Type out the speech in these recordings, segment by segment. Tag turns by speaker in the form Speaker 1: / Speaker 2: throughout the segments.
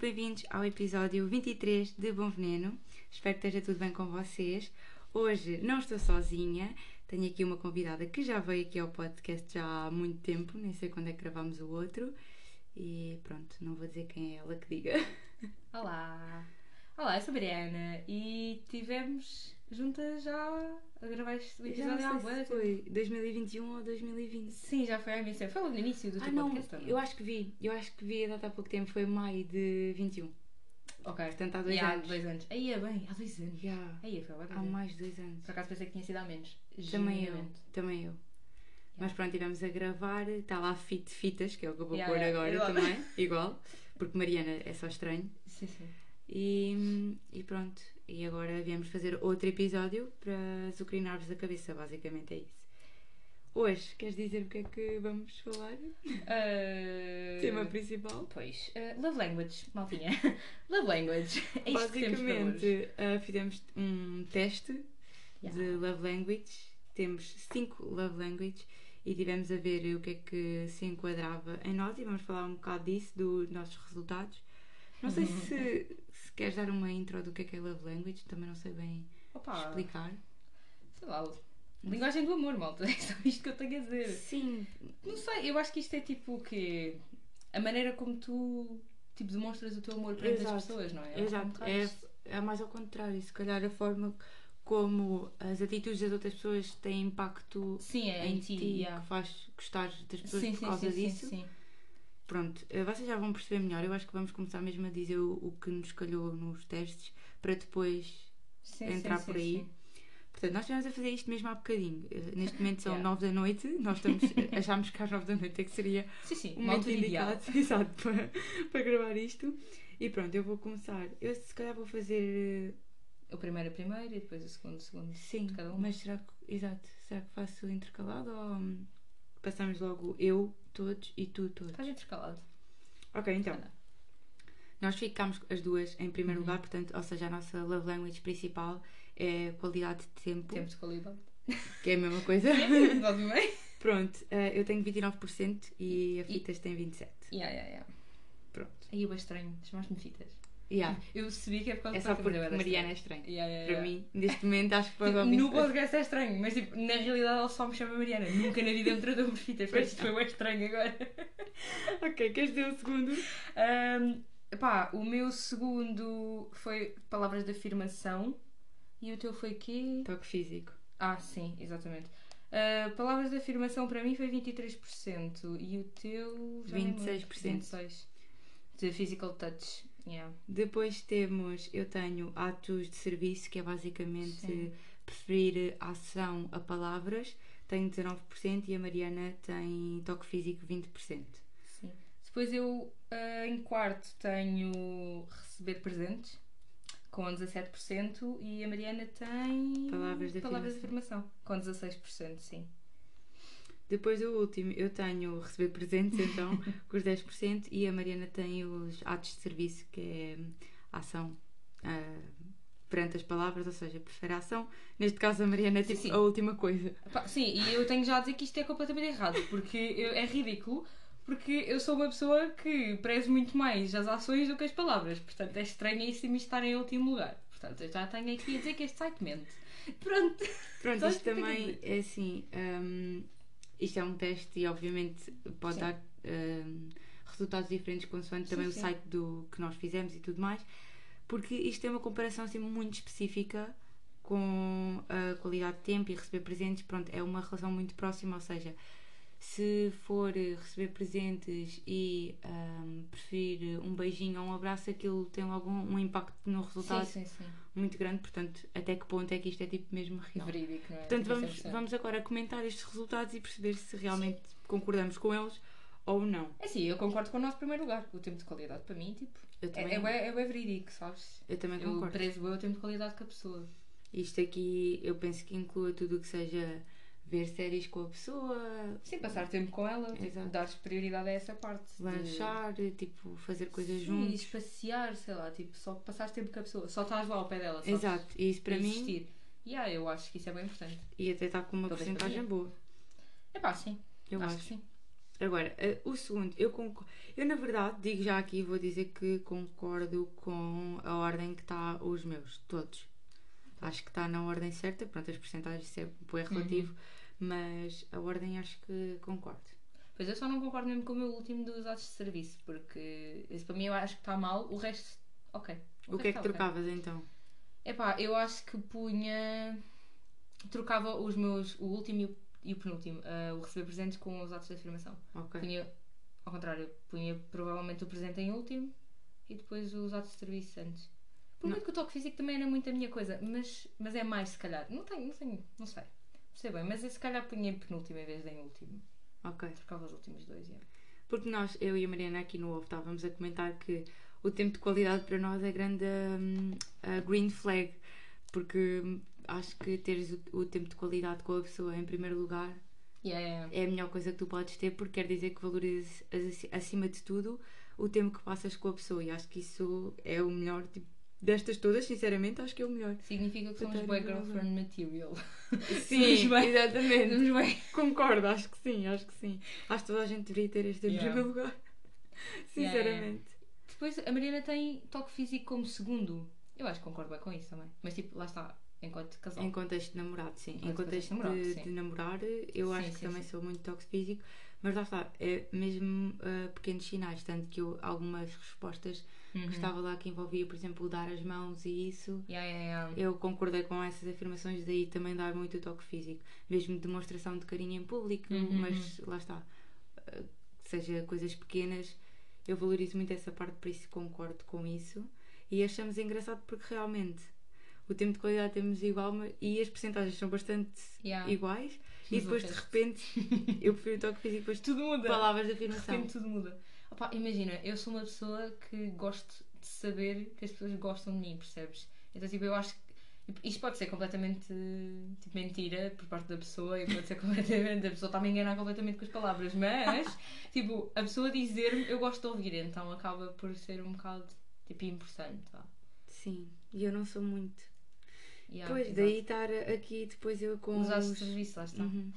Speaker 1: bem-vindos ao episódio 23 de Bom Veneno. Espero que esteja tudo bem com vocês. Hoje não estou sozinha, tenho aqui uma convidada que já veio aqui ao podcast já há muito tempo, nem sei quando é que gravámos o outro. E pronto, não vou dizer quem é ela que diga.
Speaker 2: Olá! Olá, eu sou a Mariana e tivemos juntas já a gravar este
Speaker 1: Já
Speaker 2: episódio há
Speaker 1: não
Speaker 2: boa
Speaker 1: sei se
Speaker 2: tempo.
Speaker 1: foi 2021 ou 2020.
Speaker 2: Sim, já foi a missa. Foi logo no início do teu
Speaker 1: Ah, não,
Speaker 2: podcast, ou não?
Speaker 1: eu acho que vi, eu acho que vi a data há pouco tempo, foi maio de 21.
Speaker 2: Ok.
Speaker 1: Portanto, há dois
Speaker 2: E há
Speaker 1: anos.
Speaker 2: dois anos. Aí é bem, há dois anos.
Speaker 1: Já,
Speaker 2: Aí é, foi agora.
Speaker 1: há mais de dois anos.
Speaker 2: Por acaso pensei que tinha sido há menos.
Speaker 1: Também eu,
Speaker 2: Genuinamente.
Speaker 1: também eu. Mas pronto, estivemos a gravar, está lá fit fitas, que é o que eu vou
Speaker 2: Yeah,
Speaker 1: pôr
Speaker 2: yeah,
Speaker 1: agora
Speaker 2: igual.
Speaker 1: também, igual, porque Mariana é só estranho.
Speaker 2: Sim, sim.
Speaker 1: E, e pronto, e agora viemos fazer outro episódio para zucrinar-vos a cabeça, basicamente é isso. Hoje, queres dizer o que é que vamos falar?
Speaker 2: Ah,
Speaker 1: Tema principal?
Speaker 2: Pois, ah, love language, maltinha. love language. É isto que temos para hoje.
Speaker 1: Basicamente, ah, fizemos um teste
Speaker 2: Yeah.
Speaker 1: de love language. Temos cinco love language e tivemos a ver o que é que se enquadrava em nós e vamos falar um bocado disso, dos nossos resultados. Não sei se, se queres dar uma intro do que é que é love language, também não sei bem
Speaker 2: Opa,
Speaker 1: explicar.
Speaker 2: sei lá. Linguagem do amor, malta. É só isto que eu tenho a dizer.
Speaker 1: Sim,
Speaker 2: Não sei, eu acho que isto é tipo o quê? A maneira como tu tipo, demonstras o teu amor perante
Speaker 1: Exato.
Speaker 2: as pessoas, não é? Um
Speaker 1: exato.
Speaker 2: bocado
Speaker 1: É,
Speaker 2: isto.
Speaker 1: é mais ao contrário, se calhar a forma como as atitudes das outras pessoas têm impacto
Speaker 2: Sim, é
Speaker 1: em ti,
Speaker 2: yeah.
Speaker 1: que faz gostar das pessoas
Speaker 2: Sim,
Speaker 1: por
Speaker 2: sim,
Speaker 1: causa
Speaker 2: sim, sim,
Speaker 1: disso.
Speaker 2: sim.
Speaker 1: Pronto, eh, vocês já vão perceber melhor. Eu acho que vamos começar mesmo a dizer o, o que nos calhou nos testes para depois.
Speaker 2: Sim,
Speaker 1: Entrar
Speaker 2: sim,
Speaker 1: por
Speaker 2: sim,
Speaker 1: aí.
Speaker 2: sim.
Speaker 1: Portanto, nós estivemos a fazer isto mesmo há bocadinho. Eh, Neste momento são
Speaker 2: Yeah.
Speaker 1: nove 9 da noite, nós estamos, eh, achámos que às 9 da noite é que seria
Speaker 2: Sim, sim,
Speaker 1: o
Speaker 2: uma
Speaker 1: momento
Speaker 2: altura ideal.
Speaker 1: indicado exato, para, para gravar isto. E pronto, eu vou começar. Eu se calhar vou fazer. eh,
Speaker 2: O primeiro é primeiro e depois o segundo, o segundo.
Speaker 1: Sim,
Speaker 2: De cada um.
Speaker 1: mas será que. Exato, será que faço intercalado ou hum, passamos logo eu, todos e tu, todos?
Speaker 2: Estás intercalado.
Speaker 1: Ok, então. Uhum.
Speaker 2: Olha.
Speaker 1: Nós ficámos as duas em primeiro lugar, portanto, ou seja, a nossa love language principal é qualidade de tempo,
Speaker 2: Tempo de qualidade.
Speaker 1: que é a mesma coisa.
Speaker 2: Qualidade do bem.
Speaker 1: Pronto, eh, eu tenho 29% e a Fitas tem 27%.
Speaker 2: Yeah, yeah, yeah.
Speaker 1: Pronto.
Speaker 2: Aí eu é estranho, chamaste-me fitas.
Speaker 1: Yeah.
Speaker 2: Eu percebi que é por causa
Speaker 1: É
Speaker 2: do
Speaker 1: só porque
Speaker 2: podcast, mas eu era
Speaker 1: Mariana é
Speaker 2: estranha.
Speaker 1: estranha.
Speaker 2: Yeah, yeah,
Speaker 1: Para
Speaker 2: yeah.
Speaker 1: mim, neste momento, acho que
Speaker 2: Tipo,
Speaker 1: provavelmente.
Speaker 2: No podcast é estranho, mas tipo, na realidade ela só me chama Mariana. Nunca na vida me tratou por fitas, mas isto foi bem estranho agora.
Speaker 1: Ok, queres dizer o segundo?
Speaker 2: Ahm, pá, o meu segundo foi palavras de afirmação e o teu foi quê?
Speaker 1: Toque físico.
Speaker 2: Ah, sim, exatamente. Ah, palavras de afirmação para mim foi 23% e o teu. já nem me lembro.
Speaker 1: 26%.
Speaker 2: 26%. De physical touch. Yeah.
Speaker 1: Depois temos, eu tenho atos de serviço, que é basicamente
Speaker 2: Sim.
Speaker 1: preferir a ação a palavras, tenho 19% e a Mariana tem toque físico 20%.
Speaker 2: Sim. Depois eu, ah, em quarto, tenho receber presentes, com 17%, e a Mariana tem.
Speaker 1: Palavras de
Speaker 2: palavras de afirmação, com 16%, sim.
Speaker 1: Depois do último, eu tenho receber presentes, então, com os 10% e a Mariana tem os atos de serviço, que é hum, ação ah, perante as palavras, ou seja, prefere a ação. Neste caso, a Mariana é
Speaker 2: Sim,
Speaker 1: tipo
Speaker 2: sim.
Speaker 1: a última coisa.
Speaker 2: Pá, sim, e eu tenho já a dizer que isto é completamente errado, porque eu- é ridículo, porque eu sou uma pessoa que prezo muito mais as ações do que as palavras, portanto é estranhíssimo isto estar em último lugar. Portanto, eu já tenho aqui a dizer que este site mente. Pronto.
Speaker 1: Pronto,
Speaker 2: Sabes
Speaker 1: isto
Speaker 2: o que é que eu
Speaker 1: também é assim. hum, isto é um teste e obviamente pode
Speaker 2: Sim.
Speaker 1: dar hum, resultados diferentes consoante também
Speaker 2: sim.
Speaker 1: o site do que nós fizemos e tudo mais, porque isto é uma comparação assim, muito específica com a qualidade de tempo e receber presentes. Pronto, é uma relação muito próxima, ou seja, se for eh, receber presentes e hum, preferir um beijinho ou um abraço, aquilo tem logo um, um impacto no resultado
Speaker 2: Sim, sim, sim.
Speaker 1: muito grande. Portanto, até que ponto é que isto é tipo mesmo real?
Speaker 2: Verídico, não é?
Speaker 1: Portanto, vamos,
Speaker 2: 100%.
Speaker 1: vamos agora comentar estes resultados e perceber se realmente concordamos com eles ou não.
Speaker 2: É sim, eu concordo com o nosso primeiro lugar. O tempo de qualidade, para mim, tipo,
Speaker 1: Eu
Speaker 2: é,
Speaker 1: também,
Speaker 2: é, bué- é bué verídico, sabes?
Speaker 1: eu também
Speaker 2: Eu
Speaker 1: concordo.
Speaker 2: prezo bué o tempo de qualidade com a pessoa.
Speaker 1: Isto aqui eu penso que inclua tudo o que seja ver séries com a pessoa,
Speaker 2: Sim, passar tempo com ela, tipo,
Speaker 1: Exato.
Speaker 2: dar prioridade a essa parte. de-
Speaker 1: lanchar, tipo, fazer coisas
Speaker 2: Sim,
Speaker 1: juntos.
Speaker 2: espaciar, sei lá, tipo, só passar tempo com a pessoa, é só estás lá ao pé dela, sabes?
Speaker 1: Exato, e isso para mim,
Speaker 2: Existir. Yeah, eu acho que isso é bem importante.
Speaker 1: e até está com uma
Speaker 2: Talvez para
Speaker 1: porcentagem boa,
Speaker 2: É pá, sim.
Speaker 1: eu
Speaker 2: acho,
Speaker 1: acho.
Speaker 2: que sim.
Speaker 1: Agora, eh, o segundo, eu concordo. Eu, na verdade, digo já aqui, vou dizer que concordo com a ordem que está os meus, todos. Acho que está na ordem certa, pronto, as porcentagens isso é,
Speaker 2: Uhum.
Speaker 1: é relativo, mas a ordem acho que concordo.
Speaker 2: Pois eu só não concordo mesmo com o meu último dos atos de serviço, porque esse para mim eu acho que está mal, o resto, ok.
Speaker 1: O, que é que
Speaker 2: é
Speaker 1: trocavas então?
Speaker 2: Epá, eu acho que punha. Trocava os meus. o último e o, e o penúltimo, ah, o receber presentes com os atos de afirmação.
Speaker 1: Ok.
Speaker 2: Punha. ao contrário, punha provavelmente o presente em último e depois os atos de serviço antes. Por muito que o toque físico também era muito a minha coisa, mas, mas é mais se calhar. Não tenho, não tenho, não sei. Não sei bem, mas eu se calhar punha em penúltimo em vez de em último.
Speaker 1: Ok.
Speaker 2: Trocava os últimos dois, yeah.
Speaker 1: Porque nós, eu e a Mariana aqui no Ovo, estávamos a comentar que o tempo de qualidade para nós é grande hum, a green flag, porque hum, acho que teres o, o tempo de qualidade com a pessoa em primeiro lugar
Speaker 2: Yeah, yeah, yeah.
Speaker 1: é a melhor coisa que tu podes ter, porque quer dizer que valorizes as- acima de tudo o tempo que passas com a pessoa, e acho que isso é o melhor, tipo, destas todas, sinceramente, acho que é o melhor.
Speaker 2: Significa que
Speaker 1: Eu
Speaker 2: somos
Speaker 1: tenho
Speaker 2: boy
Speaker 1: razão.
Speaker 2: girlfriend material.
Speaker 1: Sim,
Speaker 2: bem.
Speaker 1: exatamente.
Speaker 2: Estamos bem.
Speaker 1: Concordo, acho que sim, acho que sim. Acho que toda a gente deveria ter este em
Speaker 2: Yeah.
Speaker 1: primeiro lugar,
Speaker 2: Yeah, yeah.
Speaker 1: sinceramente.
Speaker 2: Depois a Mariana tem toque físico como segundo. Eu acho que concordo bem com isso também. Mas tipo, lá está, enquanto casal.
Speaker 1: Em contexto de namorado, sim. Em
Speaker 2: Em contexto de
Speaker 1: contexto
Speaker 2: namorado,
Speaker 1: de,
Speaker 2: sim.
Speaker 1: de namorar, eu
Speaker 2: Sim,
Speaker 1: acho que
Speaker 2: sim,
Speaker 1: também
Speaker 2: sim.
Speaker 1: sou muito toque físico, mas lá está, é mesmo ah, pequenos sinais, tanto que eu algumas respostas
Speaker 2: Uhum.
Speaker 1: que estava lá que envolvia, por exemplo, o dar as mãos e isso.
Speaker 2: Yeah, yeah, yeah.
Speaker 1: Eu concordei com essas afirmações, daí também dar muito o toque físico, mesmo demonstração de carinho em público,
Speaker 2: Uhum,
Speaker 1: mas lá está, ah, que seja coisas pequenas, eu valorizo muito essa parte, por isso concordo com isso. E achamos engraçado porque realmente o tempo de qualidade temos igual mas- e as percentagens são bastante
Speaker 2: Yeah.
Speaker 1: iguais, e
Speaker 2: Mas o
Speaker 1: depois de
Speaker 2: resto-
Speaker 1: repente eu prefiro o toque físico, depois tu
Speaker 2: Tudo muda.
Speaker 1: palavras de
Speaker 2: De
Speaker 1: afirmação.
Speaker 2: repente tudo muda. Opa, imagina, eu sou uma pessoa que gosto de saber que as pessoas gostam de mim, percebes? Então, tipo, eu acho que. Isto pode ser completamente tipo, mentira por parte da pessoa e pode ser completamente. A pessoa está-me a enganar completamente com as palavras, mas, tipo, a pessoa dizer-me eu gosto de ouvir, então acaba por ser um bocado, tipo, importante. Tá?
Speaker 1: Sim, e eu não sou muito.
Speaker 2: Yeah,
Speaker 1: Pois,
Speaker 2: exato.
Speaker 1: daí estar aqui depois eu com
Speaker 2: Os atos de
Speaker 1: os-
Speaker 2: serviço, lá está.
Speaker 1: Uhum.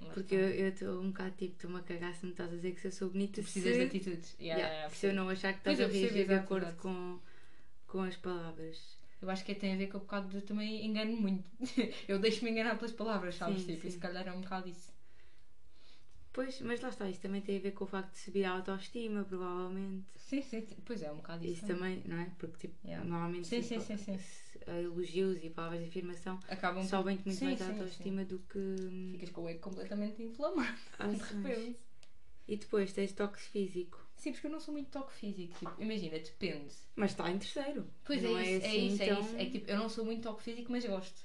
Speaker 2: Lá
Speaker 1: Porque
Speaker 2: está.
Speaker 1: eu estou um bocado tipo, estou-me a cagar se me estás a dizer que se eu sou bonita.
Speaker 2: Tu precisas de
Speaker 1: se-
Speaker 2: atitudes.
Speaker 1: Yeah,
Speaker 2: Yeah, yeah, yeah,
Speaker 1: se eu não achar que estás
Speaker 2: Pois, eu
Speaker 1: a
Speaker 2: percebo,
Speaker 1: reagir de
Speaker 2: exato,
Speaker 1: acordo
Speaker 2: exato.
Speaker 1: com, com as palavras.
Speaker 2: Eu acho que tem a ver com o bocado de eu também engano muito. Eu deixo-me enganar pelas palavras, sabes?
Speaker 1: Sim,
Speaker 2: tipo, e
Speaker 1: sim.
Speaker 2: se calhar é um bocado isso.
Speaker 1: Pois, mas lá está, isso também tem a ver com o facto de subir a autoestima, provavelmente.
Speaker 2: Sim, sim, sim. Pois é, um bocado isso.
Speaker 1: Isso também, não é? Porque tipo,
Speaker 2: Yeah.
Speaker 1: normalmente
Speaker 2: Sim,
Speaker 1: se-
Speaker 2: sim, sim, sim.
Speaker 1: se- eh, elogios e palavras de afirmação
Speaker 2: Acabam por-
Speaker 1: sobem-te muito
Speaker 2: Sim,
Speaker 1: mais a
Speaker 2: sim,
Speaker 1: autoestima do que
Speaker 2: sim.
Speaker 1: hum,
Speaker 2: Ficas com o ego completamente inflamado,
Speaker 1: Ah,
Speaker 2: de
Speaker 1: ações.
Speaker 2: repente.
Speaker 1: E depois tens toque físico.
Speaker 2: Sim, porque eu não sou muito toque físico. Tipo, imagina, depende.
Speaker 1: Mas está em terceiro.
Speaker 2: Pois
Speaker 1: Não
Speaker 2: é, isso, é
Speaker 1: assim
Speaker 2: isso, é
Speaker 1: tão-
Speaker 2: isso. É que tipo, eu não sou muito toque físico, mas gosto.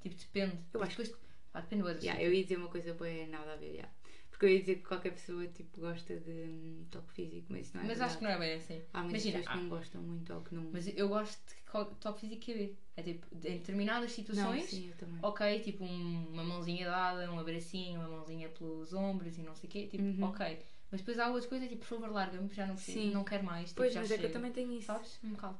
Speaker 2: Tipo, depende.
Speaker 1: Eu acho
Speaker 2: que. Pá, depende do outro.
Speaker 1: Yeah, eu ia dizer uma coisa boa, é nada a ver, yeah. Porque eu ia dizer que qualquer pessoa tipo, gosta de hum, toque físico, mas isso não é
Speaker 2: mas
Speaker 1: verdade.
Speaker 2: acho que não é bem assim.
Speaker 1: Há muitas
Speaker 2: Imagina,
Speaker 1: pessoas
Speaker 2: há-
Speaker 1: que não ah, gostam muito ou que não.
Speaker 2: Mas eu gosto de co- toque físico que eu É tipo, de- em determinadas
Speaker 1: não,
Speaker 2: situações.
Speaker 1: sim, eu também.
Speaker 2: ok, tipo um- uma mãozinha dada, um abracinho, uma mãozinha pelos ombros e não sei o quê, tipo,
Speaker 1: Uhum.
Speaker 2: ok. Mas depois há outras coisas, tipo, por favor, larga-me, já não, preciso,
Speaker 1: Sim.
Speaker 2: não quero mais. Tipo,
Speaker 1: Pois,
Speaker 2: já
Speaker 1: mas é
Speaker 2: chega.
Speaker 1: que eu também tenho isso.
Speaker 2: Sabes? Um bocado.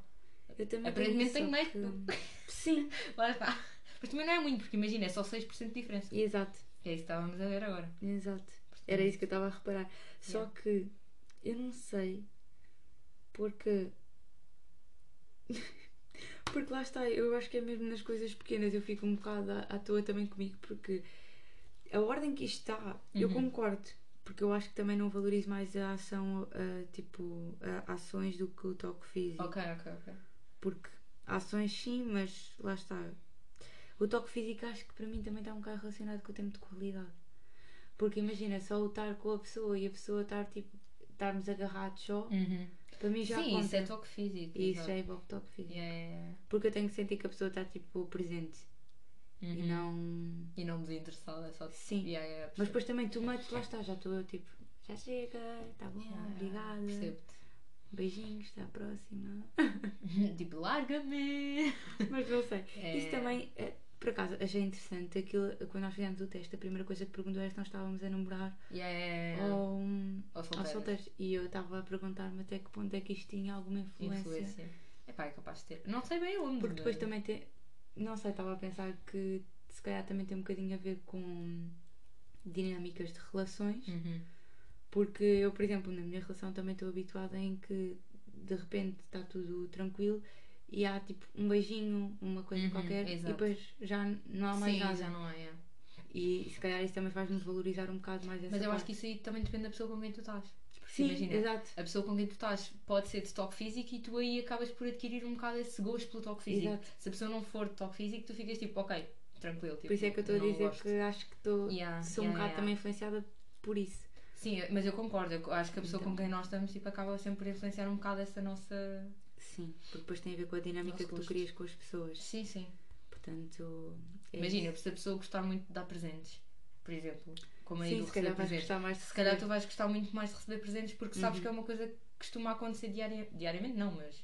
Speaker 1: Eu também
Speaker 2: Aparentemente
Speaker 1: tenho isso.
Speaker 2: tenho
Speaker 1: só que- Sim,
Speaker 2: Lá está. Mas também não é muito, porque imagina, é só 6% de diferença.
Speaker 1: exato,
Speaker 2: É isso que estávamos a ver agora.
Speaker 1: exato. Era isso que eu estava a reparar. Só que eu não sei porque. Porque lá está, eu acho que é mesmo nas coisas pequenas eu fico um bocado à, à toa também comigo, porque a ordem que isto está, eu
Speaker 2: Uhum.
Speaker 1: concordo, porque eu acho que também não valorizo mais a ação, ah, tipo, a- ações do que o toque físico.
Speaker 2: Ok, ok, ok.
Speaker 1: Porque ações sim, mas lá está. O toque físico acho que para mim também está um bocado relacionado com o tempo de qualidade. Porque imagina, só o estar com a pessoa e a pessoa estar tipo, estarmos agarrados só, para mim já
Speaker 2: Sim,
Speaker 1: conta.
Speaker 2: isso é toque físico.
Speaker 1: E é- isso
Speaker 2: exato.
Speaker 1: já envolve toque físico.
Speaker 2: Yeah, yeah, yeah.
Speaker 1: Porque eu tenho que sentir que a pessoa está tipo presente e
Speaker 2: Uhum.
Speaker 1: não.
Speaker 2: E não desinteressada, é só.
Speaker 1: Sim.
Speaker 2: Yeah, yeah, yeah,
Speaker 1: Mas
Speaker 2: percebo.
Speaker 1: depois também tu metes, lá está, já estou tipo, já chega, está bom,
Speaker 2: Yeah,
Speaker 1: obrigada.
Speaker 2: Percebo-te.
Speaker 1: Beijinhos, até à próxima.
Speaker 2: tipo, larga-me.
Speaker 1: Mas não sei.
Speaker 2: É.
Speaker 1: Isso também, eh, por acaso, achei interessante aquilo, quando nós fizemos o teste, a primeira coisa que perguntou é se nós estávamos a namorar
Speaker 2: Yeah, yeah, yeah.
Speaker 1: ou, hum, ou
Speaker 2: Ou É. solteiras.
Speaker 1: solteiros. E eu estava a perguntar-me até que ponto é que isto tinha alguma influência.
Speaker 2: Influência. É pá, é capaz de ter. Não é? sei bem onde.
Speaker 1: Porque depois
Speaker 2: mas-
Speaker 1: também tem, não sei, estava a pensar que se calhar também tem um bocadinho a ver com dinâmicas de relações,
Speaker 2: Uhum.
Speaker 1: Porque eu, por exemplo, na minha relação também estou habituada em que de repente está tudo tranquilo e há tipo um beijinho, uma coisa
Speaker 2: Uhum,
Speaker 1: qualquer
Speaker 2: exato.
Speaker 1: e depois já não há mais
Speaker 2: Sim,
Speaker 1: nada.
Speaker 2: já não é. é.
Speaker 1: E se calhar isso também faz-nos valorizar um bocado mais essa
Speaker 2: Mas eu acho
Speaker 1: parte.
Speaker 2: que isso aí também depende da pessoa com quem tu estás. Porque
Speaker 1: Sim,
Speaker 2: imagina,
Speaker 1: exato.
Speaker 2: a pessoa com quem tu estás pode ser de toque físico e tu aí acabas por adquirir um bocado esse gosto pelo toque físico.
Speaker 1: Exato.
Speaker 2: Se a pessoa não for de toque físico, tu ficas tipo, ok, tranquilo. Tipo,
Speaker 1: Por isso é que eu estou a
Speaker 2: não
Speaker 1: dizer
Speaker 2: gosto.
Speaker 1: que acho que estou
Speaker 2: Yeah,
Speaker 1: sou
Speaker 2: yeah,
Speaker 1: um bocado
Speaker 2: yeah.
Speaker 1: também influenciada por isso.
Speaker 2: Sim, mas eu concordo. Eu acho que a pessoa
Speaker 1: Então.
Speaker 2: com quem nós estamos tipo, acaba sempre por influenciar um bocado essa nossa.
Speaker 1: Sim, porque depois tem a ver com a dinâmica
Speaker 2: Nosso
Speaker 1: que tu
Speaker 2: gosto.
Speaker 1: crias com as pessoas.
Speaker 2: Sim, sim.
Speaker 1: Portanto, é
Speaker 2: Imagina,
Speaker 1: isso.
Speaker 2: se a pessoa gostar muito de dar presentes, por exemplo, como aí
Speaker 1: Sim,
Speaker 2: do
Speaker 1: se
Speaker 2: receber
Speaker 1: calhar vais
Speaker 2: presentes.
Speaker 1: gostar mais de
Speaker 2: Se calhar tu
Speaker 1: receber.
Speaker 2: vais gostar muito mais de receber presentes porque
Speaker 1: Uhum.
Speaker 2: sabes que é uma coisa que costuma acontecer diaria- diariamente, não, mas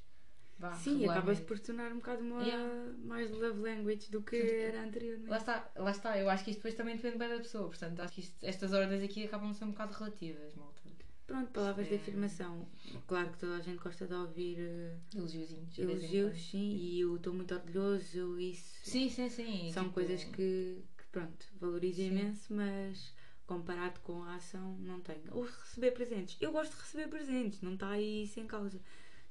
Speaker 2: vá.
Speaker 1: Sim, acabas
Speaker 2: regularmente.
Speaker 1: por tornar um bocado uma
Speaker 2: Yeah.
Speaker 1: mais love language do que
Speaker 2: Tudo-
Speaker 1: era anteriormente.
Speaker 2: Lá está, lá está, eu acho que isto depois também depende bem da pessoa, portanto acho que isto- estas ordens aqui acabam de ser um bocado relativas, malta.
Speaker 1: Pronto, palavras de
Speaker 2: É.
Speaker 1: afirmação. Claro que toda a gente gosta de ouvir eh,
Speaker 2: Elogiozinhos. de vez em
Speaker 1: elogios, sim, e eu estou muito orgulhoso, isso.
Speaker 2: quando. Sim, sim, sim.
Speaker 1: São
Speaker 2: tipo,
Speaker 1: coisas que, que, pronto, valorizo
Speaker 2: Sim.
Speaker 1: imenso, mas comparado com a ação, não tenho. Ou receber presentes. Eu gosto de receber presentes, não está aí sem causa.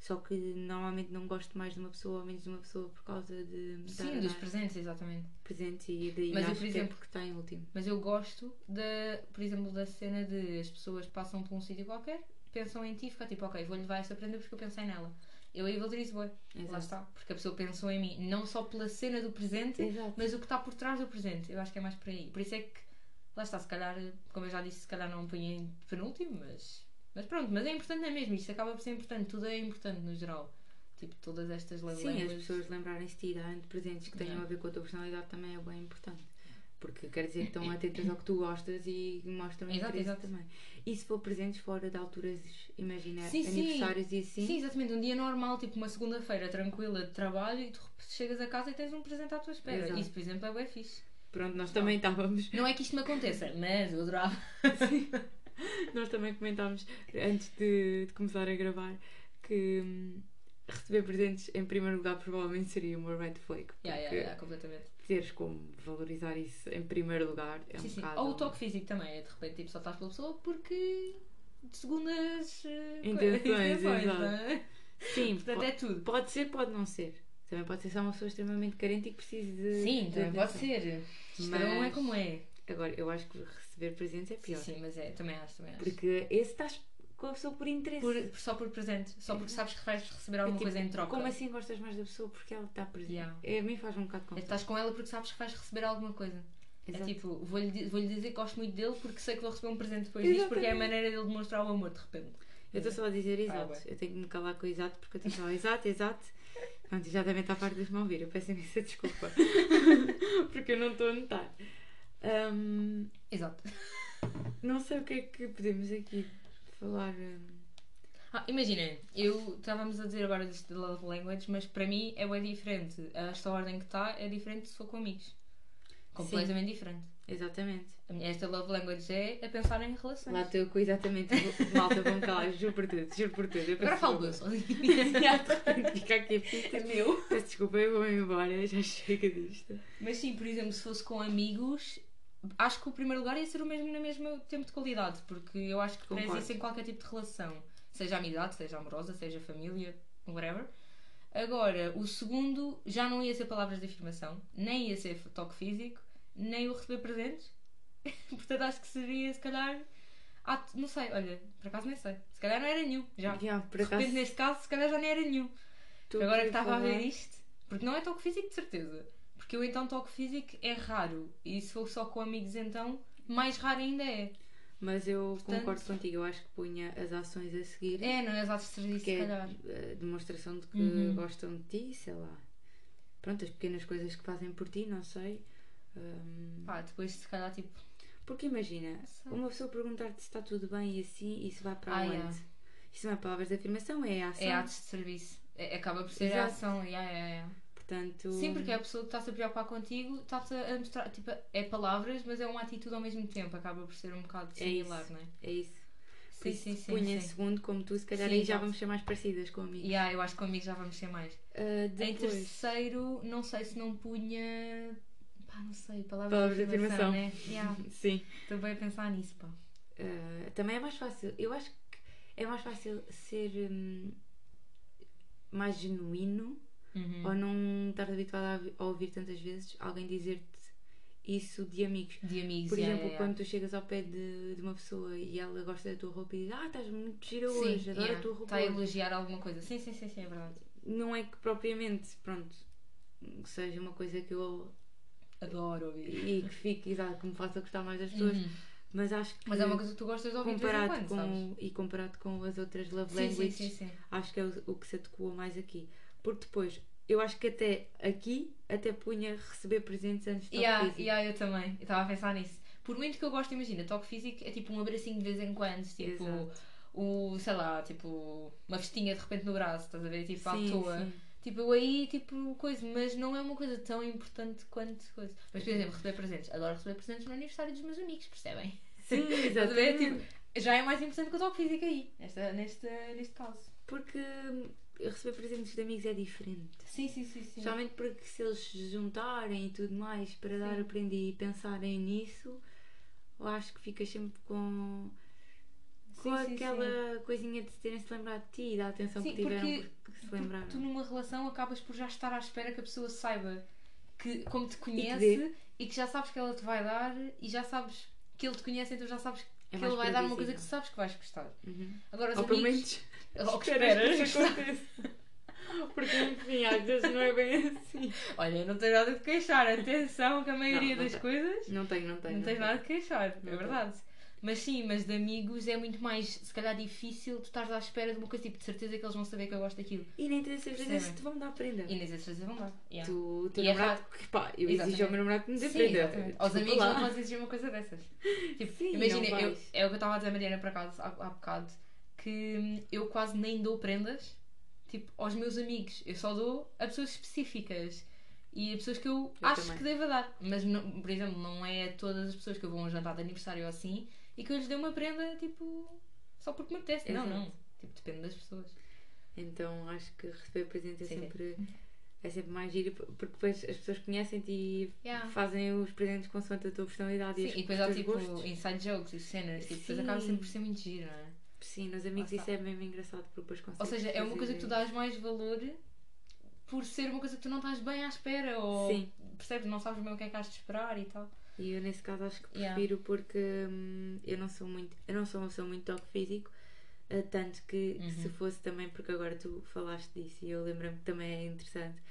Speaker 1: Só que normalmente não gosto mais de uma pessoa ou menos de uma pessoa por causa de me estar a
Speaker 2: Sim, dos
Speaker 1: dar
Speaker 2: presentes, exatamente.
Speaker 1: presentes e daí
Speaker 2: Mas
Speaker 1: acho
Speaker 2: eu, por
Speaker 1: que é
Speaker 2: exemplo-
Speaker 1: porque está em último.
Speaker 2: Mas eu gosto, da, por exemplo, da cena de as pessoas passam por um sítio qualquer, pensam em ti e ficam tipo, ok, vou-lhe levar esta prenda porque eu pensei nela. Eu aí valorizo bem. Lá
Speaker 1: Exato.
Speaker 2: está. Porque a pessoa pensou em mim, não só pela cena do presente,
Speaker 1: Exato.
Speaker 2: mas o que está por trás do presente. Eu acho que é mais por aí. Por isso é que, lá está, se calhar, como eu já disse, se calhar não ponho em penúltimo, mas. Mas pronto, mas é importante, não é mesmo? Isto acaba por ser importante. Tudo é importante no geral. Tipo, todas estas lei-
Speaker 1: Sim, as
Speaker 2: lendas.
Speaker 1: pessoas lembrarem-se de ti, darem de presentes que tenham
Speaker 2: Yeah.
Speaker 1: a ver com a tua personalidade também é bem importante. Porque quer dizer que estão atentas ao que tu gostas e mostram
Speaker 2: Exato,
Speaker 1: interesse
Speaker 2: exato.
Speaker 1: também. E se for presentes fora de alturas, imagina,
Speaker 2: Sim, sim.
Speaker 1: aniversários e assim.
Speaker 2: Sim. exatamente. Um dia normal, tipo uma segunda-feira tranquila de trabalho e tu chegas a casa e tens um presente à tua espera.
Speaker 1: Exato.
Speaker 2: Isso, por exemplo, é bem fixe.
Speaker 1: Pronto, nós também estávamos,
Speaker 2: Não é que isto me aconteça, mas eu adorava.
Speaker 1: nós também comentámos antes de, de começar a gravar que hum, receber presentes em primeiro lugar provavelmente seria uma red flag. Porque
Speaker 2: Yeah, yeah, yeah, completamente.
Speaker 1: teres como valorizar isso em primeiro lugar é
Speaker 2: Sim,
Speaker 1: um
Speaker 2: sim.
Speaker 1: bocado.
Speaker 2: Ou o toque físico também, é de repente tipo, só estás pela pessoa porque segundo as eh,
Speaker 1: Intenções, exato.
Speaker 2: não é?
Speaker 1: Sim,
Speaker 2: Portanto, é tudo.
Speaker 1: Pode ser, pode não ser. Também pode ser só uma pessoa extremamente carente e que precise de.
Speaker 2: Sim,
Speaker 1: de
Speaker 2: também pode
Speaker 1: atenção.
Speaker 2: ser. Isto cada um é
Speaker 1: Mas-
Speaker 2: como é.
Speaker 1: Agora, eu acho que receber presentes é
Speaker 2: Sim,
Speaker 1: pior.
Speaker 2: sim, mas é, também acho, também acho.
Speaker 1: Porque esse estás com a pessoa por interesse.
Speaker 2: Por- por- só por presente, só porque sabes que vais receber
Speaker 1: É
Speaker 2: alguma
Speaker 1: tipo,
Speaker 2: coisa em troca.
Speaker 1: Como assim gostas mais da pessoa porque ela está presente?
Speaker 2: Yeah.
Speaker 1: É, a mim faz um bocado de confusão.
Speaker 2: Estás com ela porque sabes que vais receber alguma coisa.
Speaker 1: Exato.
Speaker 2: É tipo, vou-lhe di- vou-lhe dizer que gosto muito dele porque sei que vou receber um presente depois disso, porque é a
Speaker 1: Exatamente.
Speaker 2: maneira dele demonstrar o amor de repente.
Speaker 1: Eu estou só a dizer exato.
Speaker 2: bem.
Speaker 1: eu tenho que me calar com o exato porque eu estou só exato, exato. Pronto, já devem estar fartos de me ouvir. Eu peço imensa desculpa. porque eu não estou a notar. Ahm,
Speaker 2: Exato.
Speaker 1: não sei o que é que podemos aqui falar. hum, ahm,
Speaker 2: Ah, imaginem, eu estávamos a dizer agora disto de love language, mas para mim é bem diferente. Esta ordem que está é diferente se for com amigos. Completamente diferente.
Speaker 1: exatamente.
Speaker 2: A minha- Esta love language é a pensar em relações.
Speaker 1: Lá estou com exatamente o- malta, vou-me calar, juro por tudo, juro por tudo. Eu peço
Speaker 2: agora falo eu
Speaker 1: desculpa.
Speaker 2: só.
Speaker 1: Fica aqui a fita.
Speaker 2: meu.
Speaker 1: Peço desculpa, eu vou embora, já chega disto.
Speaker 2: Mas sim, por exemplo, se fosse com amigos, acho que o primeiro lugar ia ser o mesmo no mesmo tempo de qualidade, porque eu acho que parece
Speaker 1: Concordo.
Speaker 2: isso em qualquer tipo de relação, seja amizade, seja amorosa, seja família, whatever. Agora, o segundo já não ia ser palavras de afirmação, nem ia ser toque físico, nem o receber presentes. Portanto, acho que seria, se calhar, ato- não sei, olha, por acaso nem sei. Se calhar não era nenhum, já.
Speaker 1: Já, por
Speaker 2: de repente, neste caso, se calhar já nem era nenhum.
Speaker 1: tu
Speaker 2: Agora que
Speaker 1: queres
Speaker 2: estava a ver
Speaker 1: falar?
Speaker 2: isto, porque não é toque físico de certeza. Porque eu então toque físico é raro. E se for só com amigos então, mais raro ainda é.
Speaker 1: Mas eu
Speaker 2: Portanto-
Speaker 1: concordo contigo, eu acho que punha as ações a seguir,
Speaker 2: É, não é as atos de serviço,
Speaker 1: que
Speaker 2: se
Speaker 1: é
Speaker 2: calhar.
Speaker 1: a demonstração de que
Speaker 2: Uhum.
Speaker 1: gostam de ti, sei lá. Pronto, as pequenas coisas que fazem por ti, não sei. Ahm,
Speaker 2: Pá, depois se calhar tipo.
Speaker 1: porque imagina,
Speaker 2: Sei.
Speaker 1: uma pessoa perguntar-te se está tudo bem e assim, isso vai para
Speaker 2: Ah,
Speaker 1: onde?
Speaker 2: yeah.
Speaker 1: Isso não é palavras de afirmação, é ação.
Speaker 2: É atos de serviço. É- acaba por ser a
Speaker 1: Exato.
Speaker 2: ação. Yeah, yeah, yeah.
Speaker 1: Portanto,
Speaker 2: Sim, porque é a pessoa que está-se a preocupar contigo está-te a mostrar. Tipo, é palavras, mas é uma atitude ao mesmo tempo. Acaba por ser um bocado similar,
Speaker 1: isso.
Speaker 2: não é?
Speaker 1: é isso. Por
Speaker 2: Sim,
Speaker 1: isso
Speaker 2: sim, sim.
Speaker 1: punha em
Speaker 2: sim.
Speaker 1: segundo, como tu, se calhar
Speaker 2: Sim,
Speaker 1: aí já
Speaker 2: exato.
Speaker 1: vamos ser mais parecidas com amigos.
Speaker 2: Yeah, eu acho que com amigos já vamos ser mais.
Speaker 1: Ah,
Speaker 2: Em
Speaker 1: depois,
Speaker 2: terceiro, não sei se não punha. Pá, não sei, palavras
Speaker 1: Palavras de
Speaker 2: de afirmação.
Speaker 1: afirmação.
Speaker 2: Né? Yeah,
Speaker 1: sim.
Speaker 2: estou bem a pensar nisso, pá.
Speaker 1: Ah, eh, também é mais fácil. Eu acho que é mais fácil ser hum, mais genuíno
Speaker 2: Uhum.
Speaker 1: ou não estar habituado a ouvi- a ouvir tantas vezes alguém dizer-te isso de amigos.
Speaker 2: De amigos,
Speaker 1: Por
Speaker 2: yeah,
Speaker 1: exemplo,
Speaker 2: yeah,
Speaker 1: quando tu chegas ao pé de, de uma pessoa e ela gosta da tua roupa e diz Ah, estás muito gira
Speaker 2: yeah.
Speaker 1: hoje,
Speaker 2: Sim,
Speaker 1: adoro
Speaker 2: yeah. tá
Speaker 1: a tua roupa.
Speaker 2: Está a
Speaker 1: hoje."
Speaker 2: elogiar alguma coisa. Sim, sim, sim, sim, é verdade.
Speaker 1: Não é que propriamente, pronto, seja uma coisa que eu
Speaker 2: Adoro ouvir.
Speaker 1: e que fique, exato, que me faça gostar mais das pessoas,
Speaker 2: Uhum.
Speaker 1: mas acho que
Speaker 2: Mas é uma coisa que tu gostas de ouvir de vez em
Speaker 1: comparado
Speaker 2: quando,
Speaker 1: com
Speaker 2: sabes?
Speaker 1: e comparado com as outras love
Speaker 2: Sim, sim,
Speaker 1: languages,
Speaker 2: sim, sim.
Speaker 1: acho que é o, o que se adequou mais aqui. Porque depois, eu acho que até aqui, até punha receber presentes antes de
Speaker 2: Yeah,
Speaker 1: toque físico.
Speaker 2: yeah, eu também. Eu estava a pensar nisso. Por muito que eu gosto, imagina, toque físico é tipo um abracinho de vez em quando, tipo,
Speaker 1: Exato.
Speaker 2: o, sei lá, tipo, uma festinha de repente no braço, estás a ver? Tipo, à
Speaker 1: Sim,
Speaker 2: toa.
Speaker 1: sim.
Speaker 2: Tipo, eu aí, tipo, coisa, mas não é uma coisa tão importante quanto coisa. Mas, por exemplo, receber presentes. Adoro receber presentes no aniversário dos meus amigos, percebem?
Speaker 1: Sim,
Speaker 2: Estás a ver?
Speaker 1: exatamente.
Speaker 2: Tipo, já é mais importante que o toque físico aí, nesta, nesta, neste caso.
Speaker 1: Porque hum, receber presentes de amigos é diferente.
Speaker 2: Sim, sim, sim, sim.
Speaker 1: Especialmente porque se eles se juntarem e tudo mais para dar a prenda e pensarem nisso, eu acho que ficas sempre com,
Speaker 2: Sim,
Speaker 1: com
Speaker 2: sim, sim.
Speaker 1: aquela coisinha de terem-se lembrado de ti e da atenção
Speaker 2: Sim,
Speaker 1: que tiveram
Speaker 2: porque-
Speaker 1: porque se
Speaker 2: Porque
Speaker 1: lembraram. É
Speaker 2: tu numa relação acabas por já estar à espera que a pessoa saiba que, como te
Speaker 1: dê.
Speaker 2: conhece e que já sabes que ela te vai dar e já sabes que ele te conhece, então já sabes que
Speaker 1: É mais
Speaker 2: ele vai dar uma coisa
Speaker 1: previsível.
Speaker 2: que tu sabes que vais gostar.
Speaker 1: Uhum.
Speaker 2: Agora os
Speaker 1: Ou pelo
Speaker 2: amigos.
Speaker 1: menos
Speaker 2: Ou que
Speaker 1: esperas
Speaker 2: esperas.
Speaker 1: aconteça. Porque enfim, às vezes não é bem assim.
Speaker 2: Olha, eu não tenho nada de queixar, atenção que a maioria
Speaker 1: não
Speaker 2: das
Speaker 1: tem.
Speaker 2: coisas
Speaker 1: Não tenho, não tenho.
Speaker 2: não tens nada de queixar,
Speaker 1: Não
Speaker 2: é
Speaker 1: tenho.
Speaker 2: verdade. Mas sim, mas de amigos é muito mais, se calhar, difícil tu estás à espera de uma coisa tipo de certeza que eles vão saber que eu gosto daquilo.
Speaker 1: E nem tens a certeza se
Speaker 2: Percebem?
Speaker 1: te vão dar prenda.
Speaker 2: E nem sei se eles vão dar. Yeah.
Speaker 1: Tu, o teu
Speaker 2: E é
Speaker 1: namorado, que, pá, eu exijo ao meu namorado que me dê
Speaker 2: Sim,
Speaker 1: prenda.
Speaker 2: exatamente. Aos
Speaker 1: Desculpa
Speaker 2: amigos
Speaker 1: Tipo, lá.
Speaker 2: não podes exigir uma coisa dessas. Tipo,
Speaker 1: Sim,
Speaker 2: imagina,
Speaker 1: não
Speaker 2: eu-
Speaker 1: vais.
Speaker 2: é o que eu estava a dizer a Mariana por acaso há, há bocado, que hum, eu quase nem dou prendas tipo, aos meus amigos. Eu só dou a pessoas específicas e a pessoas que eu,
Speaker 1: Eu
Speaker 2: acho
Speaker 1: também.
Speaker 2: que devo dar. Mas, não- por exemplo, não é a todas as pessoas que eu vou a um jantar de aniversário ou assim e que eu lhes dei uma prenda tipo só porque me apetece. Não,
Speaker 1: Exato.
Speaker 2: não. Tipo, depende das pessoas.
Speaker 1: Então acho que receber presente é
Speaker 2: Sim, sim.
Speaker 1: sempre, é sempre mais giro, porque depois as pessoas conhecem-te e
Speaker 2: Yeah.
Speaker 1: fazem os presentes consoante a tua personalidade e,
Speaker 2: Ah. Sim,
Speaker 1: os,
Speaker 2: e depois
Speaker 1: os
Speaker 2: há
Speaker 1: teus
Speaker 2: tipo
Speaker 1: gostos.
Speaker 2: inside jokes e cenas, tipo, depois
Speaker 1: Sim.
Speaker 2: acaba sempre por ser muito giro, não é?
Speaker 1: Sim, nos amigos
Speaker 2: Lá
Speaker 1: isso
Speaker 2: está.
Speaker 1: é mesmo engraçado, porque depois consegues
Speaker 2: Ou seja, é uma
Speaker 1: fazer-
Speaker 2: coisa que tu dás mais valor por ser uma coisa que tu não estás bem à espera ou
Speaker 1: Sim.
Speaker 2: percebes, não sabes bem o que é que has de esperar e tal.
Speaker 1: E eu nesse caso acho que
Speaker 2: Yeah.
Speaker 1: prefiro porque hum, eu não sou muito, eu não sou uma pessoa muito toque físico, eh, tanto que se
Speaker 2: Uhum.
Speaker 1: fosse também, porque agora tu falaste disso e eu lembro-me que também é interessante.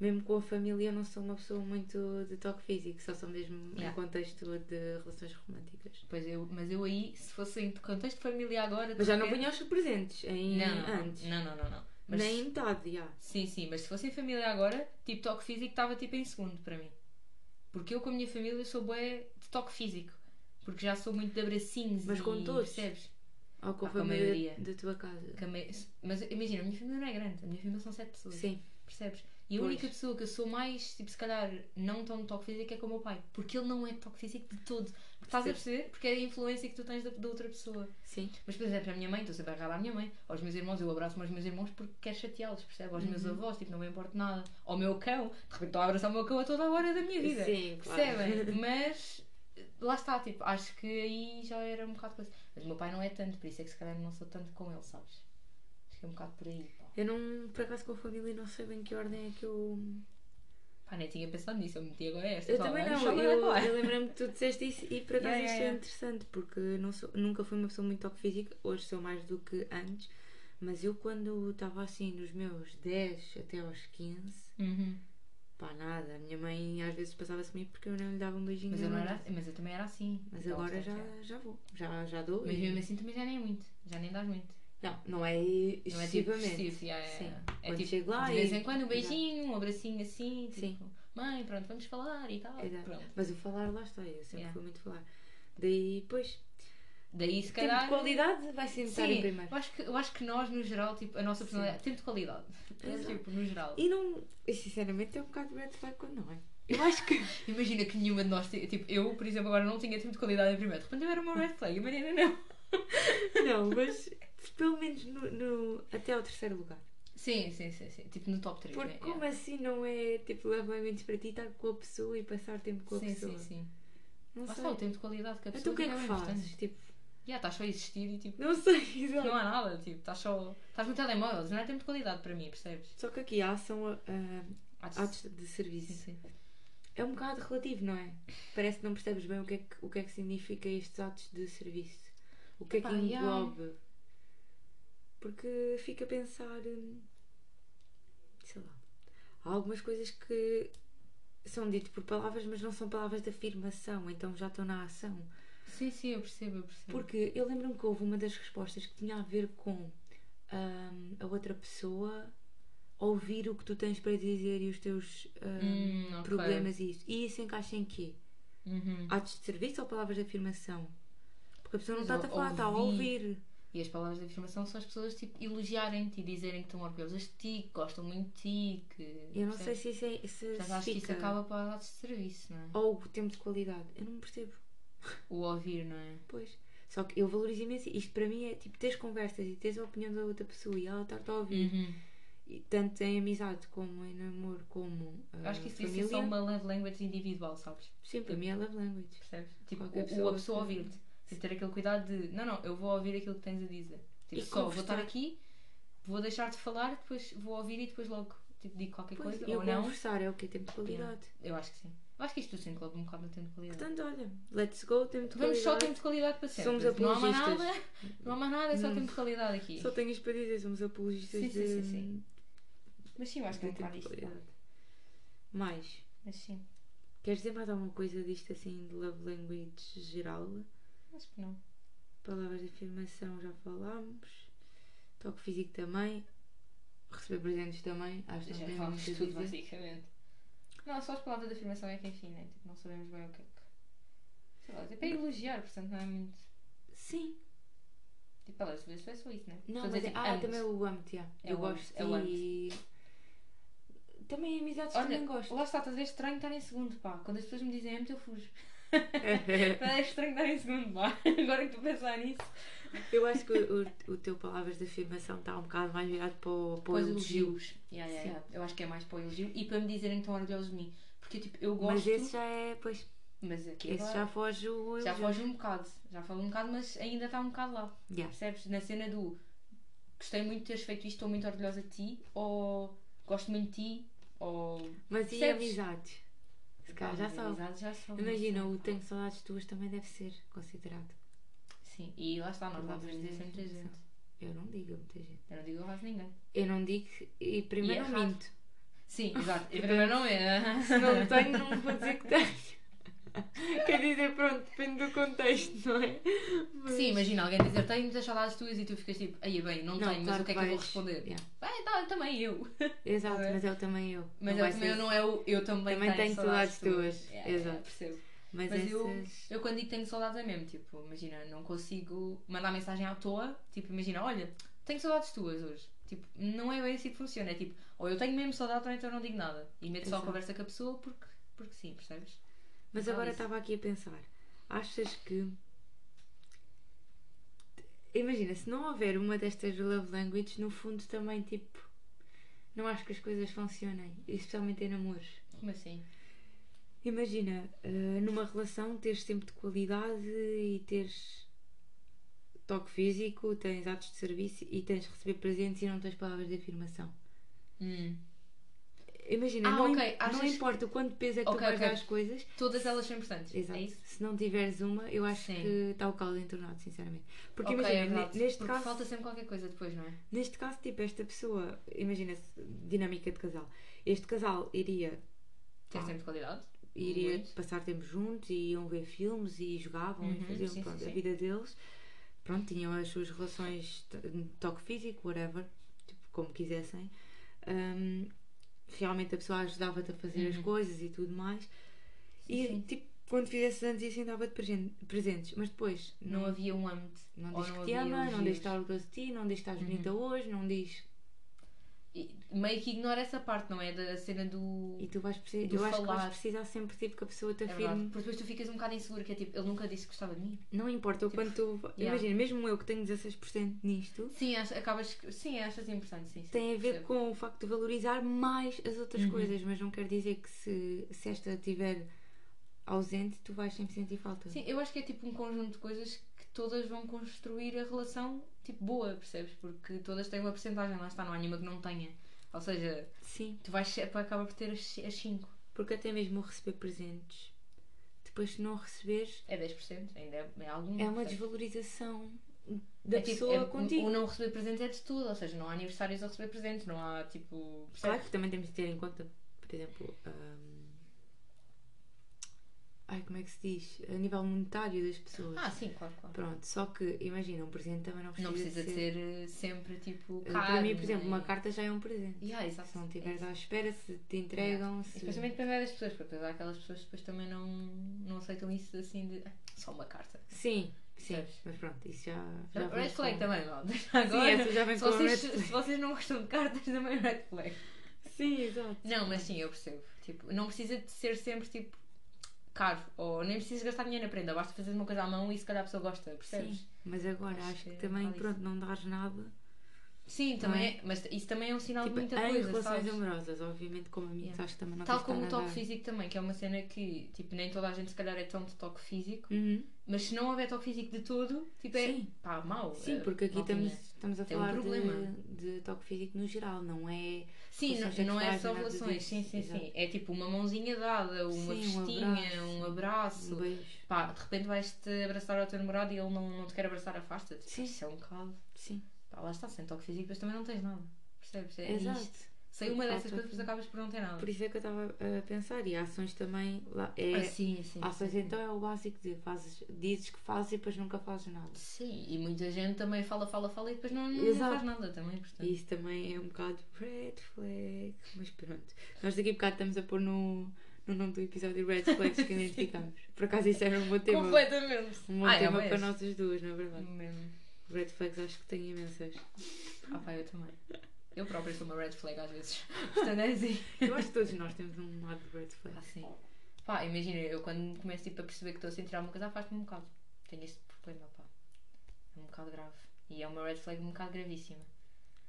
Speaker 1: Mesmo com a família, eu não sou uma pessoa muito de toque físico, só sou mesmo em
Speaker 2: Yeah.
Speaker 1: contexto de relações românticas.
Speaker 2: Pois eu, mas eu aí, se fosse em contexto familiar agora, de
Speaker 1: Mas já não
Speaker 2: repente-
Speaker 1: punha os presentes em
Speaker 2: não, não, não,
Speaker 1: antes.
Speaker 2: Não, não, não, não. Mas,
Speaker 1: Nem em metade, já.
Speaker 2: Sim, sim, mas se fosse em família agora, tipo toque físico estava tipo em segundo para mim. Porque eu com a minha família sou boa de toque físico. Porque já sou muito de abracinhos
Speaker 1: Mas
Speaker 2: e
Speaker 1: com todos?
Speaker 2: percebes?
Speaker 1: Ou com a
Speaker 2: Ah, com a
Speaker 1: família
Speaker 2: maioria.
Speaker 1: da tua casa.
Speaker 2: Que a me- Mas imagina, a minha família não é grande, a minha família são sete pessoas.
Speaker 1: Sim.
Speaker 2: Percebes? E a
Speaker 1: Pois.
Speaker 2: única pessoa que eu sou mais, tipo, se calhar, não tão de toque físico é com o meu pai. Porque ele não é de toque físico de todo. Estás a perceber? Porque é a influência que tu tens da, da outra pessoa.
Speaker 1: Sim.
Speaker 2: Mas, por exemplo, a minha mãe, estou sempre agarrada à minha mãe. Aos meus irmãos, eu abraço-me aos meus irmãos porque quero chateá-los, percebes? Aos
Speaker 1: Uhum.
Speaker 2: meus avós, tipo, não me importa nada. Ao meu cão, de repente estou a abraçar o meu cão a toda a hora da minha vida.
Speaker 1: Sim, claro.
Speaker 2: Percebem? Mas, lá está, tipo, acho que aí já era um bocado coisa. Mas o meu pai não é tanto, por isso é que se calhar não sou tanto com ele, sabes? Acho que é um bocado por aí, pá.
Speaker 1: Eu não, por acaso, com a família, não sei bem que ordem é que eu.
Speaker 2: Pá, nem tinha pensado nisso, eu meti agora esta.
Speaker 1: Eu
Speaker 2: só
Speaker 1: também
Speaker 2: vamos
Speaker 1: não.
Speaker 2: falar
Speaker 1: Eu,
Speaker 2: agora.
Speaker 1: eu lembro-me que tu disseste isso e, por acaso,
Speaker 2: Yeah,
Speaker 1: isso
Speaker 2: yeah,
Speaker 1: é
Speaker 2: yeah.
Speaker 1: interessante porque eu não sou, nunca fui uma pessoa muito toque física. Hoje sou mais do que antes. Mas eu, quando estava assim, nos meus 10 até aos 15,
Speaker 2: Uhum.
Speaker 1: pá, nada. A minha mãe às vezes passava-se comigo porque eu não lhe dava um beijinho.
Speaker 2: Mas, eu
Speaker 1: na
Speaker 2: não
Speaker 1: mão.
Speaker 2: era, mas eu também era assim.
Speaker 1: Mas
Speaker 2: Então,
Speaker 1: agora já,
Speaker 2: portanto, é.
Speaker 1: já vou. Já, já dou.
Speaker 2: Mas
Speaker 1: e-
Speaker 2: mesmo assim também já nem é muito. Já nem dás muito.
Speaker 1: Não, não é
Speaker 2: Não é tipo
Speaker 1: excessivamente.
Speaker 2: excessivo, já é,
Speaker 1: Sim.
Speaker 2: é
Speaker 1: Quando
Speaker 2: tipo,
Speaker 1: chego lá
Speaker 2: de
Speaker 1: e-
Speaker 2: vez em quando um
Speaker 1: Exato.
Speaker 2: beijinho, um abracinho assim, tipo,
Speaker 1: Sim.
Speaker 2: mãe, pronto, vamos falar e tal.
Speaker 1: Exato.
Speaker 2: Pronto.
Speaker 1: Mas o falar, lá está, eu sempre
Speaker 2: Yeah.
Speaker 1: fui muito falar. Daí, pois,
Speaker 2: Daí se
Speaker 1: tempo de
Speaker 2: calhar.
Speaker 1: qualidade vai sempre estar em
Speaker 2: Sim,
Speaker 1: primeiro.
Speaker 2: eu acho, que, eu acho que nós, no geral, tipo, a nossa personalidade, tempo de qualidade.
Speaker 1: Exato.
Speaker 2: Tipo, no geral.
Speaker 1: E não, e sinceramente, é um bocado red flag quando não é. Eu acho que.
Speaker 2: Imagina que nenhuma de nós, te- tipo, eu, por exemplo, agora não tinha tempo de qualidade em primeiro. De repente eu era uma red flag, a Mariana não.
Speaker 1: não, mas pelo menos no, no- até ao terceiro lugar.
Speaker 2: Sim, sim, sim, sim. Tipo no top 3.
Speaker 1: Porque
Speaker 2: né?
Speaker 1: como assim não é tipo leva menos para ti estar com a pessoa e passar tempo com a
Speaker 2: sim,
Speaker 1: pessoa?
Speaker 2: sim, sim.
Speaker 1: Não
Speaker 2: Lá
Speaker 1: sei.
Speaker 2: está o tempo de qualidade que a
Speaker 1: Então
Speaker 2: pessoa
Speaker 1: o que é
Speaker 2: tem
Speaker 1: que
Speaker 2: bem
Speaker 1: fazes?
Speaker 2: importante.
Speaker 1: Tipo,
Speaker 2: Yeah, estás só a existir e tipo,
Speaker 1: Não sei,
Speaker 2: não
Speaker 1: exato.
Speaker 2: há nada, tipo, estás só. Estás no telemóvel, isso não é tempo de qualidade para mim, percebes?
Speaker 1: Só que aqui há ação, ah,
Speaker 2: Há de-
Speaker 1: atos de serviço.
Speaker 2: Sim, sim.
Speaker 1: É um bocado relativo, não é? Parece que não percebes bem o que é que, o que, é que significa estes atos de serviço. O que é que
Speaker 2: Epá, yeah.
Speaker 1: engloba. Porque fica a pensar. hum, Sei lá. Há algumas coisas que são ditas por palavras, mas não são palavras de afirmação, então já estão na ação.
Speaker 2: Hum. Sim, sim, eu percebo, eu percebo.
Speaker 1: Porque eu lembro-me que houve uma das respostas que tinha a ver com hum, a outra pessoa ouvir o que tu tens para dizer e os teus hum,
Speaker 2: Hum, ok.
Speaker 1: problemas e isso. E isso encaixa em quê?
Speaker 2: Uhum.
Speaker 1: atos de serviço ou palavras de afirmação? Porque a pessoa não
Speaker 2: Mas
Speaker 1: está a
Speaker 2: ao
Speaker 1: falar, está a
Speaker 2: ouvir.
Speaker 1: ouvir.
Speaker 2: E as palavras de afirmação são as pessoas tipo, elogiarem-te e dizerem que estão orgulhosas de ti, que gostam muito de ti. Que,
Speaker 1: Eu não sei
Speaker 2: percebes?
Speaker 1: se isso é. Se,
Speaker 2: Portanto,
Speaker 1: se
Speaker 2: acho que isso
Speaker 1: fica.
Speaker 2: acaba para dados de serviço, não é?
Speaker 1: Ou o tempo de qualidade. Eu não percebo.
Speaker 2: O ouvir, não é?
Speaker 1: Pois. Só que eu valorizo imenso. Isto para mim é tipo teres conversas e teres a opinião da outra pessoa e ela estar-te a
Speaker 2: Hum.
Speaker 1: ouvir. E tanto em amizade como em namoro, como. ah,
Speaker 2: Acho que isso devia
Speaker 1: família.
Speaker 2: ser só uma love language individual, sabes?
Speaker 1: Sim, para mim é love language.
Speaker 2: Percebes? Tipo,
Speaker 1: Qualquer
Speaker 2: o,
Speaker 1: pessoa
Speaker 2: a pessoa
Speaker 1: que-
Speaker 2: ouvir-te. Tipo, ter aquele cuidado de, não, não, eu vou ouvir aquilo que tens a dizer.
Speaker 1: E
Speaker 2: Tipo, só vou
Speaker 1: conversar.
Speaker 2: estar aqui, vou deixar-te falar, depois vou ouvir e depois logo tipo, digo qualquer
Speaker 1: Pois,
Speaker 2: coisa.
Speaker 1: e o
Speaker 2: Ou não,
Speaker 1: conversar é o que? Tempo de qualidade.
Speaker 2: eu acho que sim. Eu acho que isto tudo se engloba um bocado no tempo de qualidade.
Speaker 1: Portanto, olha, let's go, tempo de
Speaker 2: Vamos só
Speaker 1: qualidade.
Speaker 2: tempo de qualidade para sempre.
Speaker 1: Somos
Speaker 2: não há mais
Speaker 1: apologistas.
Speaker 2: nada, não há mais nada, é só
Speaker 1: Hum.
Speaker 2: tempo de qualidade aqui.
Speaker 1: Só tenho isto para dizer, somos apologistas
Speaker 2: Sim, sim, sim,
Speaker 1: de-
Speaker 2: sim. Mas sim, eu acho que é um bocado isto.
Speaker 1: Mais.
Speaker 2: Mas sim,
Speaker 1: Queres dizer mais alguma coisa disto assim de love language geral?
Speaker 2: acho que não.
Speaker 1: Palavras de afirmação já falámos. Toque físico também. Receber presentes também. Acho que não
Speaker 2: Já
Speaker 1: tem
Speaker 2: falámos
Speaker 1: muito a
Speaker 2: tudo,
Speaker 1: é dizer.
Speaker 2: basicamente. Não, só as palavras de afirmação é que enfim, né? Tipo, não sabemos bem o que é que. Sei lá, é para elogiar, portanto não é muito.
Speaker 1: Sim.
Speaker 2: Tipo, elas vezes é só isso, né?
Speaker 1: Não,
Speaker 2: Só
Speaker 1: mas
Speaker 2: dizer,
Speaker 1: é, ah,
Speaker 2: amo-te.
Speaker 1: também o amo-te, yeah.
Speaker 2: É
Speaker 1: Eu
Speaker 2: o amo-
Speaker 1: gosto.
Speaker 2: é o amo-te.
Speaker 1: e... Também amizades
Speaker 2: Olha,
Speaker 1: também gosto.
Speaker 2: lá está, estás a ver estranho estar em segundo, pá. Quando as pessoas me dizem amo-te, eu fujo. É estranho estar em segundo, pá. Agora que tu pensar nisso.
Speaker 1: Eu acho que o, o- o teu palavras de afirmação está um bocado mais virado para o, para o
Speaker 2: Pois
Speaker 1: elogio.
Speaker 2: elogios. Yeah, yeah,
Speaker 1: Sim.
Speaker 2: yeah. Eu acho que é mais para o elogio e para me dizerem que estão orgulhosos de mim. Porque tipo, eu gosto.
Speaker 1: Mas esse já é, pois,
Speaker 2: mas aqui
Speaker 1: esse já
Speaker 2: agora-
Speaker 1: foge o elogio.
Speaker 2: já foge um bocado. Já foge um bocado, mas ainda está um bocado lá.
Speaker 1: Yeah.
Speaker 2: Percebes? Na cena do gostei muito de teres feito isto, estou muito orgulhosa de ti, ou gosto muito de ti, ou.
Speaker 1: Mas e
Speaker 2: Percebes?
Speaker 1: amizades? Se calhar já
Speaker 2: As
Speaker 1: sabe.
Speaker 2: amizades já são.
Speaker 1: Imagina, o tenho saudades tuas também deve ser considerado.
Speaker 2: Sim, e lá está, nós
Speaker 1: Palavras
Speaker 2: vamos dizer isso a muita
Speaker 1: de
Speaker 2: gente.
Speaker 1: Eu não digo a muita gente.
Speaker 2: Eu não digo quase ninguém.
Speaker 1: Eu não digo e
Speaker 2: E é
Speaker 1: primeiro não
Speaker 2: errado.
Speaker 1: minto.
Speaker 2: Sim, exato. E primeiro não é.
Speaker 1: Se não tenho, não vou dizer que tenho. Quer dizer, pronto, depende do contexto, não é? Mas-
Speaker 2: Sim, imagina alguém dizer tenho muitas saudades tuas e tu ficas tipo, aí bem, não, tenho, mas
Speaker 1: claro
Speaker 2: o que é que eu vou
Speaker 1: vais-
Speaker 2: responder?
Speaker 1: Yeah.
Speaker 2: Ah, tá, também eu.
Speaker 1: Exato,
Speaker 2: É.
Speaker 1: mas eu também eu.
Speaker 2: Mas
Speaker 1: vai
Speaker 2: eu também
Speaker 1: ser-
Speaker 2: eu não é o eu também,
Speaker 1: Também tenho saudades tuas.
Speaker 2: Yeah, yeah,
Speaker 1: Exato.
Speaker 2: percebo.
Speaker 1: Mas,
Speaker 2: Mas eu-
Speaker 1: essas...
Speaker 2: Eu quando digo tenho saudades é mesmo, tipo, imagina, não consigo mandar mensagem à toa, tipo, imagina, olha, tenho saudades tuas hoje. Tipo, não é bem assim que funciona, é tipo, ou eu tenho mesmo saudade ou então não digo nada. E meto só a
Speaker 1: Exato.
Speaker 2: conversa com a pessoa porque, porque sim, percebes?
Speaker 1: Mas
Speaker 2: Então,
Speaker 1: agora
Speaker 2: isso.
Speaker 1: estava aqui a pensar. Achas que. Imagina, se não houver uma destas love languages, no fundo também, tipo. Não acho que as coisas funcionem. Especialmente em namoros.
Speaker 2: Como assim?
Speaker 1: Imagina, eh, numa relação, teres tempo de qualidade e teres toque físico, tens atos de serviço e tens de receber presentes e não tens palavras de afirmação.
Speaker 2: Hum.
Speaker 1: Imagina,
Speaker 2: Ah,
Speaker 1: não, im-
Speaker 2: ok,
Speaker 1: não
Speaker 2: achas-
Speaker 1: importa o quanto peso é que tu
Speaker 2: Ok,
Speaker 1: vais
Speaker 2: ok.
Speaker 1: dar às coisas,
Speaker 2: Todas elas são importantes.
Speaker 1: Exato.
Speaker 2: É isso?
Speaker 1: Se não tiveres uma, eu acho
Speaker 2: Sim.
Speaker 1: que está o caldo entornado, sinceramente. Porque
Speaker 2: Ok, é
Speaker 1: imagina,
Speaker 2: verdade.
Speaker 1: ne- neste
Speaker 2: porque
Speaker 1: caso,
Speaker 2: falta sempre qualquer coisa depois, não é?
Speaker 1: neste caso, tipo, esta pessoa, imagina-se, dinâmica de casal. Este casal iria,
Speaker 2: Ter
Speaker 1: Ah.
Speaker 2: sempre qualidade.
Speaker 1: iria
Speaker 2: Muito.
Speaker 1: passar tempo juntos e iam ver filmes e jogavam e
Speaker 2: Uhum,
Speaker 1: faziam
Speaker 2: sim,
Speaker 1: pronto,
Speaker 2: sim,
Speaker 1: a
Speaker 2: sim.
Speaker 1: vida deles. Pronto, tinham as suas relações de toque físico, whatever, tipo, como quisessem. Ahm, realmente a pessoa ajudava-te a fazer as
Speaker 2: Uhum.
Speaker 1: coisas e tudo mais.
Speaker 2: Sim,
Speaker 1: E
Speaker 2: sim.
Speaker 1: tipo, quando fizesse anos e assim dava-te presen- presentes, mas depois
Speaker 2: Não
Speaker 1: não,
Speaker 2: havia um âmbito.
Speaker 1: não
Speaker 2: ou
Speaker 1: diz
Speaker 2: não
Speaker 1: que te
Speaker 2: havia Uhum.
Speaker 1: ama, não diz
Speaker 2: elogios.
Speaker 1: que está orgulhoso de ti, não diz que estás bonita hoje, não diz.
Speaker 2: E meio que ignora essa parte, não é? Da cena do.
Speaker 1: E tu vais precisar,
Speaker 2: Do
Speaker 1: eu acho que
Speaker 2: falar.
Speaker 1: vais precisar sempre tipo, que a pessoa te
Speaker 2: É verdade.
Speaker 1: afirme.
Speaker 2: Porque depois tu ficas um bocado inseguro, que é tipo, ele nunca disse que gostava de mim.
Speaker 1: não importa o
Speaker 2: Tipo,
Speaker 1: quanto tu.
Speaker 2: yeah.
Speaker 1: Imagina, mesmo eu que tenho 16% nisto,
Speaker 2: Sim, ach- acabas. que- Sim, achas importante, sim. sim,
Speaker 1: tem a ver
Speaker 2: percebo. Uhum.
Speaker 1: com o facto de valorizar mais as outras coisas, mas não quer dizer que se, se esta tiver ausente, tu vais sempre sentir falta.
Speaker 2: Sim, eu acho que é tipo um conjunto de coisas que todas vão construir a relação tipo boa, percebes? Porque todas têm uma porcentagem, lá está, não há nenhuma que não tenha. Ou seja,
Speaker 1: Sim,
Speaker 2: tu vais sempre acaba por ter as 5.
Speaker 1: porque até mesmo o receber presentes, depois se não receberes,
Speaker 2: É 10%, ainda é, é algum.
Speaker 1: é uma
Speaker 2: percebes?
Speaker 1: desvalorização da
Speaker 2: É tipo,
Speaker 1: pessoa
Speaker 2: é-
Speaker 1: contigo.
Speaker 2: O não receber presentes é de tudo, ou seja, não há aniversários a receber presentes, não há tipo.
Speaker 1: Claro
Speaker 2: percebes?
Speaker 1: que também temos de ter em conta, por exemplo, hum, ai, como é que se diz? A nível monetário das pessoas.
Speaker 2: Ah, sim, claro, claro.
Speaker 1: Pronto, só que imagina, um presente também não precisa,
Speaker 2: Não precisa de ser eh, sempre tipo.
Speaker 1: Uh, Para mim, por exemplo,
Speaker 2: nem-
Speaker 1: uma carta já é um presente.
Speaker 2: Yeah, exato.
Speaker 1: Se não
Speaker 2: É
Speaker 1: estiveres
Speaker 2: isso.
Speaker 1: à espera, se te entregam,
Speaker 2: E
Speaker 1: se.
Speaker 2: depois também depende é das pessoas, porque depois há aquelas pessoas que depois também não, não aceitam isso assim de. "Ah, Só uma carta.
Speaker 1: Sim, sim.
Speaker 2: Percebes?
Speaker 1: Mas pronto, isso já. já
Speaker 2: Red
Speaker 1: vamos
Speaker 2: flag
Speaker 1: com-
Speaker 2: também, malta.
Speaker 1: Sim,
Speaker 2: Agora,
Speaker 1: essa já vem
Speaker 2: se,
Speaker 1: com a red
Speaker 2: vocês,
Speaker 1: flag.
Speaker 2: se vocês não gostam de cartas, também é red flag.
Speaker 1: Sim, exato.
Speaker 2: Não, mas sim, eu percebo. Tipo, não precisa de ser sempre tipo caro, ou nem precisas gastar dinheiro na prenda, basta fazer uma coisa à mão e se calhar a pessoa gosta, percebes?
Speaker 1: Sim, mas agora
Speaker 2: Acho
Speaker 1: acho que
Speaker 2: que
Speaker 1: também,
Speaker 2: fala isso.
Speaker 1: pronto, não dares nada.
Speaker 2: Sim,
Speaker 1: Não é?
Speaker 2: também, é- mas isso também é um sinal
Speaker 1: Tipo,
Speaker 2: de muita
Speaker 1: em
Speaker 2: coisa,
Speaker 1: relações
Speaker 2: sabes?
Speaker 1: amorosas, obviamente, como amigos,
Speaker 2: Yeah.
Speaker 1: acho que também não
Speaker 2: Tal
Speaker 1: tens de
Speaker 2: como o
Speaker 1: estar a
Speaker 2: toque
Speaker 1: dar.
Speaker 2: físico também, que é uma cena que, tipo, nem toda a gente se calhar é tão de toque físico,
Speaker 1: Uhum.
Speaker 2: mas se não houver toque físico de todo, tipo, é
Speaker 1: Sim.
Speaker 2: pá, mau.
Speaker 1: Sim,
Speaker 2: é,
Speaker 1: porque aqui
Speaker 2: maltinha.
Speaker 1: estamos, estamos a
Speaker 2: Tem um
Speaker 1: falar
Speaker 2: problema.
Speaker 1: de, de toque físico no geral, não é
Speaker 2: Sim, não,
Speaker 1: relações
Speaker 2: não é
Speaker 1: sexuais,
Speaker 2: só
Speaker 1: nada
Speaker 2: relações,
Speaker 1: disso.
Speaker 2: sim, sim, sim.
Speaker 1: Exato.
Speaker 2: É tipo uma mãozinha dada, uma
Speaker 1: Sim, um
Speaker 2: festinha,
Speaker 1: abraço.
Speaker 2: um abraço.
Speaker 1: um beijo.
Speaker 2: Pá, de repente vais-te abraçar ao teu namorado e ele não, não te quer abraçar, afasta-te. Pá,
Speaker 1: Sim.
Speaker 2: Isso é um bocado.
Speaker 1: Sim,
Speaker 2: Pá, lá está, sem toque físico, mas também não tens nada. Percebes? É
Speaker 1: exato.
Speaker 2: isto. Sem uma dessas
Speaker 1: Falta-
Speaker 2: coisas, depois acabas por não ter nada.
Speaker 1: Por isso é que eu estava a pensar, e ações também, lá, é,
Speaker 2: Ah, sim, sim.
Speaker 1: ações
Speaker 2: sim.
Speaker 1: então é o básico de fazes, dizes que fazes e depois nunca fazes nada.
Speaker 2: Sim, e muita gente também fala, fala, fala e depois não, não
Speaker 1: Exato.
Speaker 2: faz nada também, portanto.
Speaker 1: E isso também é um bocado red flag, mas pronto. Nós daqui a bocado estamos a pôr no, no nome do episódio red flags que identificamos. Por acaso isso era um bom tema, um
Speaker 2: Completamente.
Speaker 1: bom
Speaker 2: Ah, é, Um
Speaker 1: tema
Speaker 2: mas-
Speaker 1: para nós as duas, na verdade.
Speaker 2: Mesmo.
Speaker 1: Red flags acho que tenho imensas.
Speaker 2: Ah, pá, eu também. Eu própria sou uma red flag às vezes. Portanto, é assim.
Speaker 1: Eu acho que todos nós temos um lado de red flag.
Speaker 2: Assim. Pá, imagina, eu quando começo tipo, a perceber que estou a sentir alguma coisa, faz-me um bocado. Tenho esse problema, pá. É um bocado grave. E é uma red flag um bocado gravíssima.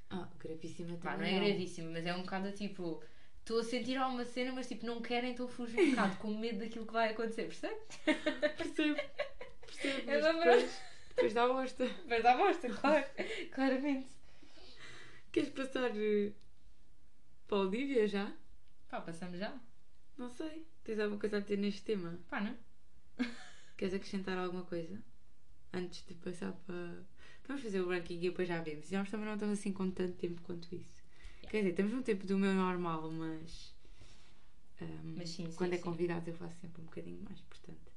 Speaker 1: Ah, gravíssima também.
Speaker 2: Pá, não é gravíssima, mas é um bocado tipo. Estou a sentir alguma cena, mas tipo, não quero, então fujo um bocado, com medo daquilo que vai acontecer, percebes?
Speaker 1: Percebo. Percebo.
Speaker 2: É
Speaker 1: mas
Speaker 2: uma
Speaker 1: depois, depois dá bosta.
Speaker 2: Mas dá bosta, claro. Claramente.
Speaker 1: Queres passar eh, para a Olivia já?
Speaker 2: Pá, passamos já?
Speaker 1: Não sei. Tens alguma coisa a dizer neste tema?
Speaker 2: Pá, não?
Speaker 1: Queres acrescentar alguma coisa? Antes de passar para. Vamos fazer o ranking e depois já vemos. E nós também não estamos assim com tanto tempo quanto isso. Quer dizer, estamos num tempo do meu normal, mas. ahm,
Speaker 2: Mas sim, sim,
Speaker 1: quando é
Speaker 2: sim.
Speaker 1: convidado eu faço sempre um bocadinho mais, portanto.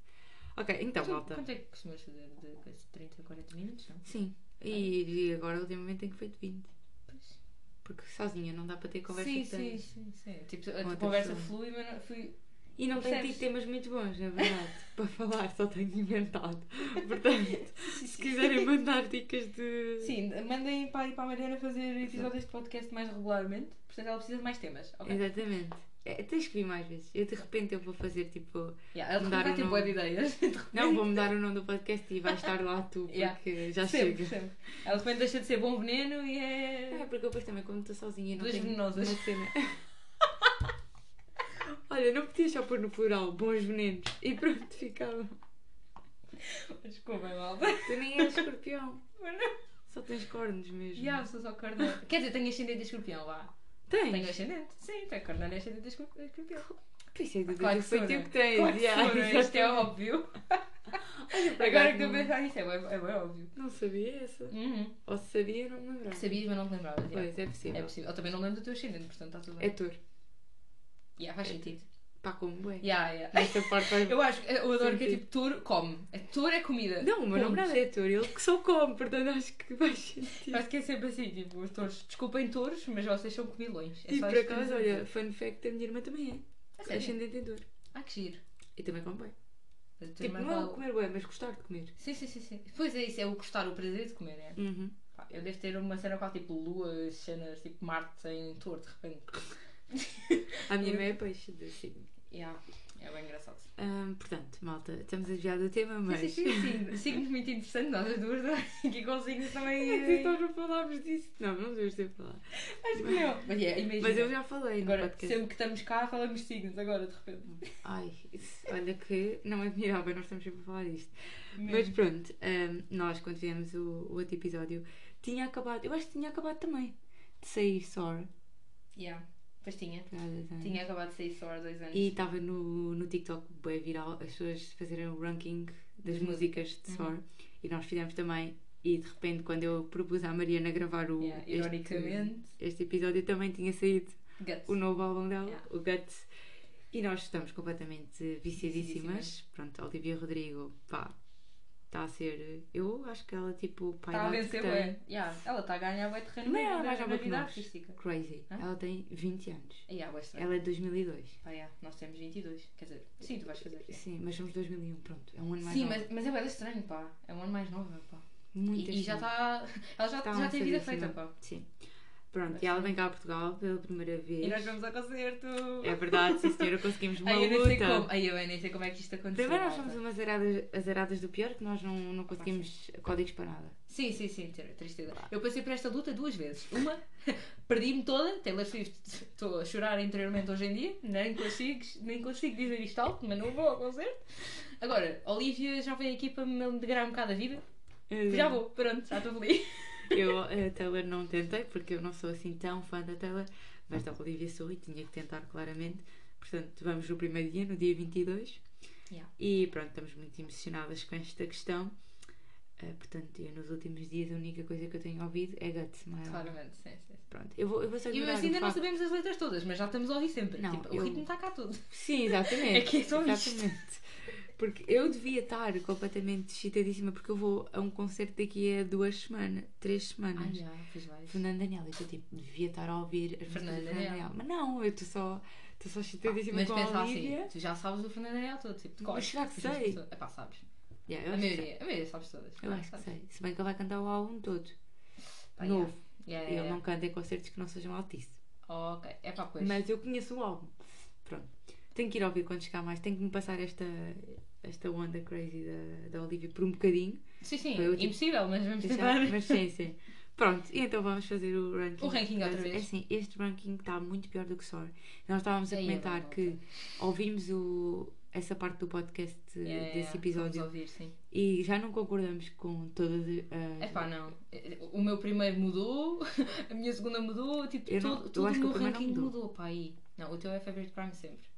Speaker 1: Ok, então,
Speaker 2: Tu,
Speaker 1: malta.
Speaker 2: Quanto é que costumas fazer de coisa? 30, 40 minutos, não?
Speaker 1: Sim. E, e agora ultimamente tenho feito 20.
Speaker 2: Pois.
Speaker 1: Porque sozinha não dá para ter conversa
Speaker 2: sim,
Speaker 1: que tenho.
Speaker 2: sim, sim, sim. Tipo, a
Speaker 1: Com
Speaker 2: tua
Speaker 1: outra
Speaker 2: conversa
Speaker 1: pessoa.
Speaker 2: flui, mas não, flui.
Speaker 1: E não tenho tido
Speaker 2: Percebes?
Speaker 1: temas muito bons, na verdade. para falar, só tenho inventado. Portanto, se quiserem mandar dicas de.
Speaker 2: Sim, mandem para, para a Mariana fazer episódios de podcast mais regularmente, portanto ela precisa de mais temas. Ok.
Speaker 1: Exatamente. É, tens que vir mais vezes. Eu de repente eu vou fazer tipo.
Speaker 2: Yeah, ela
Speaker 1: Mudar
Speaker 2: vai
Speaker 1: o
Speaker 2: ter
Speaker 1: nome.
Speaker 2: boas ideias. De repente.
Speaker 1: Não, vou mudar o nome do podcast e vais estar lá tu, porque
Speaker 2: Yeah.
Speaker 1: já
Speaker 2: sempre,
Speaker 1: chega.
Speaker 2: sempre. Ela de repente deixa de ser bom veneno e
Speaker 1: É
Speaker 2: é.
Speaker 1: porque eu depois também, quando estou sozinha, não
Speaker 2: Duas
Speaker 1: tenho
Speaker 2: venenosas.
Speaker 1: uma cena. Olha, não podias só pôr no plural bons venenos e pronto, ficava.
Speaker 2: Desculpa, malta.
Speaker 1: Tu nem és escorpião,
Speaker 2: Mas não.
Speaker 1: só tens cornos mesmo.
Speaker 2: Yeah, sou só cordeiro. Quer dizer, tenho ascendente de escorpião, vá.
Speaker 1: Tens?
Speaker 2: Tenho ascendente? Sim, tenho cordeiro e ascendente de escorp- escorpião.
Speaker 1: Por isso é do
Speaker 2: Claro que
Speaker 1: foi
Speaker 2: sou,
Speaker 1: tu
Speaker 2: não é?
Speaker 1: que tens.
Speaker 2: Claro que
Speaker 1: yeah,
Speaker 2: sou, não é? Isto é
Speaker 1: exatamente.
Speaker 2: óbvio.
Speaker 1: por
Speaker 2: Agora
Speaker 1: acaso
Speaker 2: que eu
Speaker 1: não-
Speaker 2: pensar nisso, é bem, é bem óbvio.
Speaker 1: Não sabia essa.
Speaker 2: Uhum.
Speaker 1: Ou se sabia, não me lembrava.
Speaker 2: Sabias, mas não te lembravas. yeah.
Speaker 1: Pois, é
Speaker 2: É
Speaker 1: possível.
Speaker 2: possível. Eu também não lembro do teu ascendente, portanto está tudo
Speaker 1: É
Speaker 2: bem.
Speaker 1: touro.
Speaker 2: Yeah, faz sentido.
Speaker 1: Pá, como é?
Speaker 2: É- Yeah, yeah.
Speaker 1: Esta parte vai...
Speaker 2: Eu acho, eu adoro que é
Speaker 1: Sentido.
Speaker 2: tipo touro come. É, touro é comida.
Speaker 1: Não, o meu
Speaker 2: Ponto.
Speaker 1: namorado é touro, ele que só come, portanto acho que vai sentir.
Speaker 2: Acho que é sempre assim, tipo, os touros. Desculpem touros, mas vocês são comilões. É
Speaker 1: E
Speaker 2: só
Speaker 1: por
Speaker 2: isto que eu
Speaker 1: acaso,
Speaker 2: tenho a
Speaker 1: olha,
Speaker 2: dizer.
Speaker 1: fun fact, a minha irmã também
Speaker 2: A
Speaker 1: é.
Speaker 2: sério?
Speaker 1: Ascendente em touro.
Speaker 2: Ah, que giro.
Speaker 1: E também come bem.
Speaker 2: Mas a tua
Speaker 1: Tipo,
Speaker 2: irmã
Speaker 1: não é o
Speaker 2: fala-
Speaker 1: comer bem, mas gostar de comer.
Speaker 2: Sim, sim, sim, sim. Pois é isso, é o gostar, o prazer de comer, é.
Speaker 1: Uhum.
Speaker 2: Pá, Eu devo ter uma cena com tipo luas, cenas tipo Marte em touro, de repente.
Speaker 1: A minha irmã é peixe, de signo.
Speaker 2: Yeah. É bem engraçado.
Speaker 1: Ahm, portanto, malta, estamos a desviar do tema, mas.
Speaker 2: Sim, sim, sim, sim. Signos muito interessantes, nós as duas aqui com signos
Speaker 1: Como é que
Speaker 2: também. eh,
Speaker 1: estás a falarmos disso? Não, não devemos ter falado.
Speaker 2: Acho que não. Mas é, imagina.
Speaker 1: Mas eu já falei no
Speaker 2: Agora,
Speaker 1: podcast.
Speaker 2: sempre que estamos cá, falamos de signos, agora de repente.
Speaker 1: Ai, isso- olha que não é admirável, nós estamos sempre a falar disto. Mas
Speaker 2: Mesmo.
Speaker 1: pronto, ahm, nós quando fizemos o, o outro episódio, tinha acabado, eu acho que tinha acabado também de sair Sora.
Speaker 2: Yeah. Pois tinha.
Speaker 1: Tinha.
Speaker 2: Tinha acabado de sair só há dois anos.
Speaker 1: Uhum. E estava no, no TikTok bem viral as pessoas fazerem o ranking das
Speaker 2: Das
Speaker 1: músicas de
Speaker 2: Uhum.
Speaker 1: Sora. E nós fizemos também. E de repente, quando eu propus à Mariana gravar o.
Speaker 2: Yeah,
Speaker 1: este-
Speaker 2: ironicamente,
Speaker 1: Este, episódio também tinha saído
Speaker 2: guts. Tá
Speaker 1: o novo álbum dela,
Speaker 2: Yeah.
Speaker 1: o Guts. E nós estamos completamente viciadíssimas. Pronto, Olivia Rodrigo, pá, está a ser. Eu acho que ela, tipo, pai
Speaker 2: Está Tá a vencer bem. Yeah. Ela está a ganhar bem
Speaker 1: Não,
Speaker 2: terreno na-
Speaker 1: ela é mais
Speaker 2: na,
Speaker 1: nova
Speaker 2: na
Speaker 1: que
Speaker 2: vida
Speaker 1: nós.
Speaker 2: artística.
Speaker 1: Crazy.
Speaker 2: Hã? Tá.
Speaker 1: Ela tem 20 anos.
Speaker 2: E yeah, Westra.
Speaker 1: Ela é de 2002.
Speaker 2: Pá, yeah, nós temos 22. Quer dizer, sim, tu vais fazer.
Speaker 1: Sim, mas somos 2001, pronto. É um ano mais
Speaker 2: Sim,
Speaker 1: nova.
Speaker 2: mas, mas é bem estranho, pá. É um ano mais nova, pá.
Speaker 1: Muito
Speaker 2: E, e já
Speaker 1: estranho.
Speaker 2: está. Ela já,
Speaker 1: Tá
Speaker 2: já tem vida
Speaker 1: avançadíssima.
Speaker 2: feita, pá.
Speaker 1: Sim. Pronto, e ela vem cá a Portugal pela primeira vez.
Speaker 2: E nós vamos ao concerto.
Speaker 1: É verdade, sim senhora, conseguimos uma
Speaker 2: Ai, eu nem sei como.
Speaker 1: luta.
Speaker 2: Ai, eu bem, nem sei como é que isto aconteceu.
Speaker 1: Primeiro nós
Speaker 2: malta.
Speaker 1: somos umas aradas, azaradas do pior que nós não, não conseguimos códigos para nada.
Speaker 2: Sim, sim, sim, ter- tristeza. Eu passei por esta luta duas vezes. Uma, perdi-me toda, Taylor Swift, estou a chorar interiormente hoje em dia, nem consigo, nem consigo dizer isto alto, mas não vou ao concerto. Agora, Olivia já veio aqui para me alegrar um bocado a vida. Já vou, pronto, já estou feliz.
Speaker 1: Eu, a Taylor, não tentei porque eu não sou assim tão fã da Taylor, mas da Olivia sou e tinha que tentar claramente. Portanto, vamos no primeiro dia, no dia 22.
Speaker 2: Yeah.
Speaker 1: E pronto, estamos muito emocionadas com esta questão. Ah, portanto, eu nos últimos dias a única coisa que eu tenho ouvido é Guts, Maior.
Speaker 2: Claramente, sim, sim.
Speaker 1: Pronto, eu vou, eu vou só
Speaker 2: E
Speaker 1: ignorar
Speaker 2: mas
Speaker 1: o
Speaker 2: ainda não
Speaker 1: É facto-
Speaker 2: sabemos as letras todas, mas já estamos a ouvir sempre.
Speaker 1: Não,
Speaker 2: Tipo,
Speaker 1: eu-
Speaker 2: O ritmo está cá todo.
Speaker 1: Sim, exatamente.
Speaker 2: É que é só isto.
Speaker 1: exatamente. Porque eu devia estar completamente excitadíssima porque eu vou a um concerto daqui a duas semanas, três semanas.
Speaker 2: Ai, já, pois vais.
Speaker 1: Fernando Daniel, eu estou tipo, devia estar a ouvir as músicas
Speaker 2: Fernando
Speaker 1: de Fernando
Speaker 2: Daniel.
Speaker 1: Daniel. Mas não, eu estou só, estou só excitadíssima
Speaker 2: Mas
Speaker 1: com
Speaker 2: pensa
Speaker 1: a
Speaker 2: assim,
Speaker 1: Olivia.
Speaker 2: tu já sabes o Fernando Ariel todo, tipo, de cor.
Speaker 1: Mas será que
Speaker 2: Porque as
Speaker 1: sei?
Speaker 2: pessoas- Epá, sabes.
Speaker 1: Yeah, eu
Speaker 2: A
Speaker 1: acho que
Speaker 2: maioria, a maioria sabes todas.
Speaker 1: sei. Eu acho que
Speaker 2: Sabes.
Speaker 1: sei. Se bem que ele vai cantar o álbum todo,
Speaker 2: Pá, yeah.
Speaker 1: novo.
Speaker 2: Yeah,
Speaker 1: E
Speaker 2: yeah,
Speaker 1: ele
Speaker 2: yeah.
Speaker 1: não canta em concertos que não sejam altíssimos.
Speaker 2: Ok, é para pois.
Speaker 1: Mas eu conheço o álbum. Pronto. Tenho que ir ouvir quando chegar mais. Tenho que me passar esta, esta onda crazy da, da Olivia por um bocadinho.
Speaker 2: Sim, sim,
Speaker 1: Foi o tipo-
Speaker 2: impossível, mas vamos
Speaker 1: Deixar-
Speaker 2: tentar.
Speaker 1: Mas sim, sim. Pronto, e então vamos fazer o ranking.
Speaker 2: O ranking outra
Speaker 1: Mas,
Speaker 2: vez.
Speaker 1: É assim, este ranking está muito pior do que o Sor. Nós estávamos a
Speaker 2: Aí é
Speaker 1: comentar
Speaker 2: bom,
Speaker 1: que ouvimos o, essa parte do podcast eh,
Speaker 2: Yeah, yeah,
Speaker 1: desse
Speaker 2: yeah,
Speaker 1: episódio
Speaker 2: É, Vamos ouvir, sim.
Speaker 1: e já não concordamos com todas eh, as.
Speaker 2: É pá, não. O meu primeiro mudou, a minha segunda mudou, tipo,
Speaker 1: Eu não-
Speaker 2: todo,
Speaker 1: eu
Speaker 2: todo
Speaker 1: acho que
Speaker 2: o
Speaker 1: o
Speaker 2: meu
Speaker 1: primeiro não
Speaker 2: ranking
Speaker 1: mudou.
Speaker 2: mudou. pá, aí. Não, o teu é favorite crime sempre.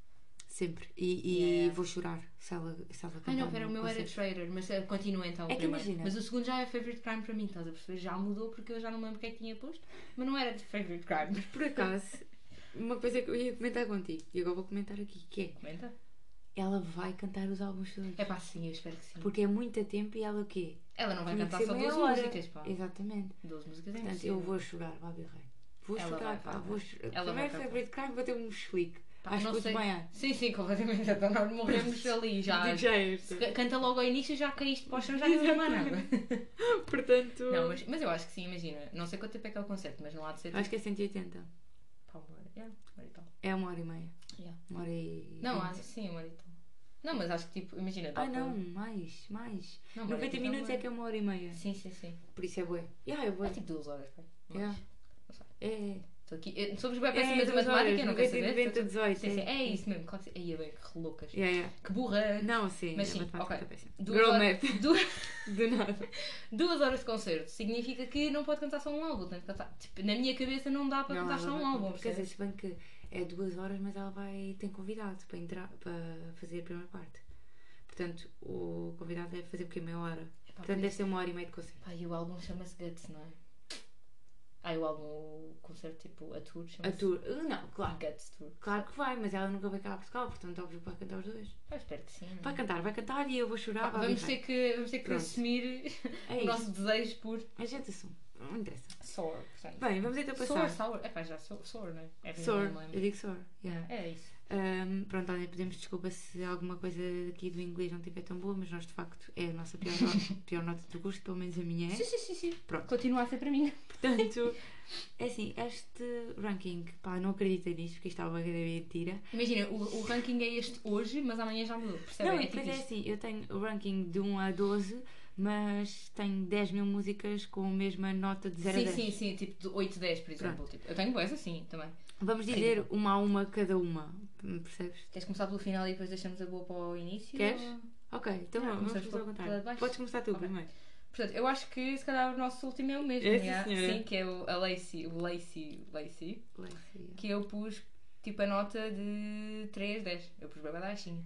Speaker 1: Sempre. E, e
Speaker 2: Yeah, yeah.
Speaker 1: vou chorar se ela, se ela
Speaker 2: Ai
Speaker 1: cantar
Speaker 2: Ah, não, pera, o
Speaker 1: num
Speaker 2: meu era
Speaker 1: concerto.
Speaker 2: traitor, mas eh, continua então.
Speaker 1: Então, É
Speaker 2: o
Speaker 1: que
Speaker 2: primeiro.
Speaker 1: imagina.
Speaker 2: Mas o segundo já é favorite crime para mim, estás a perceber? Já mudou porque eu já não me lembro quem tinha posto, mas não era de favorite crime.
Speaker 1: Por acaso, uma coisa que eu ia comentar contigo e agora vou comentar aqui, que é
Speaker 2: Comenta?
Speaker 1: ela vai cantar os álbuns todos.
Speaker 2: É pá, sim, eu espero que sim.
Speaker 1: Porque é muito a tempo e ela o quê?
Speaker 2: Ela não vai
Speaker 1: Tinha
Speaker 2: cantar
Speaker 1: que ser
Speaker 2: só
Speaker 1: meia
Speaker 2: 12
Speaker 1: hora.
Speaker 2: músicas, pá.
Speaker 1: Exatamente.
Speaker 2: 12 músicas é
Speaker 1: Portanto, eu
Speaker 2: impossível.
Speaker 1: vou chorar, Bobby Rei. Vou
Speaker 2: Ela
Speaker 1: chorar,
Speaker 2: vai,
Speaker 1: pá,
Speaker 2: ela
Speaker 1: vou
Speaker 2: vai.
Speaker 1: chorar.
Speaker 2: Ela
Speaker 1: Primeiro
Speaker 2: vai,
Speaker 1: favorito crime, bateu um chilique.
Speaker 2: Pá,
Speaker 1: Acho
Speaker 2: não
Speaker 1: que o
Speaker 2: sei. Tá.
Speaker 1: desmaiar.
Speaker 2: Sim, sim, completamente. Então nós morremos ali já.
Speaker 1: Digo já esta.
Speaker 2: C- Canta logo ao início e já caíste para o chão, já não lembras mais nada.
Speaker 1: Portanto.
Speaker 2: Não, mas, mas eu acho que sim, imagina. Não sei quanto tempo é que é o concerto, mas não há de ser.
Speaker 1: Acho que é 180.
Speaker 2: tipo, pá, uma hora. Yeah, uma hora e tal.
Speaker 1: É uma hora e meia.
Speaker 2: Yeah.
Speaker 1: Uma hora e.
Speaker 2: Não,
Speaker 1: vinte.
Speaker 2: acho que sim, uma hora e tal. Não, mas acho que tipo, imagina. dá
Speaker 1: Ah,
Speaker 2: para-
Speaker 1: não, mais, mais.
Speaker 2: Não, uma hora e
Speaker 1: 90
Speaker 2: tal,
Speaker 1: minutos
Speaker 2: uma
Speaker 1: é que é uma hora e meia.
Speaker 2: hora. Sim, sim, sim.
Speaker 1: Por isso é bué. Yeah, é bué.
Speaker 2: É tipo duas horas, pá. Mas-
Speaker 1: Yeah.
Speaker 2: sei.
Speaker 1: É, é.
Speaker 2: Estou aqui. eu- Somos bem péssimas a
Speaker 1: duas
Speaker 2: matemática,
Speaker 1: horas,
Speaker 2: não
Speaker 1: 90,
Speaker 2: quero saber.
Speaker 1: 90,
Speaker 2: Estou-
Speaker 1: 18,
Speaker 2: Sim, sim,
Speaker 1: é.
Speaker 2: é isso mesmo. claro que sim. Aí é bem que loucas.
Speaker 1: Yeah, yeah.
Speaker 2: Que burra.
Speaker 1: é. Não, sim,
Speaker 2: Mas
Speaker 1: a
Speaker 2: sim,
Speaker 1: matemática
Speaker 2: ok.
Speaker 1: tá péssima.
Speaker 2: Duas
Speaker 1: Girl
Speaker 2: horas-
Speaker 1: math,
Speaker 2: duas-
Speaker 1: do nada.
Speaker 2: Duas horas de concerto significa que não pode cantar só um álbum. Tem que cantar- tipo, na minha cabeça não dá para
Speaker 1: Não,
Speaker 2: cantar
Speaker 1: ela
Speaker 2: só um
Speaker 1: vai-
Speaker 2: álbum.
Speaker 1: Quer dizer,
Speaker 2: percebes?
Speaker 1: se bem que é duas horas, mas ela vai tem convidado para entrar para fazer a primeira parte. Portanto, o convidado deve fazer porque meia hora.
Speaker 2: Epá,
Speaker 1: Portanto,
Speaker 2: por
Speaker 1: deve
Speaker 2: isso-
Speaker 1: ser uma hora e meia de concerto.
Speaker 2: Pá, e o álbum chama-se Guts, não é? Ah, e o álbum, o concerto, tipo, a tour
Speaker 1: A
Speaker 2: chama-se Ah,
Speaker 1: tour. uh, Não, claro.
Speaker 2: Guts Tour.
Speaker 1: Claro que vai, mas ela nunca vai cá a Portugal, portanto, óbvio que vai cantar os dois.
Speaker 2: Pá, espero que sim. não é?
Speaker 1: Vai cantar, vai cantar e eu vou
Speaker 2: Pá,
Speaker 1: chorar. vai
Speaker 2: Ah, vamos,
Speaker 1: brincar.
Speaker 2: ter que, vamos ter que
Speaker 1: Pronto.
Speaker 2: assumir
Speaker 1: É
Speaker 2: o
Speaker 1: isso.
Speaker 2: nosso desejo por
Speaker 1: A gente assume. Não interessa.
Speaker 2: Sour. portanto.
Speaker 1: Bem, vamos então
Speaker 2: Sour,
Speaker 1: passar.
Speaker 2: Sour. É pá, já sou Sour, não é? É,
Speaker 1: Sor.
Speaker 2: não me
Speaker 1: Eu
Speaker 2: lembro.
Speaker 1: digo Sor. Yeah.
Speaker 2: É isso.
Speaker 1: Ahm, pronto, olha, pedimos desculpa se alguma coisa aqui do inglês não estiver tão boa, mas nós de facto é a nossa pior nota, pior nota do curso, pelo menos a minha é.
Speaker 2: Sim, sim, sim, sim.
Speaker 1: Pronto.
Speaker 2: Continua a ser para mim.
Speaker 1: Portanto, é assim, este ranking, pá, não acreditei nisto, porque isto estava uma grande mentira.
Speaker 2: Imagina, o, o ranking é este hoje, mas amanhã já mudou. Percebe?
Speaker 1: Não,
Speaker 2: é
Speaker 1: e
Speaker 2: tipo
Speaker 1: depois é
Speaker 2: isto.
Speaker 1: assim, eu tenho o ranking de 1 a 12, mas tenho 10 mil músicas com a mesma nota de 0 a
Speaker 2: Sim,
Speaker 1: 10.
Speaker 2: sim, sim, tipo de 8, 10, por exemplo. Tipo, eu tenho boas assim também.
Speaker 1: Vamos dizer uma a uma cada uma, percebes?
Speaker 2: Queres começar pelo final e depois deixamos a boa para o início?
Speaker 1: Queres?
Speaker 2: Ou-
Speaker 1: Ok, então
Speaker 2: Não,
Speaker 1: vamos
Speaker 2: começamos
Speaker 1: começar ao
Speaker 2: pela- pela
Speaker 1: contrário.
Speaker 2: de baixo.
Speaker 1: Podes começar tu
Speaker 2: é Ok.
Speaker 1: primeiro.
Speaker 2: Portanto, eu acho que se calhar o nosso último é o mesmo.
Speaker 1: É, sim,
Speaker 2: já.
Speaker 1: senhora.
Speaker 2: Sim, que é o, a Lacey, o Lacey, Lacey,
Speaker 1: Lacey.
Speaker 2: que eu pus tipo a nota de 3, 10. Eu pus bem baixinha.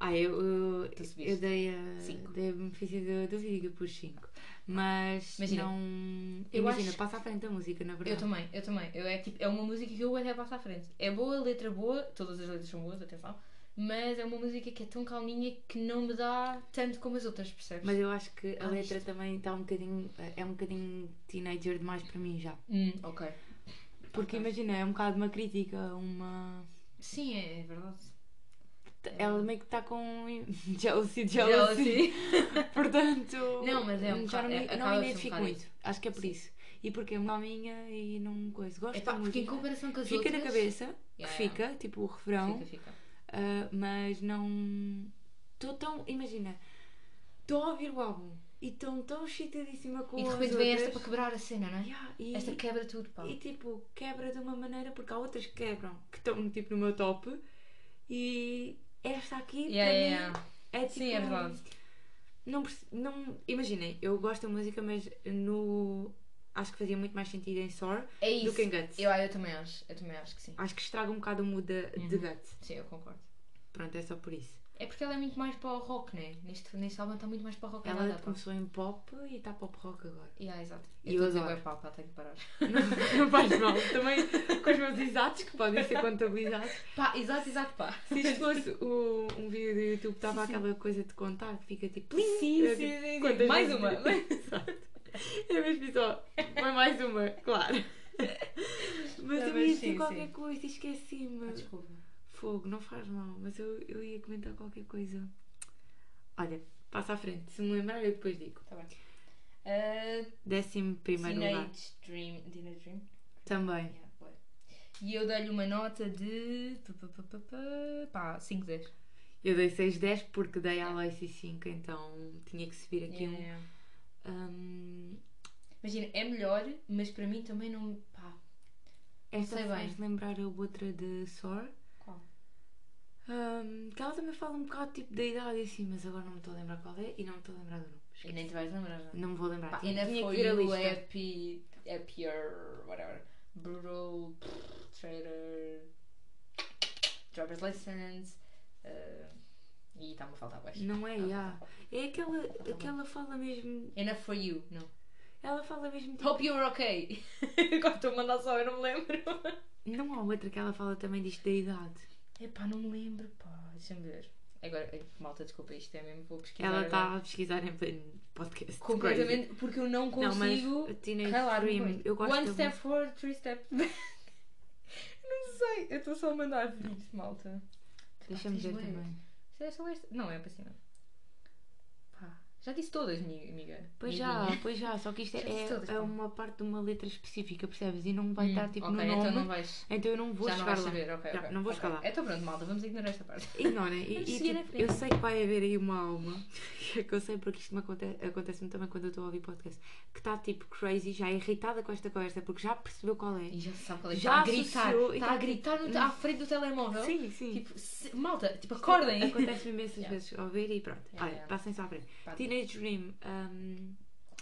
Speaker 1: Ah, eu, eu,
Speaker 2: Tu subiste.
Speaker 1: eu dei a,
Speaker 2: Então, Cinco.
Speaker 1: dei a benefício da dúvida por 5. Mas
Speaker 2: Imagina.
Speaker 1: não.
Speaker 2: Eu
Speaker 1: imagina,
Speaker 2: acho-
Speaker 1: passa à frente da música, na
Speaker 2: Eu
Speaker 1: verdade.
Speaker 2: também, eu também. Eu, é, tipo, é uma música que eu até passo à frente. É boa, letra boa, todas as letras são boas, atenção. Mas é uma música que é tão calminha que não me dá tanto como as outras, percebes?
Speaker 1: Mas eu acho que a
Speaker 2: Ah,
Speaker 1: letra
Speaker 2: isto.
Speaker 1: também está um bocadinho. É um bocadinho teenager demais para mim já.
Speaker 2: Hum, ok.
Speaker 1: Porque
Speaker 2: Ok.
Speaker 1: imagina, é um bocado uma crítica, uma.
Speaker 2: Sim, é, é verdade. Tá.
Speaker 1: Ela meio que está com jealousy, jealousy. Portanto.
Speaker 2: Não, mas é um
Speaker 1: já
Speaker 2: bocado-
Speaker 1: não,
Speaker 2: é-
Speaker 1: me- não me
Speaker 2: acaba por ser um
Speaker 1: identifico
Speaker 2: bocado
Speaker 1: muito. Acho que é por
Speaker 2: Sim.
Speaker 1: isso. E porque é uma minha e não coisa. Gosto
Speaker 2: É pá,
Speaker 1: da
Speaker 2: porque em
Speaker 1: música.
Speaker 2: comparação com as
Speaker 1: Fica
Speaker 2: outras.
Speaker 1: na cabeça, que
Speaker 2: Yeah,
Speaker 1: fica, tipo o refrão,
Speaker 2: Fica, fica.
Speaker 1: ah, mas não. Estou tão. Imagina, estou a ouvir o álbum e estou tão excitadíssima com
Speaker 2: E de
Speaker 1: as
Speaker 2: repente vem esta
Speaker 1: outras.
Speaker 2: para quebrar a cena, não é?
Speaker 1: Yeah, e,
Speaker 2: Esta quebra tudo, pá.
Speaker 1: e tipo, quebra de uma maneira porque há outras que quebram, que estão tipo no meu top e esta aqui
Speaker 2: Yeah,
Speaker 1: para
Speaker 2: yeah,
Speaker 1: mim
Speaker 2: yeah.
Speaker 1: é tipo.
Speaker 2: Sim, é verdade.
Speaker 1: Não, perce- não, imaginem, eu gosto da música, mas no. Acho que fazia muito mais sentido em Sore
Speaker 2: É
Speaker 1: do
Speaker 2: isso.
Speaker 1: que em Guts.
Speaker 2: Eu, eu também acho, eu também acho que sim.
Speaker 1: Acho que estraga um bocado o mood de, de
Speaker 2: Uhum.
Speaker 1: Guts.
Speaker 2: Sim, eu concordo.
Speaker 1: Pronto, é só por isso.
Speaker 2: É porque ela é muito mais para o rock, né? Neste, neste álbum está muito mais para o rock. é
Speaker 1: Ela
Speaker 2: nada, pá.
Speaker 1: começou em pop e está pop rock agora.
Speaker 2: Yeah, ah, exato.
Speaker 1: E
Speaker 2: eu
Speaker 1: eu
Speaker 2: estou a
Speaker 1: adoro.
Speaker 2: dizer, pá, pá, tenho que parar.
Speaker 1: Não, não faz mal. Também com os meus exatos, que podem ser contabilizados.
Speaker 2: Pá, exato, exato, pá.
Speaker 1: Se isto fosse o- um vídeo do YouTube, estava aquela coisa de contar que fica tipo. plim,
Speaker 2: Sim,
Speaker 1: é,
Speaker 2: sim,
Speaker 1: tipo,
Speaker 2: sim,
Speaker 1: quantas
Speaker 2: sim. Mais um
Speaker 1: vezes-
Speaker 2: uma.
Speaker 1: Exato. É mesmo só. Foi mais uma, claro. Mas
Speaker 2: Não,
Speaker 1: eu
Speaker 2: mas
Speaker 1: ia
Speaker 2: sim,
Speaker 1: dizer qualquer
Speaker 2: sim.
Speaker 1: coisa e esqueci-me.
Speaker 2: Desculpa.
Speaker 1: Fogo, não faz mal, mas eu, eu ia comentar qualquer coisa. Olha, passa à frente. Se me lembrar, eu depois digo.
Speaker 2: Tá bem. Uh,
Speaker 1: Décimo primeiro lugar.
Speaker 2: Teenage Dream. Teenage Dream?
Speaker 1: Também.
Speaker 2: Yeah, boy. E eu dei-lhe uma nota de. pa, pa, pa, pa, pa, Pá, 5, 10.
Speaker 1: Eu dei 6-10 porque dei
Speaker 2: É.
Speaker 1: à Lacey 5, então tinha que subir aqui um.
Speaker 2: É.
Speaker 1: Hum,
Speaker 2: Imagina, é melhor, mas para mim também não. Pá,
Speaker 1: esta
Speaker 2: sei
Speaker 1: faz lembrar a outra de Sor.
Speaker 2: qual?
Speaker 1: hum, que ela também fala um bocado tipo da idade e assim, mas agora não me estou a lembrar qual é e não me estou a lembrar do nome.
Speaker 2: E
Speaker 1: Esquece.
Speaker 2: nem te vais lembrar é? já.
Speaker 1: Não me vou lembrar.
Speaker 2: Pá,
Speaker 1: Tinha-
Speaker 2: ainda
Speaker 1: tinha que
Speaker 2: foi
Speaker 1: ver a
Speaker 2: o
Speaker 1: lista.
Speaker 2: happy, happier, whatever. Brutal, pff, traitor, driver's license. eh, e está-me a faltar baixo.
Speaker 1: Não é,
Speaker 2: Ah,
Speaker 1: já.
Speaker 2: Tá
Speaker 1: É aquela,
Speaker 2: bem.
Speaker 1: aquela fala mesmo.
Speaker 2: Enough for you, não.
Speaker 1: Ela fala mesmo tipo.
Speaker 2: Hope you're okay. Agora estou a mandar só, eu não me lembro.
Speaker 1: Não há outra que ela fala também disto da idade.
Speaker 2: Epá, não me lembro, pá, deixa-me ver. Agora, ai, malta, desculpa, isto é mesmo, vou pesquisar.
Speaker 1: Ela
Speaker 2: agora.
Speaker 1: está a pesquisar em pleno podcast. Crazy.
Speaker 2: completamente, porque eu não
Speaker 1: Não, mas
Speaker 2: consigo.
Speaker 1: Teenage
Speaker 2: Calar uma
Speaker 1: Dream,
Speaker 2: coisa.
Speaker 1: eu gosto
Speaker 2: One
Speaker 1: da
Speaker 2: step forward, three step back. não sei, eu estou só a mandar vídeos, malta.
Speaker 1: Deixa-me
Speaker 2: Pá,
Speaker 1: ver
Speaker 2: tens de ler.
Speaker 1: também.
Speaker 2: Será que são estas? Não, é para cima. Pá, já disse todas, mi- amiga.
Speaker 1: Pois já,
Speaker 2: Amiguinha.
Speaker 1: pois já, só que isto
Speaker 2: Já disse todas,
Speaker 1: é, é
Speaker 2: pá.
Speaker 1: uma parte de uma letra específica, percebes? E não vai
Speaker 2: Hum,
Speaker 1: estar tipo
Speaker 2: ok,
Speaker 1: no nome,
Speaker 2: então
Speaker 1: então,
Speaker 2: não vais.
Speaker 1: eu não vou
Speaker 2: já não
Speaker 1: chegar
Speaker 2: vais
Speaker 1: lá.
Speaker 2: saber, ok.
Speaker 1: Já,
Speaker 2: ok,
Speaker 1: não vou chegar
Speaker 2: ok.
Speaker 1: lá.
Speaker 2: Então pronto, malta, vamos ignorar esta parte.
Speaker 1: Ignorem, e,
Speaker 2: Vamos
Speaker 1: e,
Speaker 2: seguir
Speaker 1: tipo,
Speaker 2: na frente.
Speaker 1: eu sei que vai haver aí uma alma, que é que eu sei porque isto me aconte- acontece-me também quando eu estou a ouvir podcast, que está tipo crazy, já irritada com esta conversa, porque já percebeu qual é.
Speaker 2: E já sabe qual é que
Speaker 1: Já
Speaker 2: está a gritar.
Speaker 1: associou e
Speaker 2: Está
Speaker 1: tá
Speaker 2: a gritar no-
Speaker 1: tipo,
Speaker 2: à frente do telemóvel.
Speaker 1: Sim, sim.
Speaker 2: Tipo, se- malta, tipo, acordem.
Speaker 1: Acontece-me imensas
Speaker 2: Yeah.
Speaker 1: vezes ouvir e pronto.
Speaker 2: Yeah,
Speaker 1: Olha,
Speaker 2: yeah.
Speaker 1: passem-se à frente.
Speaker 2: Pá,
Speaker 1: Teenage Dream, hum,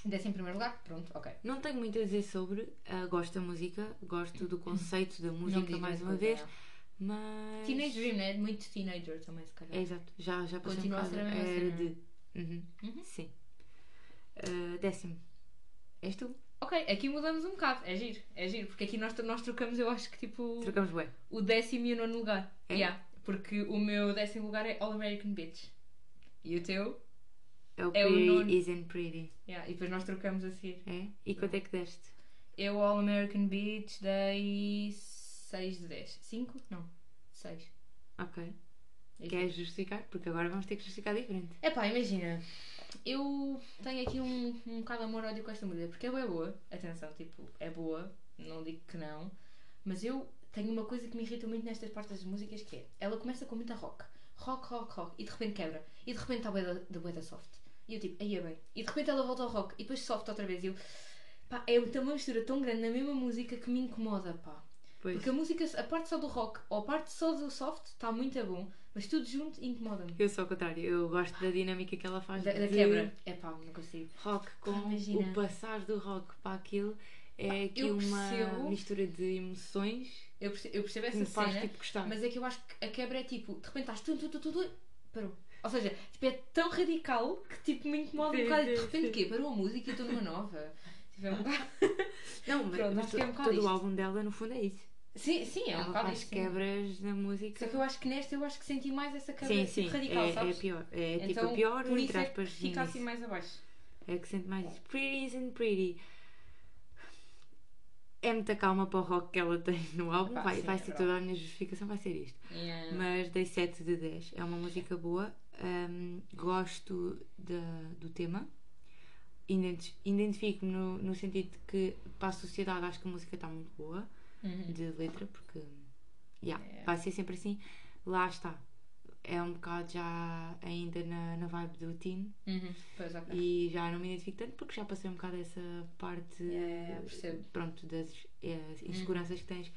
Speaker 2: Desce em primeiro lugar, pronto, ok.
Speaker 1: Não tenho muito a dizer sobre. ah, gosto da música, gosto do conceito da
Speaker 2: Hum. Não
Speaker 1: música
Speaker 2: diz
Speaker 1: mais
Speaker 2: grande
Speaker 1: uma
Speaker 2: coisa,
Speaker 1: vez,
Speaker 2: não.
Speaker 1: mas.
Speaker 2: Teenage Dream, né? Muito teenager também, se calhar.
Speaker 1: É, exato, já, já passou
Speaker 2: Continua a ser a mesma
Speaker 1: Era
Speaker 2: cena,
Speaker 1: de. Uhum.
Speaker 2: Uhum.
Speaker 1: Sim. Ah, décimo. És tu?
Speaker 2: Ok, aqui mudamos um bocado, é giro, é giro, porque aqui nós, nós trocamos, eu acho que tipo,
Speaker 1: Trocamos bem.
Speaker 2: o décimo e o nono lugar.
Speaker 1: É?
Speaker 2: Yeah, porque o meu décimo lugar é All American Bitch. E o teu?
Speaker 1: É o
Speaker 2: É o
Speaker 1: Pretty
Speaker 2: nono.
Speaker 1: Isn't Pretty.
Speaker 2: Yeah, e depois nós trocamos a seguir.
Speaker 1: É? E
Speaker 2: Ah.
Speaker 1: quanto é que deste?
Speaker 2: Eu, All American Bitch, dei 6 de 10. 5? Não, 6.
Speaker 1: Ok. Queres justificar? Porque agora vamos ter que justificar diferente.
Speaker 2: Epá, imagina. Eu tenho aqui um, um bocado de amor-ódio com esta mulher, porque ela é boa. Atenção, tipo, é boa. Não digo que não. Mas eu tenho uma coisa que me irrita muito nestas partes das músicas, que é... Ela começa com muita rock. Rock, rock, rock. E de repente quebra. E de repente está a bué da- da bué da soft. E eu tipo, aí é bem. E de repente ela volta ao rock. E depois soft outra vez. E eu... Pá, é uma mistura tão grande na mesma música que me incomoda, pá.
Speaker 1: Pois.
Speaker 2: Porque a música, a parte só do rock ou a parte só do soft está muito bom, mas tudo junto incomoda-me.
Speaker 1: Eu sou ao contrário, eu gosto da dinâmica que ela faz.
Speaker 2: Da, da
Speaker 1: de
Speaker 2: quebra. É pá, não consigo.
Speaker 1: Rock com
Speaker 2: imagina. Ah,
Speaker 1: o passar do rock para aquilo. É aqui
Speaker 2: eu
Speaker 1: uma
Speaker 2: percebo.
Speaker 1: mistura de emoções
Speaker 2: Eu percebo, eu percebo
Speaker 1: que me
Speaker 2: essa
Speaker 1: faz
Speaker 2: cena,
Speaker 1: tipo gostar.
Speaker 2: mas é que eu acho que a quebra é tipo, de repente estás tu, tu, tu, tu, tu, parou. Ou seja, tipo, é tão radical que tipo me incomoda um
Speaker 1: Sim,
Speaker 2: bocado. E De
Speaker 1: sim,
Speaker 2: repente
Speaker 1: sim.
Speaker 2: quê? Parou a música e eu estou numa nova. Tipo, é um bocado...
Speaker 1: Não, mas,
Speaker 2: Pronto,
Speaker 1: mas
Speaker 2: acho que é um
Speaker 1: to-
Speaker 2: bocado
Speaker 1: todo o
Speaker 2: isto.
Speaker 1: álbum dela no fundo é isso.
Speaker 2: Sim, sim, é um
Speaker 1: ela
Speaker 2: bocado
Speaker 1: faz
Speaker 2: isto. sim.
Speaker 1: quebras na música.
Speaker 2: Só que eu acho que nesta eu acho que senti mais essa quebra
Speaker 1: Sim,
Speaker 2: tipo,
Speaker 1: sim,
Speaker 2: radical,
Speaker 1: é,
Speaker 2: sabes?
Speaker 1: é pior. É tipo
Speaker 2: Então,
Speaker 1: a pior,
Speaker 2: por isso
Speaker 1: entre
Speaker 2: é que
Speaker 1: aspas,
Speaker 3: Fica assim
Speaker 1: nisso.
Speaker 3: mais abaixo.
Speaker 1: é que sente mais isso. Pretty isn't pretty. É muita calma para o rock que ela tem no álbum.
Speaker 2: Epá,
Speaker 1: vai
Speaker 2: sim,
Speaker 1: vai
Speaker 2: é
Speaker 1: ser
Speaker 2: verdade. Hum.
Speaker 1: toda a minha justificação, vai ser isto.
Speaker 2: Yeah.
Speaker 1: Mas dei 7 de 10. É uma música boa. hum, gosto da- do tema. Ident- Identifico-me no, no sentido de que, para a sociedade, acho que a música está muito boa
Speaker 2: Uhum.
Speaker 1: de letra, porque yeah,
Speaker 2: É.
Speaker 1: vai ser sempre assim. Lá está. É um bocado já ainda na, na vibe do teen
Speaker 2: Uhum. Pois, ok.
Speaker 1: e já não me identifico tanto porque já passei um bocado essa parte
Speaker 2: Yeah, É, percebo. Uhum.
Speaker 1: pronto, das eh, inseguranças que tens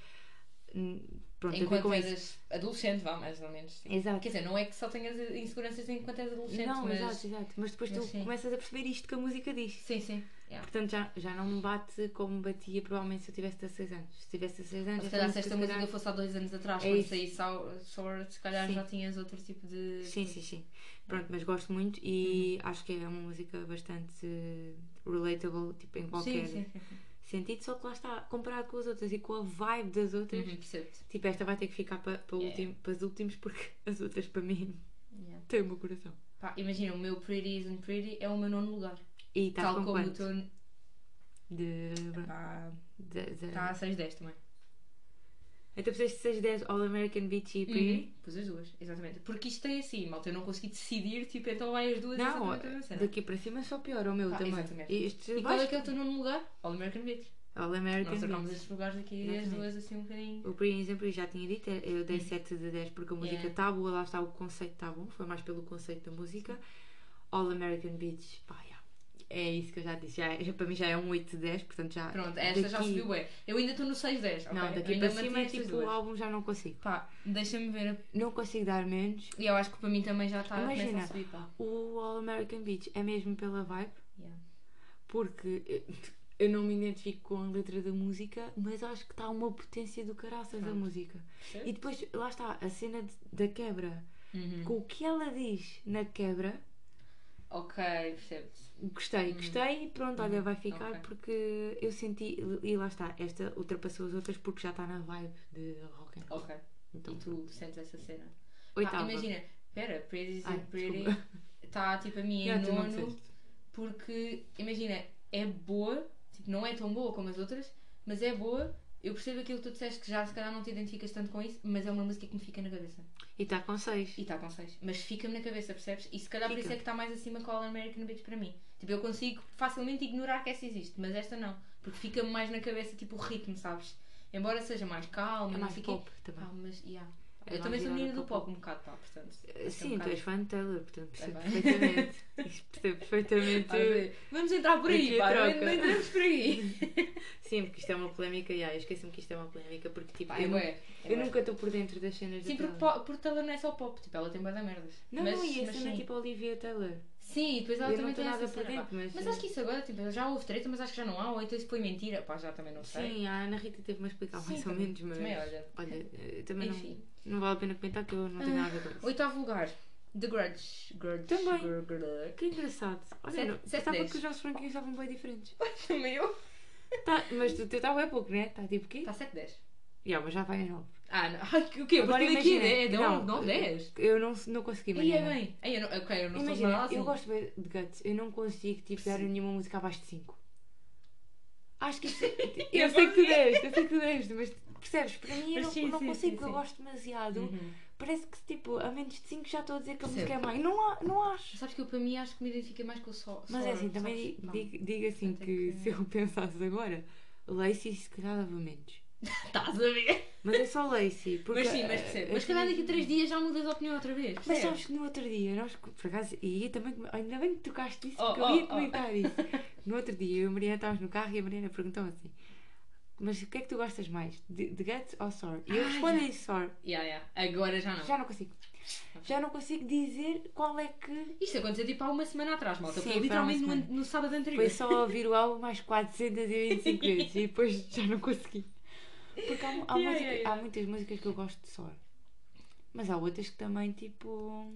Speaker 1: hum, pronto, a ver
Speaker 2: Enquanto
Speaker 1: com isso.
Speaker 2: eras adolescente, vá, mais ou menos. sim.
Speaker 1: Exato.
Speaker 2: Quer dizer, não é que só tenhas inseguranças enquanto és adolescente,
Speaker 1: não,
Speaker 2: mas...
Speaker 1: exato, exato. Mas depois
Speaker 2: mas
Speaker 1: tu
Speaker 2: sim.
Speaker 1: começas a perceber isto que a música diz.
Speaker 2: Sim, sim. é. Yeah.
Speaker 1: Portanto, já, já não me bate como batia provavelmente se eu tivesse 16 anos. Se tivesse 16 anos,
Speaker 2: Se calhar se esta
Speaker 1: é se
Speaker 2: música
Speaker 1: calhar-
Speaker 2: fosse há dois anos atrás,
Speaker 1: É
Speaker 2: quando
Speaker 1: isso.
Speaker 2: saísse ao- Short, se calhar
Speaker 1: Sim.
Speaker 2: já tinhas outro tipo de...
Speaker 1: Sim, sim, sim. Pronto, mas gosto muito
Speaker 2: Uhum.
Speaker 1: e acho que é uma música bastante relatable, tipo, em qualquer
Speaker 2: sim, sim.
Speaker 1: sentido, só que lá está, comparado com as outras e com a vibe das outras,
Speaker 2: Uhum, percebo-te.
Speaker 1: tipo, esta vai ter que ficar para para
Speaker 2: Yeah.
Speaker 1: ultim- para as últimas porque as outras para mim
Speaker 2: Yeah.
Speaker 1: têm o meu coração.
Speaker 2: Pá, imagina, o meu Pretty Isn't Pretty é o meu nono lugar.
Speaker 1: E está
Speaker 2: Tal
Speaker 1: com
Speaker 2: como o
Speaker 1: quanto?
Speaker 2: teu...
Speaker 1: De...
Speaker 2: Pá,
Speaker 1: de- de-
Speaker 2: está a 6 10 também.
Speaker 1: Então precisas de 610 All American Beachy e Pretty.
Speaker 2: Uhum. Pus as duas, exatamente. Porque isto é assim, malta, eu não consegui decidir, tipo, então vai as duas
Speaker 1: Não,
Speaker 2: exatamente a mesma cena.
Speaker 1: daqui para cima é só pior, o meu
Speaker 2: Pá,
Speaker 1: também.
Speaker 2: exatamente.
Speaker 1: Este
Speaker 2: E qual
Speaker 1: baixo-
Speaker 2: é que é o teu nono lugar? All American Beach.
Speaker 1: All
Speaker 2: Nós
Speaker 1: American
Speaker 2: trocámos
Speaker 1: Beach.
Speaker 2: estes lugares aqui as
Speaker 1: Exatamente.
Speaker 2: duas assim um bocadinho.
Speaker 1: O Pretty exemplo, eu já tinha dito, é, eu dei
Speaker 2: Uhum.
Speaker 1: 7 de 10 porque a música
Speaker 2: Yeah.
Speaker 1: está boa, lá está o conceito está bom, foi mais pelo conceito da música. All American Beach, pá, yeah. é isso que eu já disse, já, é- para mim já é um 8 de 10, portanto já.
Speaker 2: Pronto, esta já
Speaker 1: daqui-
Speaker 2: subiu bem. Eu ainda estou no 6-10.
Speaker 1: Não,
Speaker 2: ok?
Speaker 1: daqui
Speaker 2: Ainda
Speaker 1: para cima
Speaker 2: mantive
Speaker 1: é
Speaker 2: estas
Speaker 1: tipo
Speaker 2: duas.
Speaker 1: o álbum já não consigo.
Speaker 2: Pá, deixa-me ver.
Speaker 1: Não consigo dar menos.
Speaker 2: E eu acho que para mim também já está começa
Speaker 1: Imagina.
Speaker 2: a subir. Pá.
Speaker 1: O All American Beach é mesmo pela vibe,
Speaker 2: Yeah.
Speaker 1: porque eu- eu não me identifico com a letra da música, mas acho que está uma potência do caraças da
Speaker 2: Pronto.
Speaker 1: música. E depois, lá está, a cena de- da quebra.
Speaker 2: Uhum.
Speaker 1: Com o que ela diz na quebra,
Speaker 2: Ok, percebo-te.
Speaker 1: gostei, gostei, pronto, olha, vai ficar
Speaker 2: Hum. Uhum. ok.
Speaker 1: porque eu senti, e lá está, esta ultrapassou as outras porque já está na vibe de rock and roll.
Speaker 2: Ok.
Speaker 1: Então,
Speaker 2: e tu sentes essa cena.
Speaker 1: oitava.
Speaker 2: Pá, Ah, imagina, pera, Pretty
Speaker 1: Ai,
Speaker 2: Isn't Pretty está tipo a minha
Speaker 1: Yeah,
Speaker 2: em
Speaker 1: tu não
Speaker 2: nono.
Speaker 1: disseste.
Speaker 2: porque imagina, é boa, tipo, não é tão boa como as outras, mas é boa. Eu percebo aquilo que tu disseste que já se calhar não te identificas tanto com isso, mas é uma música que me fica na cabeça.
Speaker 1: E está com 6.
Speaker 2: E está com 6. Mas fica-me na cabeça, percebes? E se calhar por
Speaker 1: Fica.
Speaker 2: isso é que está mais acima que o All American Beach para mim. Tipo, eu consigo facilmente ignorar que essa existe, mas esta não. Porque fica-me mais na cabeça, tipo, o ritmo, sabes? Embora seja mais calma,
Speaker 1: É
Speaker 2: não
Speaker 1: mais
Speaker 2: sei quê.
Speaker 1: pop também.
Speaker 2: Ah, mas, yeah.
Speaker 1: É
Speaker 2: eu
Speaker 1: mais
Speaker 2: também sou
Speaker 1: virada
Speaker 2: menina
Speaker 1: para
Speaker 2: do
Speaker 1: o
Speaker 2: pop, um bocado, pá, portanto. é um
Speaker 1: Ah, Sim, tu
Speaker 2: bocado-
Speaker 1: és fã de Taylor, portanto percebo
Speaker 2: Também.
Speaker 1: perfeitamente. Isso percebo perfeitamente.
Speaker 2: Ah, mas- Vamos entrar por
Speaker 1: Aqui
Speaker 2: aí,
Speaker 1: a
Speaker 2: pá, não,
Speaker 1: troca.
Speaker 2: não entramos por aí.
Speaker 1: Sim, porque isto é uma polémica, e eu esqueci-me que isto é uma polémica, porque tipo,
Speaker 2: Pá, é
Speaker 1: eu,
Speaker 2: bué,
Speaker 1: nunca-
Speaker 2: é
Speaker 1: eu
Speaker 2: bué.
Speaker 1: nunca estou por dentro das cenas
Speaker 2: Sim,
Speaker 1: da
Speaker 2: porque,
Speaker 1: Taylor.
Speaker 2: po- porque ela não é só pop, tipo, ela tem bué da merdas.
Speaker 1: Não,
Speaker 2: mas,
Speaker 1: não, e a
Speaker 2: mas
Speaker 1: cena
Speaker 2: sim.
Speaker 1: tipo Olivia Taylor.
Speaker 2: Sim, e depois ela
Speaker 1: Eu não
Speaker 2: também
Speaker 1: estou
Speaker 2: tem
Speaker 1: nada
Speaker 2: essa
Speaker 1: por
Speaker 2: cena,
Speaker 1: dentro,
Speaker 2: pá.
Speaker 1: mas.
Speaker 2: Mas acho que isso agora, tipo, já houve treta, mas acho que já não há, ou então isso foi mentira. Pá, já também não sei.
Speaker 1: Sim, a Ana Rita teve uma explicação
Speaker 2: Sim,
Speaker 1: mais ou
Speaker 2: também-
Speaker 1: menos, mas.
Speaker 2: também olha.
Speaker 1: Olha, eh, também não,
Speaker 2: Enfim.
Speaker 1: não vale a pena comentar que eu não tenho
Speaker 2: Ah,
Speaker 1: nada a ver com isso.
Speaker 2: Oitavo lugar, The Grudge. Grudge.
Speaker 1: Também.
Speaker 2: Gr- gr-
Speaker 1: Que engraçado. Olha,
Speaker 2: Ah. Sete-
Speaker 1: não,
Speaker 2: sete,
Speaker 1: pensava
Speaker 2: dez.
Speaker 1: que os nossos franquinhos estavam bem diferentes.
Speaker 2: gr- Também eu.
Speaker 1: Tá, mas o teu estava é pouco, né? Está tipo quê?
Speaker 2: Está 7, 10.
Speaker 1: Yeah, mas já vai a 9.
Speaker 2: Ah, não. Ai, que- o quê? Agora imagina. É de 9, 10.
Speaker 1: Eu não, não consegui
Speaker 2: Aí é
Speaker 1: imaginar.
Speaker 2: bem. Aí eu não, ok, eu não sou
Speaker 1: Imagina,
Speaker 2: nada assim.
Speaker 1: eu gosto bem de Guts, eu não consigo tipo, dar
Speaker 2: Percebo.
Speaker 1: nenhuma música abaixo de 5. Acho que isso. eu
Speaker 2: Eu
Speaker 1: sei que tu deste, eu sei que tu deste, mas percebes? Para mim eu
Speaker 2: Mas
Speaker 1: não,
Speaker 2: sim,
Speaker 1: não
Speaker 2: sim,
Speaker 1: consigo,
Speaker 2: sim,
Speaker 1: eu
Speaker 2: sim.
Speaker 1: gosto demasiado
Speaker 2: Uhum.
Speaker 1: para parece que tipo, a menos de 5 já estou a dizer que a música é
Speaker 2: Percebo.
Speaker 1: má. E não, há- não acho.
Speaker 2: Sabes que eu, para mim, acho que me identifica mais com o sol.
Speaker 1: Mas é assim, também
Speaker 2: Não.
Speaker 1: digo, digo assim
Speaker 2: Portanto, é
Speaker 1: que
Speaker 2: que-
Speaker 1: se eu pensasse agora, Lacey se calhar dava menos.
Speaker 2: Estás a ver?
Speaker 1: Mas é só Lacey. Porque,
Speaker 2: Mas sim, mas
Speaker 1: eh,
Speaker 2: percebo.
Speaker 1: eu
Speaker 2: Mas se calhar
Speaker 1: também-
Speaker 2: daqui a 3 dias já mudas de opinião outra vez.
Speaker 1: Mas
Speaker 2: percebes?
Speaker 1: sabes que no outro dia, nós, por acaso, e eu também, ainda bem que tocaste isso,
Speaker 2: Oh,
Speaker 1: porque eu
Speaker 2: oh,
Speaker 1: ia
Speaker 2: oh.
Speaker 1: comentar isso. No outro dia, eu e a Mariana estávamos no carro e a Mariana perguntou assim: Mas o que é que tu gostas mais, de, de Guts ou Sor? E eu
Speaker 2: Ah,
Speaker 1: respondi Sor.
Speaker 2: Ya, ya. Agora já não.
Speaker 1: Já não consigo. Já não consigo dizer qual é que.
Speaker 2: Isto aconteceu tipo há uma semana atrás, malta.
Speaker 1: Sim,
Speaker 2: foi literalmente
Speaker 1: foi há uma
Speaker 2: no, an- no sábado anterior.
Speaker 1: Foi só ouvir o álbum mais 425 vezes e depois já não consegui. Porque há, mu- há
Speaker 2: Yeah, yeah,
Speaker 1: música-
Speaker 2: yeah.
Speaker 1: há muitas músicas que eu gosto de Sor. Mas há outras que também, tipo.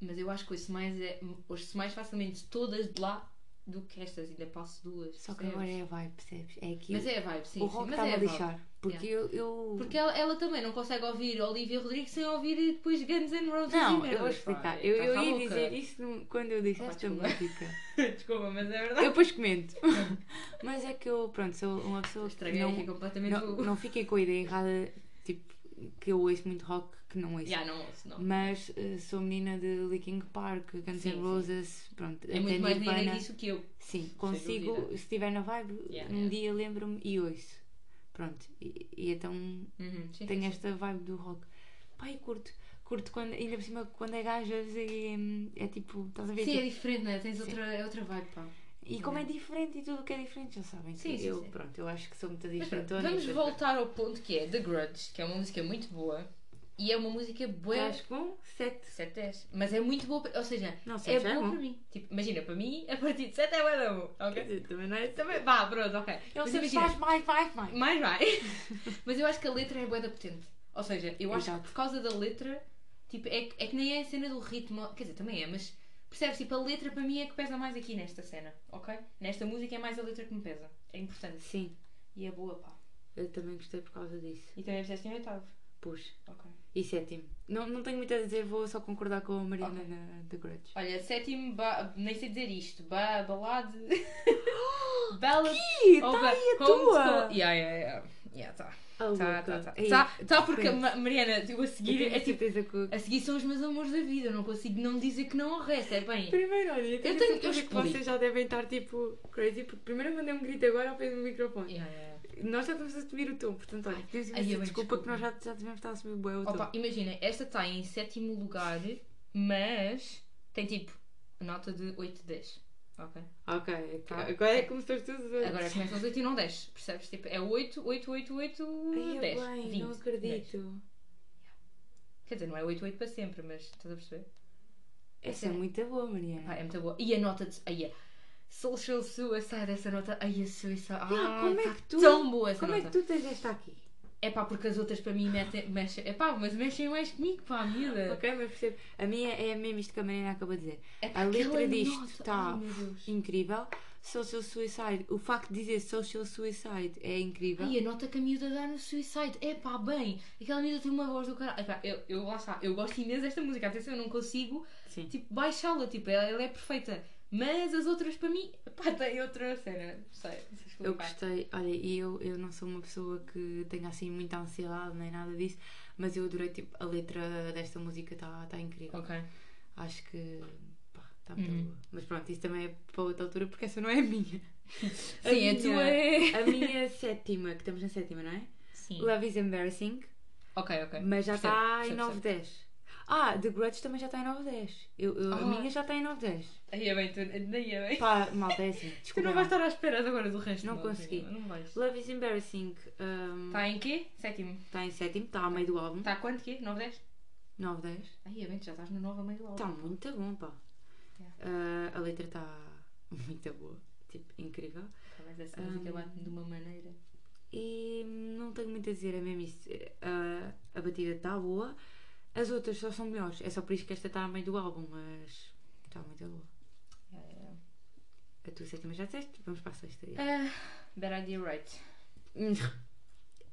Speaker 2: Mas eu acho que ouço mais, é, ouço mais facilmente todas de lá do que estas. Ainda passo duas.
Speaker 1: Só que
Speaker 2: percebes?
Speaker 1: agora é a vibe, percebes? É aquilo.
Speaker 2: Mas é a vibe, sim.
Speaker 1: o
Speaker 2: sim,
Speaker 1: rock
Speaker 2: mas
Speaker 1: está-me
Speaker 2: é
Speaker 1: a
Speaker 2: vibe.
Speaker 1: lixar. Porque eu- eu.
Speaker 2: Porque ela, ela também não consegue ouvir Olivia Rodrigo sem ouvir depois Guns N' Roses e
Speaker 1: Não,
Speaker 2: merdas,
Speaker 1: eu vou
Speaker 2: é pá. É tá
Speaker 1: explicar. Eu, eu
Speaker 2: Estás
Speaker 1: ia
Speaker 2: maluca?
Speaker 1: dizer isso no- quando eu disse
Speaker 2: Ah,
Speaker 1: esta
Speaker 2: desculpa.
Speaker 1: música.
Speaker 2: Desculpa, mas é verdade.
Speaker 1: Eu depois comento. Mas é que eu, pronto, sou uma pessoa que
Speaker 2: Estraguei aqui
Speaker 1: não,
Speaker 2: completamente
Speaker 1: não,
Speaker 2: o.
Speaker 1: não fiquei com a ideia errada, tipo, que eu ouço muito rock que não ouço.
Speaker 2: Já, não É ouço, não.
Speaker 1: Mas eh, sou menina de Linkin Park, Guns
Speaker 2: Sim,
Speaker 1: N'
Speaker 2: sim.
Speaker 1: Roses, pronto,
Speaker 2: É muito mais
Speaker 1: Nirvana.
Speaker 2: linda disso que eu.
Speaker 1: Sim, consigo,
Speaker 2: dúvida.
Speaker 1: se estiver na vibe,
Speaker 2: Yeah,
Speaker 1: um
Speaker 2: yeah.
Speaker 1: dia lembro-me e ouço. Pronto, e, e então
Speaker 2: Uhum, sim,
Speaker 1: tenho
Speaker 2: sim.
Speaker 1: esta vibe do rock. Pai, curto. Curto quando, ainda por cima, quando é gajas e hum, é tipo, estás a ver?
Speaker 2: Sim, é
Speaker 1: tipo,
Speaker 2: diferente, né? Tens outra, é outra vibe, pá.
Speaker 1: e como é diferente e tudo o que é diferente, já sabem. que
Speaker 2: Sim, sim,
Speaker 1: eu,
Speaker 2: sim.
Speaker 1: pronto, eu então acho que sou muito
Speaker 2: Mas pronto,
Speaker 1: diferente.
Speaker 2: vamos voltar ao ponto que é The Grudge, que é uma música muito boa e é uma música boa.
Speaker 1: Estás com 7.
Speaker 2: 7, 10. Mas é muito boa, para- ou seja,
Speaker 1: Não, sete
Speaker 2: é
Speaker 1: já é
Speaker 2: boa
Speaker 1: bom.
Speaker 2: para mim. Tipo, imagina, para mim, a partir de 7 é bué da boa, ok?
Speaker 1: Também não é
Speaker 2: Também, vá, pronto, ok.
Speaker 1: Eu
Speaker 2: Mas
Speaker 1: sei
Speaker 2: imagina,
Speaker 1: mais, mais, mais, mais.
Speaker 2: mais vai. Mas eu acho que a letra é bué da potente. Ou seja, eu acho
Speaker 1: Exato.
Speaker 2: que por causa da letra, tipo, é, que- é que nem é a cena do ritmo, quer dizer, também é, mas percebes, tipo, a letra para mim é que pesa mais aqui nesta cena, ok? Nesta música é mais a letra que me pesa. É importante.
Speaker 1: Sim,
Speaker 2: E é boa, pá.
Speaker 1: eu também gostei por causa disso.
Speaker 2: E também fizeste em oitavo.
Speaker 1: Puxa.
Speaker 2: Ok.
Speaker 1: E sétimo. Não, não tenho muito a dizer, vou só concordar com a Mariana
Speaker 2: Ok.
Speaker 1: na The Grudge.
Speaker 2: Olha, sétimo, ba- nem sei dizer isto, ba balade. Ballad.
Speaker 1: Ih,
Speaker 2: ou
Speaker 1: tá
Speaker 2: ba-
Speaker 1: aí a
Speaker 2: homeschool-
Speaker 1: tua!
Speaker 2: Yeah, yeah, yeah. Yeah, tá.
Speaker 1: Oh,
Speaker 2: Tá, tá,
Speaker 1: louca.
Speaker 2: tá.
Speaker 1: Ei,
Speaker 2: Tá, tá porque,
Speaker 1: diferente.
Speaker 2: Ma- Mariana, eu a
Speaker 1: Eu
Speaker 2: seguir
Speaker 1: tenho
Speaker 2: é
Speaker 1: a
Speaker 2: tipo.
Speaker 1: certeza que...
Speaker 2: A seguir são os meus amores da vida, eu não consigo não dizer que não ao resto, é bem.
Speaker 1: Primeiro, olha, tipo. eu tenho,
Speaker 2: Eu tenho- eu
Speaker 1: certeza que
Speaker 2: escolhi.
Speaker 1: vocês já devem estar tipo crazy, porque primeiro eu mandei um grito agora ao pé do microfone.
Speaker 2: Yeah, yeah.
Speaker 1: Nós já estamos a subir o tom, portanto, olha, temos
Speaker 2: ai,
Speaker 1: imensa
Speaker 2: eu bem,
Speaker 1: desculpa que
Speaker 2: desculpa.
Speaker 1: nós já, já devemos estar a subir bué o tom.
Speaker 2: Opa, imagina, esta está em sétimo lugar, mas tem tipo nota de 8, 10. Ok?
Speaker 1: Ok, é que-
Speaker 2: Tá.
Speaker 1: agora é que começaste tudo a...
Speaker 2: Agora começam os 8 e não 10, percebes? Tipo, é 8, 8, 8, 8,
Speaker 1: Ai, eu
Speaker 2: 10.
Speaker 1: bem,
Speaker 2: 20,
Speaker 1: não
Speaker 2: 10.
Speaker 1: acredito.
Speaker 2: Quer dizer, não é 8, 8 para sempre, mas estás a perceber?
Speaker 1: Essa é
Speaker 2: Sim.
Speaker 1: muito boa, Mariana.
Speaker 2: Pá, é muito boa. E a nota de. Aí é. Social Suicide, essa nota. Aí a Suicide. Ah,
Speaker 1: Ah, como é
Speaker 2: tá
Speaker 1: que tu-
Speaker 2: Tão boa essa
Speaker 1: Como é
Speaker 2: nota.
Speaker 1: que tu tens esta aqui?
Speaker 2: É pá, porque as outras para mim metem, mexem. É pá, mas mexem mais comigo, pá, miúda.
Speaker 1: Ok, mas percebo. A minha é mesmo isto que a Mariana acabou de dizer.
Speaker 2: É pá,
Speaker 1: A letra
Speaker 2: aquela
Speaker 1: disto
Speaker 2: nota.
Speaker 1: está
Speaker 2: Ai, meu Deus.
Speaker 1: incrível. Social suicide, o facto de dizer social suicide é incrível.
Speaker 2: Ai, a nota que a miúda dá no Suicide. É pá, bem. Aquela miúda tem uma voz do caralho. É pá, eu, eu, lá está. Eu gosto imenso desta música. Atenção, eu não consigo,
Speaker 1: Sim.
Speaker 2: tipo, baixá-la. Tipo, ela, ela é perfeita. Mas as outras para mim, pá, tem outra cena. Não sei, não sei
Speaker 1: Eu
Speaker 2: explicar.
Speaker 1: gostei, olha, e eu, eu não sou uma pessoa que tenha assim muita ansiedade nem nada disso, mas eu adorei, tipo, a letra desta música está tá incrível.
Speaker 2: Ok.
Speaker 1: Acho que, pá, está muito
Speaker 2: Uhum.
Speaker 1: boa. Mas pronto, isso também é para outra altura, porque essa não é a minha. A
Speaker 2: Sim, a
Speaker 1: minha-
Speaker 2: tua é.
Speaker 1: A minha sétima, que estamos na sétima, não é?
Speaker 2: Sim.
Speaker 1: Love is Embarrassing,
Speaker 2: Ok, ok.
Speaker 1: mas já
Speaker 2: Percebo,
Speaker 1: está em
Speaker 2: percebo,
Speaker 1: 910. Ah, The Grudge também já está em 910. Eu, eu, A
Speaker 2: Ah.
Speaker 1: minha já está em 910.
Speaker 2: percebo. Aí é bem, tu, daí é bem.
Speaker 1: Pá, malta, é assim,
Speaker 2: Tu
Speaker 1: desculpa.
Speaker 2: não vais estar à espera agora do resto.
Speaker 1: Não
Speaker 2: malta,
Speaker 1: consegui.
Speaker 2: Não vais.
Speaker 1: Love is Embarrassing está
Speaker 2: Está Tá em Tá. quê? Sétimo.
Speaker 1: em sétimo, está ao meio do álbum.
Speaker 2: Está quanto quê? 9, 10?
Speaker 1: 9, 10.
Speaker 2: Ai, é bem, tu já estás no 9 a meio logo.
Speaker 1: Está Tá muito bom, pá. Ah, a letra está muito boa, tipo, incrível.
Speaker 2: Tá, Mas essa
Speaker 1: Hum.
Speaker 2: música bate de uma maneira.
Speaker 1: E não tenho muito a dizer, é mesmo isso. Ah, a batida está boa, as outras só são melhores. É só por isso que esta está ao meio do álbum, mas está muito boa. A tua sétima já disseste, vamos para a sexta.
Speaker 2: Ah, bad idea, right.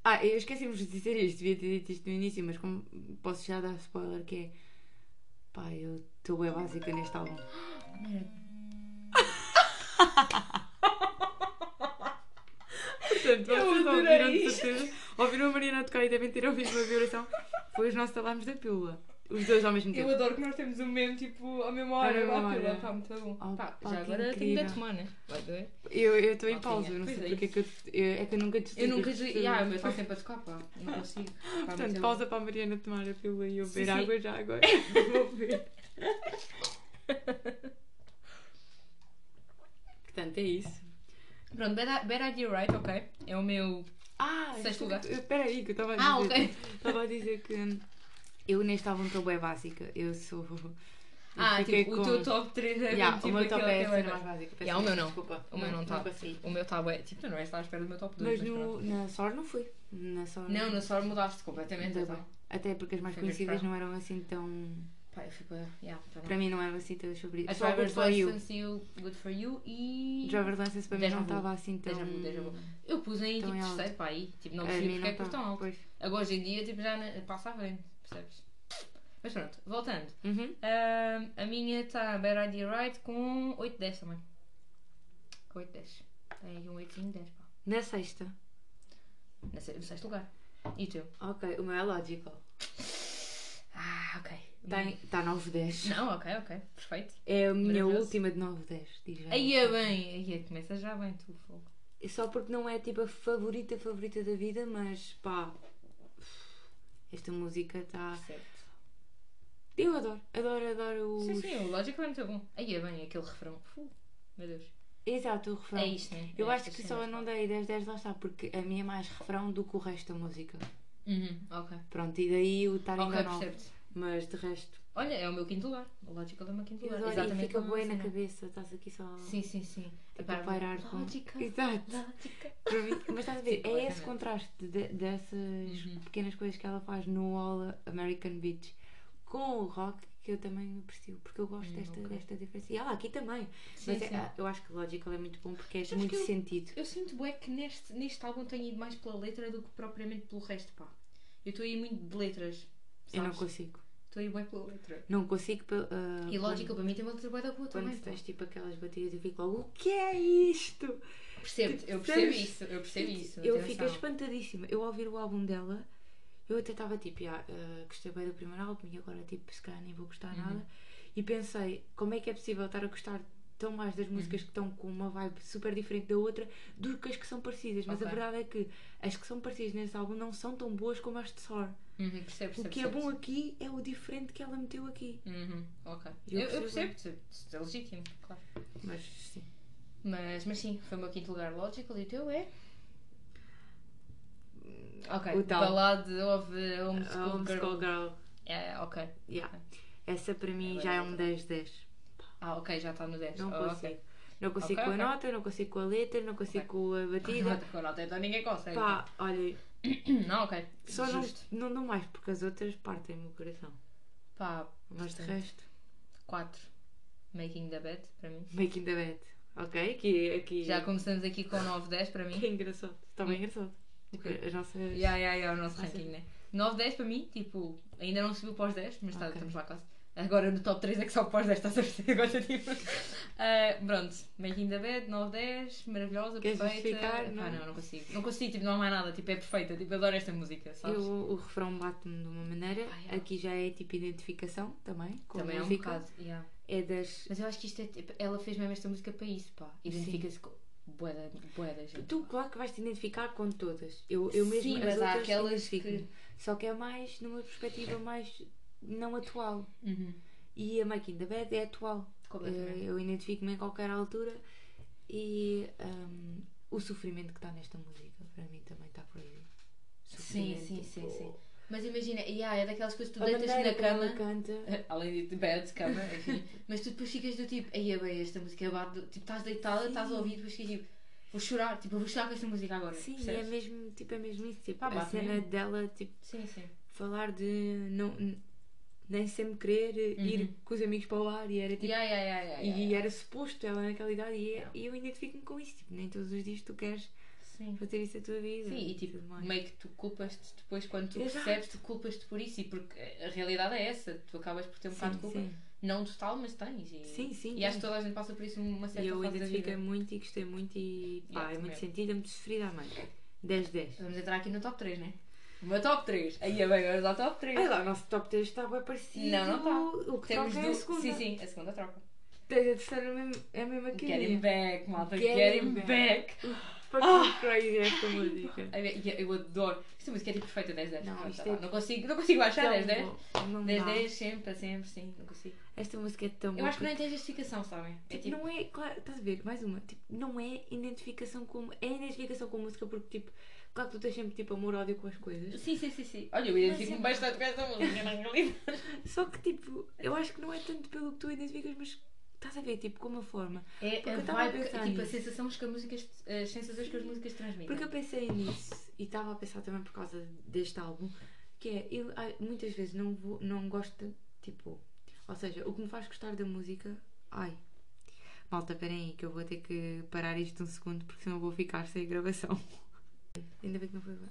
Speaker 1: Ah, eu esqueci-me de dizer isto, devia ter dito isto no início, mas como posso já dar spoiler que é. Pá, eu estou bem básica neste álbum. Portanto,
Speaker 2: Eu
Speaker 1: vocês
Speaker 2: adorei
Speaker 1: ouviram de
Speaker 2: isto.
Speaker 1: certeza. Ouviram a Mariana tocar e devem ter ouvido uma vibração. Foi os nossos alarmes da pílula. Os dois ao
Speaker 2: tipo,
Speaker 1: mesmo
Speaker 3: Eu
Speaker 1: tempo.
Speaker 3: adoro que nós temos o mesmo, tipo, à mesma
Speaker 1: À
Speaker 3: hora.
Speaker 1: mesma
Speaker 3: lá,
Speaker 1: hora.
Speaker 3: Pá, muito bom.
Speaker 1: Oh,
Speaker 3: Pá,
Speaker 1: pá,
Speaker 2: Já
Speaker 1: que
Speaker 2: agora tenho
Speaker 1: incrível.
Speaker 2: da semana. Vai doer?
Speaker 1: Eu eu estou em
Speaker 2: Maltinha.
Speaker 1: pausa, eu não
Speaker 2: Pois
Speaker 1: sei
Speaker 2: é
Speaker 1: porque é que eu, eu- É que eu nunca desisti.
Speaker 2: Eu nunca.
Speaker 1: disto.
Speaker 2: Ah, mas está sempre a tocar, pá. Não consigo. Pá, mas é
Speaker 1: Portanto,
Speaker 2: bom.
Speaker 1: pausa para a Mariana tomar a pílula e eu beber
Speaker 2: Sim, sim.
Speaker 1: água já agora. Vou beber. Portanto, é isso.
Speaker 2: Pronto, bad, bad idea, right? Ok. É o meu.
Speaker 1: Ah,
Speaker 2: Sexto
Speaker 1: isto-
Speaker 2: lugar.
Speaker 1: Espera aí, que eu estava a
Speaker 2: Ah,
Speaker 1: dizer.
Speaker 2: ok.
Speaker 1: Estava a dizer que hum, eu neste álbum estou bem básica. Eu sou. eu
Speaker 2: Ah,
Speaker 1: fiquei
Speaker 2: tipo,
Speaker 1: com-
Speaker 2: o teu top 3 é
Speaker 1: Yeah,
Speaker 2: mesmo, tipo,
Speaker 1: o meu top é
Speaker 2: aquele
Speaker 1: a
Speaker 2: que vai
Speaker 1: cena mais
Speaker 2: dar.
Speaker 1: básica. Peço
Speaker 2: Yeah, o meu não.
Speaker 1: Desculpa.
Speaker 2: O meu não está.
Speaker 1: consegui.
Speaker 2: O meu top é. Tipo, tu não és estar à espera do meu top 2.
Speaker 1: Mas no, na SOR não fui. Na SOR.
Speaker 2: Não, na só mudaste completamente.
Speaker 1: Ainda
Speaker 2: então.
Speaker 1: bem. Até porque as mais
Speaker 2: Foi
Speaker 1: conhecidas
Speaker 2: buscar.
Speaker 1: não eram assim tão.
Speaker 2: Pá, eu fico. Yeah, tá
Speaker 1: Para mim não eram assim tão
Speaker 2: A
Speaker 1: favoritas. Só Good
Speaker 2: Driver's
Speaker 1: For You.
Speaker 2: License e o Good For You e...
Speaker 1: Driver License para mim
Speaker 2: assim. Deja
Speaker 1: não
Speaker 2: Vu.
Speaker 1: estava assim tão.
Speaker 2: Deja Vu, Deja Vu. Eu pus em
Speaker 1: Tão
Speaker 2: tipo
Speaker 1: em Então, é alto.
Speaker 2: terceiro, pá, aí. Tipo, não
Speaker 1: A
Speaker 2: percebi
Speaker 1: mim
Speaker 2: porque é que
Speaker 1: tá.
Speaker 2: pus tão alto.
Speaker 1: Pois.
Speaker 2: Agora, hoje em dia, tipo, já na- passa à frente, percebes? Mas pronto, voltando.
Speaker 1: Uhum.
Speaker 2: Ahm, a minha está Bad Idea Right com 8-10 também. 8-10. Tem aí um 8 10, pá.
Speaker 1: Na sexta.
Speaker 2: Na se- No sexto lugar. E tu?
Speaker 1: Ok, o meu é Logical.
Speaker 2: Ah, ok. tá
Speaker 1: Está 9-10.
Speaker 2: Não, ok, ok. Perfeito.
Speaker 1: É a minha
Speaker 2: Maravilhoso.
Speaker 1: última de 9-10. diz bem.
Speaker 2: Aí é bem. Aí é, começa já bem tu, fogo.
Speaker 1: Só porque não é tipo a favorita, favorita da vida, mas pá. Esta música está.
Speaker 2: Certo.
Speaker 1: Eu adoro, adoro, adoro os.
Speaker 2: Sim, sim, o Logic é muito bom. Aí é bem aquele refrão. Fu, meu Deus.
Speaker 1: Exato, o refrão.
Speaker 2: É isto, né?
Speaker 1: Eu
Speaker 2: É
Speaker 1: acho
Speaker 2: estas
Speaker 1: que só eu
Speaker 2: cenas,
Speaker 1: não
Speaker 2: pá.
Speaker 1: dei 10, 10 lá está, porque a minha é mais refrão do que o resto da música.
Speaker 2: Uhum, ok.
Speaker 1: Pronto, e daí o estar
Speaker 2: Ok,
Speaker 1: ainda 9.
Speaker 2: percebes.
Speaker 1: Mas de resto,
Speaker 2: Olha, é o meu quinto lugar. O Logical é o meu quinto
Speaker 1: eu
Speaker 2: lugar.
Speaker 1: adoro e fica
Speaker 2: como a
Speaker 1: boa na
Speaker 2: cena.
Speaker 1: cabeça, estás aqui só
Speaker 2: Sim, sim, sim.
Speaker 1: tipo, a
Speaker 2: Epá,
Speaker 1: pairar com.
Speaker 2: Logical.
Speaker 1: Exato.
Speaker 2: Logical.
Speaker 1: Para mim- mas estás a ver,
Speaker 2: Sim,
Speaker 1: é esse
Speaker 2: completamente.
Speaker 1: contraste de- dessas
Speaker 2: Tipo, né? Uhum.
Speaker 1: pequenas coisas que ela faz no All American Beach com o rock que eu também aprecio, porque eu gosto
Speaker 2: Hum,
Speaker 1: desta,
Speaker 2: ok.
Speaker 1: desta diferença. E ela aqui também.
Speaker 2: Sim,
Speaker 1: mas é-
Speaker 2: sim.
Speaker 1: eu acho que Logical é muito bom porque é
Speaker 2: Sabes
Speaker 1: muito
Speaker 2: que eu-
Speaker 1: sentido.
Speaker 2: Eu sinto bué que neste, neste álbum tenho ido mais pela letra do que propriamente pelo resto, pá. Eu estou aí muito de letras.
Speaker 1: Eu não
Speaker 2: Sabes?
Speaker 1: consigo.
Speaker 2: Estou aí bué pela letra.
Speaker 1: Não consigo. pe- ah,
Speaker 2: E Logical para mim tem uma letra bué da boa
Speaker 1: Quando,
Speaker 2: também.
Speaker 1: quando tens tipo aquelas batidas, eu fico logo: o que é isto?
Speaker 2: Percebo, eu percebo
Speaker 1: percebes?
Speaker 2: isso. Eu percebo isso.
Speaker 1: eu
Speaker 2: atenção.
Speaker 1: fico espantadíssima. Eu ao ouvir o álbum dela, eu até estava tipo, ah, ah, gostei bem do primeiro álbum e agora tipo, se calhar nem vou gostar
Speaker 2: Uhum.
Speaker 1: nada. E pensei, como é que é possível estar a gostar tão mais das
Speaker 2: Uhum.
Speaker 1: músicas que estão com uma vibe super diferente da outra do que as que são parecidas. Mas a
Speaker 2: Ok.
Speaker 1: verdade é que as que são parecidas nesse álbum não são tão boas como as de Sor.
Speaker 2: Uhum,
Speaker 1: O
Speaker 2: percebo, percebo,
Speaker 1: que é
Speaker 2: percebo.
Speaker 1: bom aqui é o diferente que ela meteu aqui.
Speaker 2: Uhum, ok.
Speaker 1: Eu
Speaker 2: Eu, eu
Speaker 1: percebo.
Speaker 2: percebo, percebo. É legítimo, claro.
Speaker 1: Mas sim.
Speaker 2: Mas, mas sim, foi o meu quinto lugar Logical e o teu é? Ok,
Speaker 1: o tal. Ah,
Speaker 2: Ballad of a
Speaker 1: A
Speaker 2: Homeschool Girl.
Speaker 1: Homeschool Girl.
Speaker 2: É, ok.
Speaker 1: Yeah. Essa para mim
Speaker 2: Ela é
Speaker 1: já é um
Speaker 2: outra.
Speaker 1: 10-10.
Speaker 2: Ah, ok, já está no 10.
Speaker 1: Não
Speaker 2: oh,
Speaker 1: consigo.
Speaker 2: ok.
Speaker 1: Não consigo
Speaker 2: Ok,
Speaker 1: com a
Speaker 2: ok.
Speaker 1: nota, não consigo com a letra, não consigo
Speaker 2: Ok.
Speaker 1: com a batida.
Speaker 2: Não, não, então ninguém consegue. Hum,
Speaker 1: Pá, olha,
Speaker 2: Não, ok.
Speaker 1: só não,
Speaker 2: Justo.
Speaker 1: não dou mais porque as outras partem-me o coração.
Speaker 2: Pá,
Speaker 1: Mas de
Speaker 2: Sim.
Speaker 1: resto,
Speaker 2: 4. Making the bed, para mim.
Speaker 1: making the bed. Ok? Que aqui.
Speaker 2: Já começamos aqui com 9, 10 para mim.
Speaker 1: é. que é engraçado. Está bem engraçado.
Speaker 2: Ok.
Speaker 1: As nossas.
Speaker 2: Ya, ya, ya, o nosso
Speaker 1: Ah, sim.
Speaker 2: ranking, né? 9, 10 para mim, tipo, ainda não subiu para os 10, mas tá,
Speaker 1: Ok.
Speaker 2: estamos lá quase. Agora no top 3 é que só para os 10 está a ser agora, tipo. Ah, pronto, Making the Bed, 9, 10, maravilhosa,
Speaker 1: Queres
Speaker 2: perfeita.
Speaker 1: justificar?
Speaker 2: Epá,
Speaker 1: Não.
Speaker 2: não, não consigo. Não consigo, tipo, não há mais nada, tipo, é perfeita, tipo, eu adoro esta música, sabes?
Speaker 1: Eu, o refrão bate-me de uma maneira.
Speaker 2: Ah, yeah.
Speaker 1: Aqui já é tipo identificação também. Com a
Speaker 2: Também é um
Speaker 1: música.
Speaker 2: bocado, ya.
Speaker 1: É das.
Speaker 2: Mas eu acho que isto é, tipo, ela fez mesmo esta música para isso, pá. Identifica-se com bué da bué da gente.
Speaker 1: Tu, claro que vais te identificar com todas. Eu, eu mesmo
Speaker 2: Sim,
Speaker 1: as
Speaker 2: mas há
Speaker 1: outras
Speaker 2: aquelas que-
Speaker 1: identifico-me. Só que é mais numa perspectiva mais não atual.
Speaker 2: Uhum.
Speaker 1: E a Making the Bad é atual.
Speaker 2: Completamente.
Speaker 1: Eh, Eu identifico-me em qualquer altura e ahm, o sofrimento que está nesta música para mim também está por aí.
Speaker 2: Sim,
Speaker 1: Sofrimento,
Speaker 2: sim, sim,
Speaker 1: tipo,
Speaker 2: sim. Mas imagina, yeah, é daquelas coisas que tu
Speaker 1: a
Speaker 2: deitas
Speaker 1: maneira
Speaker 2: na
Speaker 1: como ela
Speaker 2: cama. É,
Speaker 1: canta.
Speaker 2: Além de bad, cama, enfim. Mas tu depois ficas do tipo, aí é bem, esta música bate. do-" Tipo, estás deitada, estás a ouvir, depois ficas tipo, vou chorar, tipo, eu vou chorar com esta música agora.
Speaker 1: Sim, e é
Speaker 2: percebes?
Speaker 1: mesmo, tipo, é mesmo isso. Tipo,
Speaker 2: Pá,
Speaker 1: a
Speaker 2: bate
Speaker 1: cena
Speaker 2: mesmo.
Speaker 1: dela, tipo,
Speaker 2: Sim, sim.
Speaker 1: falar de não, nem sempre querer
Speaker 2: Uhum.
Speaker 1: ir com os amigos para o ar e era tipo.
Speaker 2: Yeah, yeah, yeah, yeah,
Speaker 1: E
Speaker 2: yeah, yeah.
Speaker 1: era suposto ela naquela idade e, é- e eu identifico-me com isso. Tipo, nem todos os dias tu queres
Speaker 2: Sim.
Speaker 1: fazer isso a tua vida.
Speaker 2: Sim, e tipo,
Speaker 1: tudo mais.
Speaker 2: meio que tu culpas-te depois quando tu
Speaker 1: Exato.
Speaker 2: percebes, tu culpas-te por isso, e porque a realidade é essa, tu acabas por ter um bocado de
Speaker 1: sim,
Speaker 2: culpa.
Speaker 1: sim.
Speaker 2: Não total, mas tens. E,
Speaker 1: Sim, sim,
Speaker 2: E acho
Speaker 1: tens.
Speaker 2: que toda a gente passa por isso numa certa
Speaker 1: E eu
Speaker 2: fase da vida.
Speaker 1: identifiquei muito e gostei muito e pá,
Speaker 2: Yeah,
Speaker 1: é muito
Speaker 2: também.
Speaker 1: sentido, é muito sofrida à mãe. 10-10.
Speaker 2: Vamos entrar aqui no top 3, né? O meu top 3. Aí é bem, vamos ao top 3.
Speaker 1: Olha lá, o nosso top 3 está bem parecido.
Speaker 2: Não, não
Speaker 1: O que
Speaker 2: Temos
Speaker 1: Ah, troca é a
Speaker 2: do...
Speaker 1: segunda.
Speaker 2: Sim, sim, a segunda troca.
Speaker 1: Tens a terceira mesmo, é a mesma que a
Speaker 2: Get him
Speaker 1: minha.
Speaker 2: back, malta.
Speaker 1: Get
Speaker 2: Get,
Speaker 1: him
Speaker 2: him back.
Speaker 1: Para
Speaker 2: Ah!
Speaker 1: que crazy esta música.
Speaker 2: Ai, bem, Eu adoro. Esta música é tipo perfeita 10 10.
Speaker 1: Não,
Speaker 2: Não,
Speaker 1: isto
Speaker 2: tá
Speaker 1: é-
Speaker 2: lá. não consigo, não consigo baixar 10 10.
Speaker 1: Tão bom. Não
Speaker 2: 10
Speaker 1: dá.
Speaker 2: 10 sempre, sempre, sim, não consigo.
Speaker 1: Esta música é tão
Speaker 2: Eu
Speaker 1: boa.
Speaker 2: acho que nem tem justificação, sabem? É
Speaker 1: Tipo,
Speaker 2: tipo,
Speaker 1: não é, claro, estás a ver, mais uma, tipo, não é identificação com, é identificação com música porque, tipo, claro que tu tens sempre, tipo, amor-ódio com as coisas,
Speaker 2: Sim, sim, sim, sim. Olha, eu identifico-me
Speaker 1: Mas é.
Speaker 2: bastante com essa música, é? na realidade.
Speaker 1: só que, tipo, eu acho que não é tanto pelo que tu identificas, mas estás a ver, tipo, com uma forma,
Speaker 2: É
Speaker 1: a
Speaker 2: a
Speaker 1: vibe
Speaker 2: vibe,
Speaker 1: que-
Speaker 2: tipo, a
Speaker 1: nisso.
Speaker 2: sensação que as músicas, eh, as sensações que as músicas transmitem.
Speaker 1: porque eu pensei nisso e estava a pensar também por causa deste álbum, que é, eu ai, muitas vezes não vou, não gosto, tipo, ou seja, o que me faz gostar da música, ai, malta, esperem aí que eu vou ter que parar isto um segundo porque senão vou ficar sem gravação. Ainda bem que não foi bem.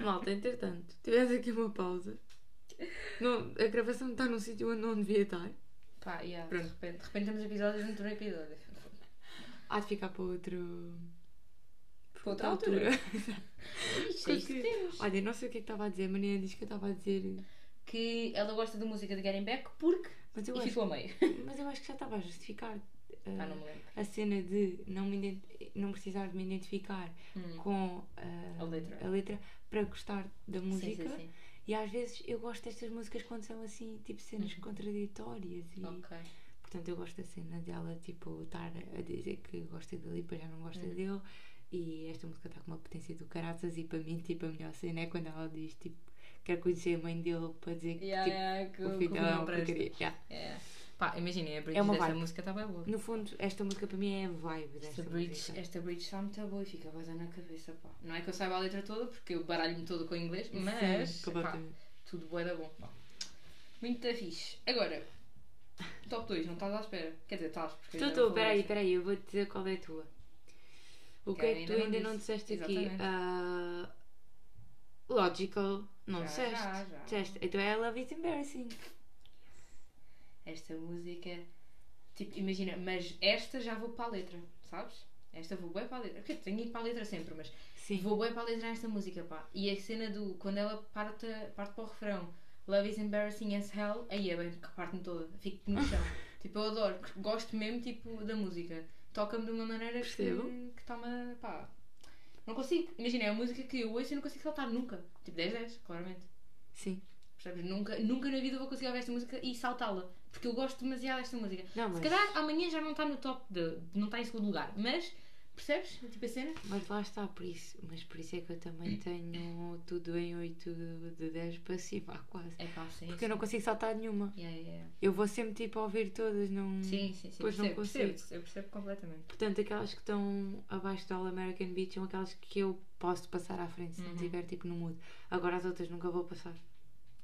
Speaker 1: Malta, entretanto, tivemos aqui uma pausa. Não, a gravação está num sítio onde não devia estar.
Speaker 2: Pá, yeah,
Speaker 1: Pronto.
Speaker 2: de, repente, de repente temos episódios dentro de um episódio.
Speaker 1: Há de ficar para outro.
Speaker 2: Para outra altura. Isto é isto que
Speaker 1: Porque-
Speaker 2: temos.
Speaker 1: Olha, eu não sei o que é que estava a dizer, a Maria diz que eu estava a dizer.
Speaker 2: Que ela gosta da música de Getting Back porque.
Speaker 1: Mas eu,
Speaker 2: e
Speaker 1: acho,
Speaker 2: ficou a meio.
Speaker 1: mas eu acho que já estava a justificar eh,
Speaker 2: Ah, não me lembro.
Speaker 1: a cena de não, me ident- não precisar de me identificar
Speaker 2: Hum.
Speaker 1: com eh,
Speaker 2: A letra.
Speaker 1: a letra para gostar da
Speaker 2: Sim,
Speaker 1: música.
Speaker 2: sim, sim.
Speaker 1: E às vezes eu gosto destas músicas quando são assim, tipo cenas
Speaker 2: Uhum.
Speaker 1: contraditórias e.
Speaker 2: Ok.
Speaker 1: Portanto, eu gosto da cena dela, tipo, estar a dizer que gosta dele e depois já não gosta
Speaker 2: Uhum.
Speaker 1: dele. E esta música está com uma potência do caraças e para mim, tipo, a melhor cena é quando ela diz, tipo, quer conhecer a mãe dele para dizer que,
Speaker 2: Yeah,
Speaker 1: tipo,
Speaker 2: yeah, que
Speaker 1: o filho
Speaker 2: que
Speaker 1: dela é
Speaker 2: não
Speaker 1: uma
Speaker 2: presta.
Speaker 1: porcaria. Yeah.
Speaker 2: Yeah. Pá, imaginem, a bridge
Speaker 1: É uma
Speaker 2: dessa
Speaker 1: vibe. Hum.
Speaker 2: música estava boa.
Speaker 1: No fundo, esta música para mim é a vibe
Speaker 2: Esta
Speaker 1: desta
Speaker 2: bridge,
Speaker 1: música.
Speaker 2: esta bridge está muito boa e fica a dar na cabeça, pá. Não é que eu saiba a letra toda, porque eu baralho-me toda com o inglês, mas
Speaker 1: Sim,
Speaker 2: pá,
Speaker 1: completamente.
Speaker 2: tudo bué da bom. pá. Muito da fixe. Agora, top 2, não estás à espera. Quer dizer, estás. porque
Speaker 1: Tu,
Speaker 2: ainda
Speaker 1: tu,
Speaker 2: não
Speaker 1: peraí,
Speaker 2: falei.
Speaker 1: peraí, eu vou te dizer qual é a tua. O que
Speaker 2: Cara,
Speaker 1: é que tu ainda não
Speaker 2: disse.
Speaker 1: disseste aqui?
Speaker 2: Exatamente.
Speaker 1: Ah, logical, não
Speaker 2: Já,
Speaker 1: disseste.
Speaker 2: já, já.
Speaker 1: Disseste. Então é Love is Embarrassing.
Speaker 2: Esta música, tipo, imagina, mas esta já vou para a letra, sabes? Esta vou bué para a letra. Porque tenho ido para a letra sempre, mas
Speaker 1: Sim.
Speaker 2: Vou bem para a letra nesta música, pá. E a cena do. Quando ela parte, parte para o refrão, Love is embarrassing as hell, aí é bem que parte-me toda. Fico no chão. tipo, eu adoro. Gosto mesmo, tipo, da música. Toca-me de uma maneira
Speaker 1: Percebo.
Speaker 2: que, que toma. pá. Não consigo. Imagina, é uma música que eu ouço e não consigo saltar nunca. Tipo, 10-10, claramente.
Speaker 1: Sim.
Speaker 2: Percebes? Nunca, nunca na vida vou conseguir ouvir esta música e saltá-la. Porque eu gosto demasiado desta música.
Speaker 1: Não, mas,
Speaker 2: Se calhar amanhã já não está no top de. não está em segundo lugar. Mas, percebes? Tipo a cena?
Speaker 1: mas lá está, por isso. Mas por isso é que eu também tenho tudo em 8 de 10 para cima, quase.
Speaker 2: É pá, sim.
Speaker 1: Porque eu não consigo saltar nenhuma.
Speaker 2: Yeah, yeah, yeah.
Speaker 1: Eu vou sempre tipo a ouvir todas, não.
Speaker 2: Sim, sim, sim.
Speaker 1: Pois não
Speaker 2: percebo,
Speaker 1: consigo.
Speaker 2: percebo, eu percebo completamente.
Speaker 1: Portanto, aquelas que estão abaixo do All American Beach são aquelas que eu posso passar à frente se não
Speaker 2: Uhum.
Speaker 1: tiver tipo no mood. Agora as outras nunca vou passar.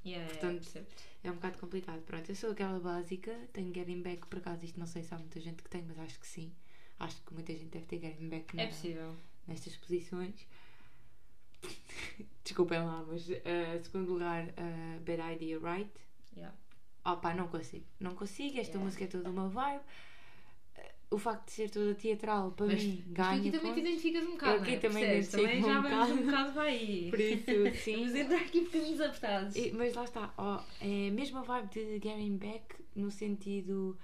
Speaker 2: Yeah,
Speaker 1: Portanto,
Speaker 2: yeah, percebo.
Speaker 1: É um bocado complicado. Pronto, eu sou aquela básica, tenho Getting Back, por acaso isto não sei se há muita gente que tem, mas acho que sim. Acho que muita gente deve ter Getting Back na-
Speaker 2: É possível.
Speaker 1: nestas posições. Desculpem lá, mas eh, segundo lugar, eh, Bad Idea Right.
Speaker 2: Yeah.
Speaker 1: Opa, não consigo. Não consigo, esta
Speaker 2: Yeah.
Speaker 1: música é toda uma vibe. Eh, o facto de ser toda teatral, para
Speaker 2: Mas
Speaker 1: mim,
Speaker 2: Tu
Speaker 1: ganha
Speaker 2: aqui também te
Speaker 1: pontos.
Speaker 2: identificas um bocado.
Speaker 1: Eu aqui
Speaker 2: não é?
Speaker 1: também
Speaker 2: Percebes?
Speaker 1: identifico-me
Speaker 2: também já
Speaker 1: um
Speaker 2: vamos
Speaker 1: bocado.
Speaker 2: um bocado para aí.
Speaker 1: Por isso,
Speaker 2: Vamos
Speaker 1: sim.
Speaker 2: entrar aqui um bocadinho desapertados.
Speaker 1: E- mas lá está, ó, é a mesma vibe de Getting Back no sentido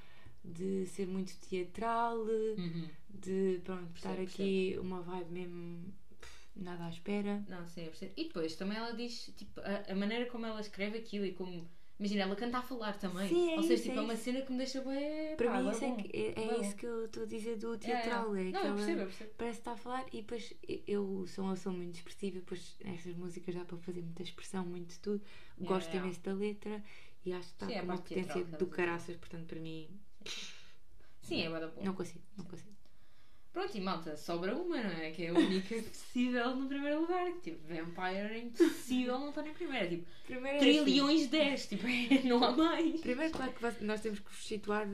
Speaker 1: de ser muito teatral,
Speaker 2: Uhum.
Speaker 1: de pronto, estar
Speaker 2: Percebo,
Speaker 1: aqui uma vibe mesmo pff, nada à espera.
Speaker 2: Não, sim, eu percebo. E depois também ela diz, tipo, a, a maneira como ela escreve aquilo e como. Imagina, ela canta a falar também.
Speaker 1: Sim, é
Speaker 2: Ou seja,
Speaker 1: isso,
Speaker 2: tipo,
Speaker 1: é
Speaker 2: é uma
Speaker 1: isso.
Speaker 2: cena que me deixa bem.
Speaker 1: Para
Speaker 2: pá,
Speaker 1: mim
Speaker 2: bué
Speaker 1: isso é,
Speaker 2: bom.
Speaker 1: que, é, é
Speaker 2: Bué bom.
Speaker 1: isso que eu estou a dizer do
Speaker 2: Yeah, yeah.
Speaker 1: teatral. É
Speaker 2: Não, eu
Speaker 1: aquela-
Speaker 2: percebo, eu percebo.
Speaker 1: Parece que está a falar e depois eu- eu sou uma pessoa muito expressiva, depois nestas músicas dá para fazer muita expressão, muito tudo. Gosto
Speaker 2: yeah.
Speaker 1: imenso da letra e acho que está
Speaker 2: Sim, é
Speaker 1: com uma
Speaker 2: parte teatral,
Speaker 1: potência
Speaker 2: estamos
Speaker 1: do
Speaker 2: a dizer.
Speaker 1: caraças, portanto para mim
Speaker 2: Sim, é bada bom.
Speaker 1: não consigo, não consigo.
Speaker 2: Pronto, e malta, sobra uma, não é? Que é a única possível no primeiro lugar. Tipo, Vampire é impossível não estar na primeira. Tipo,
Speaker 1: Primeiro é assim.
Speaker 2: trilhões de 10, tipo, é, não há mais.
Speaker 1: Primeiro, claro que vai- nós temos que vos situar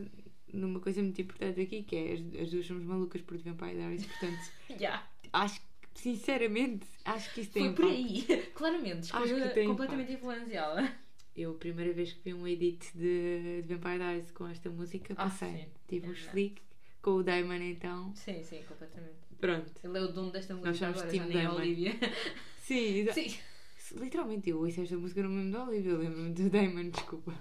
Speaker 1: numa coisa muito importante aqui, que é as, as duas somos malucas por The Vampire Diaries, portanto,
Speaker 2: Yeah.
Speaker 1: acho que, sinceramente, acho que isso tem
Speaker 2: Foi por
Speaker 1: impacto.
Speaker 2: aí, claramente,
Speaker 1: Acho que
Speaker 2: escolha
Speaker 1: tem
Speaker 2: completamente influenciada.
Speaker 1: Eu, a primeira vez que vi um edit de, de Vampire Diaries com esta música,
Speaker 2: Ah,
Speaker 1: passei.
Speaker 2: sim.
Speaker 1: Tive
Speaker 2: É
Speaker 1: um
Speaker 2: verdade.
Speaker 1: slick com o Damon, então,
Speaker 2: Sim, sim, completamente.
Speaker 1: pronto.
Speaker 2: Ele é o dono desta
Speaker 1: Nós
Speaker 2: música
Speaker 1: somos
Speaker 2: agora,
Speaker 1: Team
Speaker 2: já nem é a
Speaker 1: Damon.
Speaker 2: Olivia.
Speaker 1: Sim, exa-
Speaker 2: Sim,
Speaker 1: Literalmente eu ouço esta música no mesmo da Olivia, eu lembro-me do Damon, desculpa.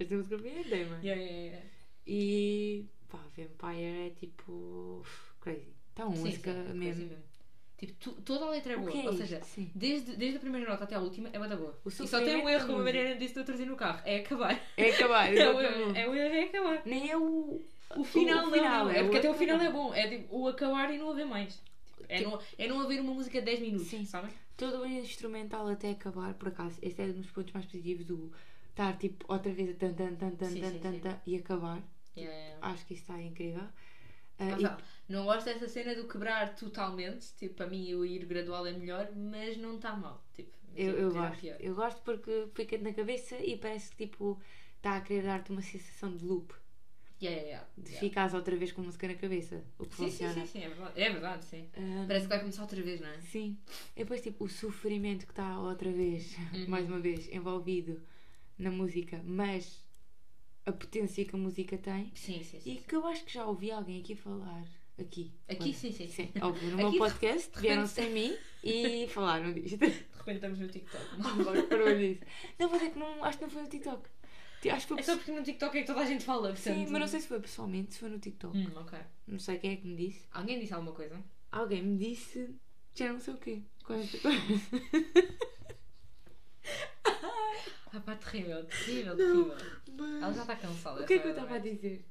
Speaker 1: Esta música para mim é Damon.
Speaker 3: Yeah, yeah, yeah.
Speaker 1: E pá, Vampire é tipo. crazy. Está uma
Speaker 2: Sim,
Speaker 1: música
Speaker 2: sim,
Speaker 1: mesmo.
Speaker 2: coisa Tipo, tu- toda a letra é boa.
Speaker 1: Ok,
Speaker 2: Ou seja,
Speaker 1: sim.
Speaker 2: desde, desde a primeira nota até a última é bada boa.
Speaker 1: O
Speaker 2: E só tem um
Speaker 1: sofrimento
Speaker 2: erro, como a
Speaker 1: música.
Speaker 2: Mariana disse, de eu trazer no carro. É acabar.
Speaker 1: É acabar,
Speaker 2: É o
Speaker 1: exatamente.
Speaker 2: erro, é, o erro, é acabar.
Speaker 1: Nem é o.
Speaker 2: O final,
Speaker 1: o
Speaker 2: não,
Speaker 1: final,
Speaker 2: não.
Speaker 1: é
Speaker 2: É,
Speaker 1: o
Speaker 2: porque até o
Speaker 1: acabar.
Speaker 2: final é bom. É tipo, o acabar e não haver mais. Tipo, É não, é não haver uma música de 10 minutos,
Speaker 1: Sim.
Speaker 2: sabem?
Speaker 1: Todo o instrumental até acabar, por acaso. Esse é um dos pontos mais positivos do estar tipo outra vez a tan tan tan tan
Speaker 2: Sim,
Speaker 1: tan,
Speaker 2: sim,
Speaker 1: tan,
Speaker 2: sim.
Speaker 1: tan, e acabar.
Speaker 2: Yeah.
Speaker 1: Acho que isso está incrível. Ah,
Speaker 2: Ah,
Speaker 1: e-
Speaker 2: tá. Não gosto dessa cena do quebrar totalmente. Tipo, para mim, eu ir gradual é melhor, mas não está mal. Tipo,
Speaker 1: Eu, eu
Speaker 2: terá
Speaker 1: gosto.
Speaker 2: pior.
Speaker 1: Eu gosto porque fica-te na cabeça e parece que tipo está a querer dar-te uma sensação de loop.
Speaker 2: Yeah, yeah, yeah.
Speaker 1: De
Speaker 2: Yeah.
Speaker 1: ficares outra vez com música na cabeça. O que
Speaker 2: Sim, sim,
Speaker 1: funciona.
Speaker 2: sim, sim, é verdade. É verdade, sim.
Speaker 1: Ah,
Speaker 2: Parece que vai começar outra vez, não é?
Speaker 1: sim. E depois tipo o sofrimento que está outra vez,
Speaker 2: Uhum.
Speaker 1: mais uma vez, envolvido na música, mas a potência que a música tem
Speaker 2: Sim, sim, sim.
Speaker 1: e que eu acho que já ouvi alguém aqui falar. Aqui.
Speaker 2: Aqui,
Speaker 1: Olha.
Speaker 2: sim, sim, sim.
Speaker 1: Sim, ouvi no meu
Speaker 2: Aqui, de
Speaker 1: podcast,
Speaker 2: repente-
Speaker 1: vieram sem mim e falaram disto.
Speaker 2: De repente estamos no TikTok.
Speaker 1: Agora parou disso. Não, mas é que não, acho que não foi no TikTok. Ti- Acho que foi
Speaker 2: É só é? porque no TikTok é que toda a gente fala,
Speaker 1: Sim,
Speaker 2: portanto...
Speaker 1: mas não sei se foi pessoalmente, se foi no TikTok.
Speaker 2: Hum, ok.
Speaker 1: Não sei quem é que me disse.
Speaker 2: Alguém disse alguma coisa?
Speaker 1: Alguém me disse, já não sei o quê. Com esta...
Speaker 2: Ah pá, terrível, terrível, terrível. Ela
Speaker 1: mas...
Speaker 2: já está cansada.
Speaker 1: O que é
Speaker 2: sabe,
Speaker 1: que eu estava a
Speaker 2: não é?
Speaker 1: dizer?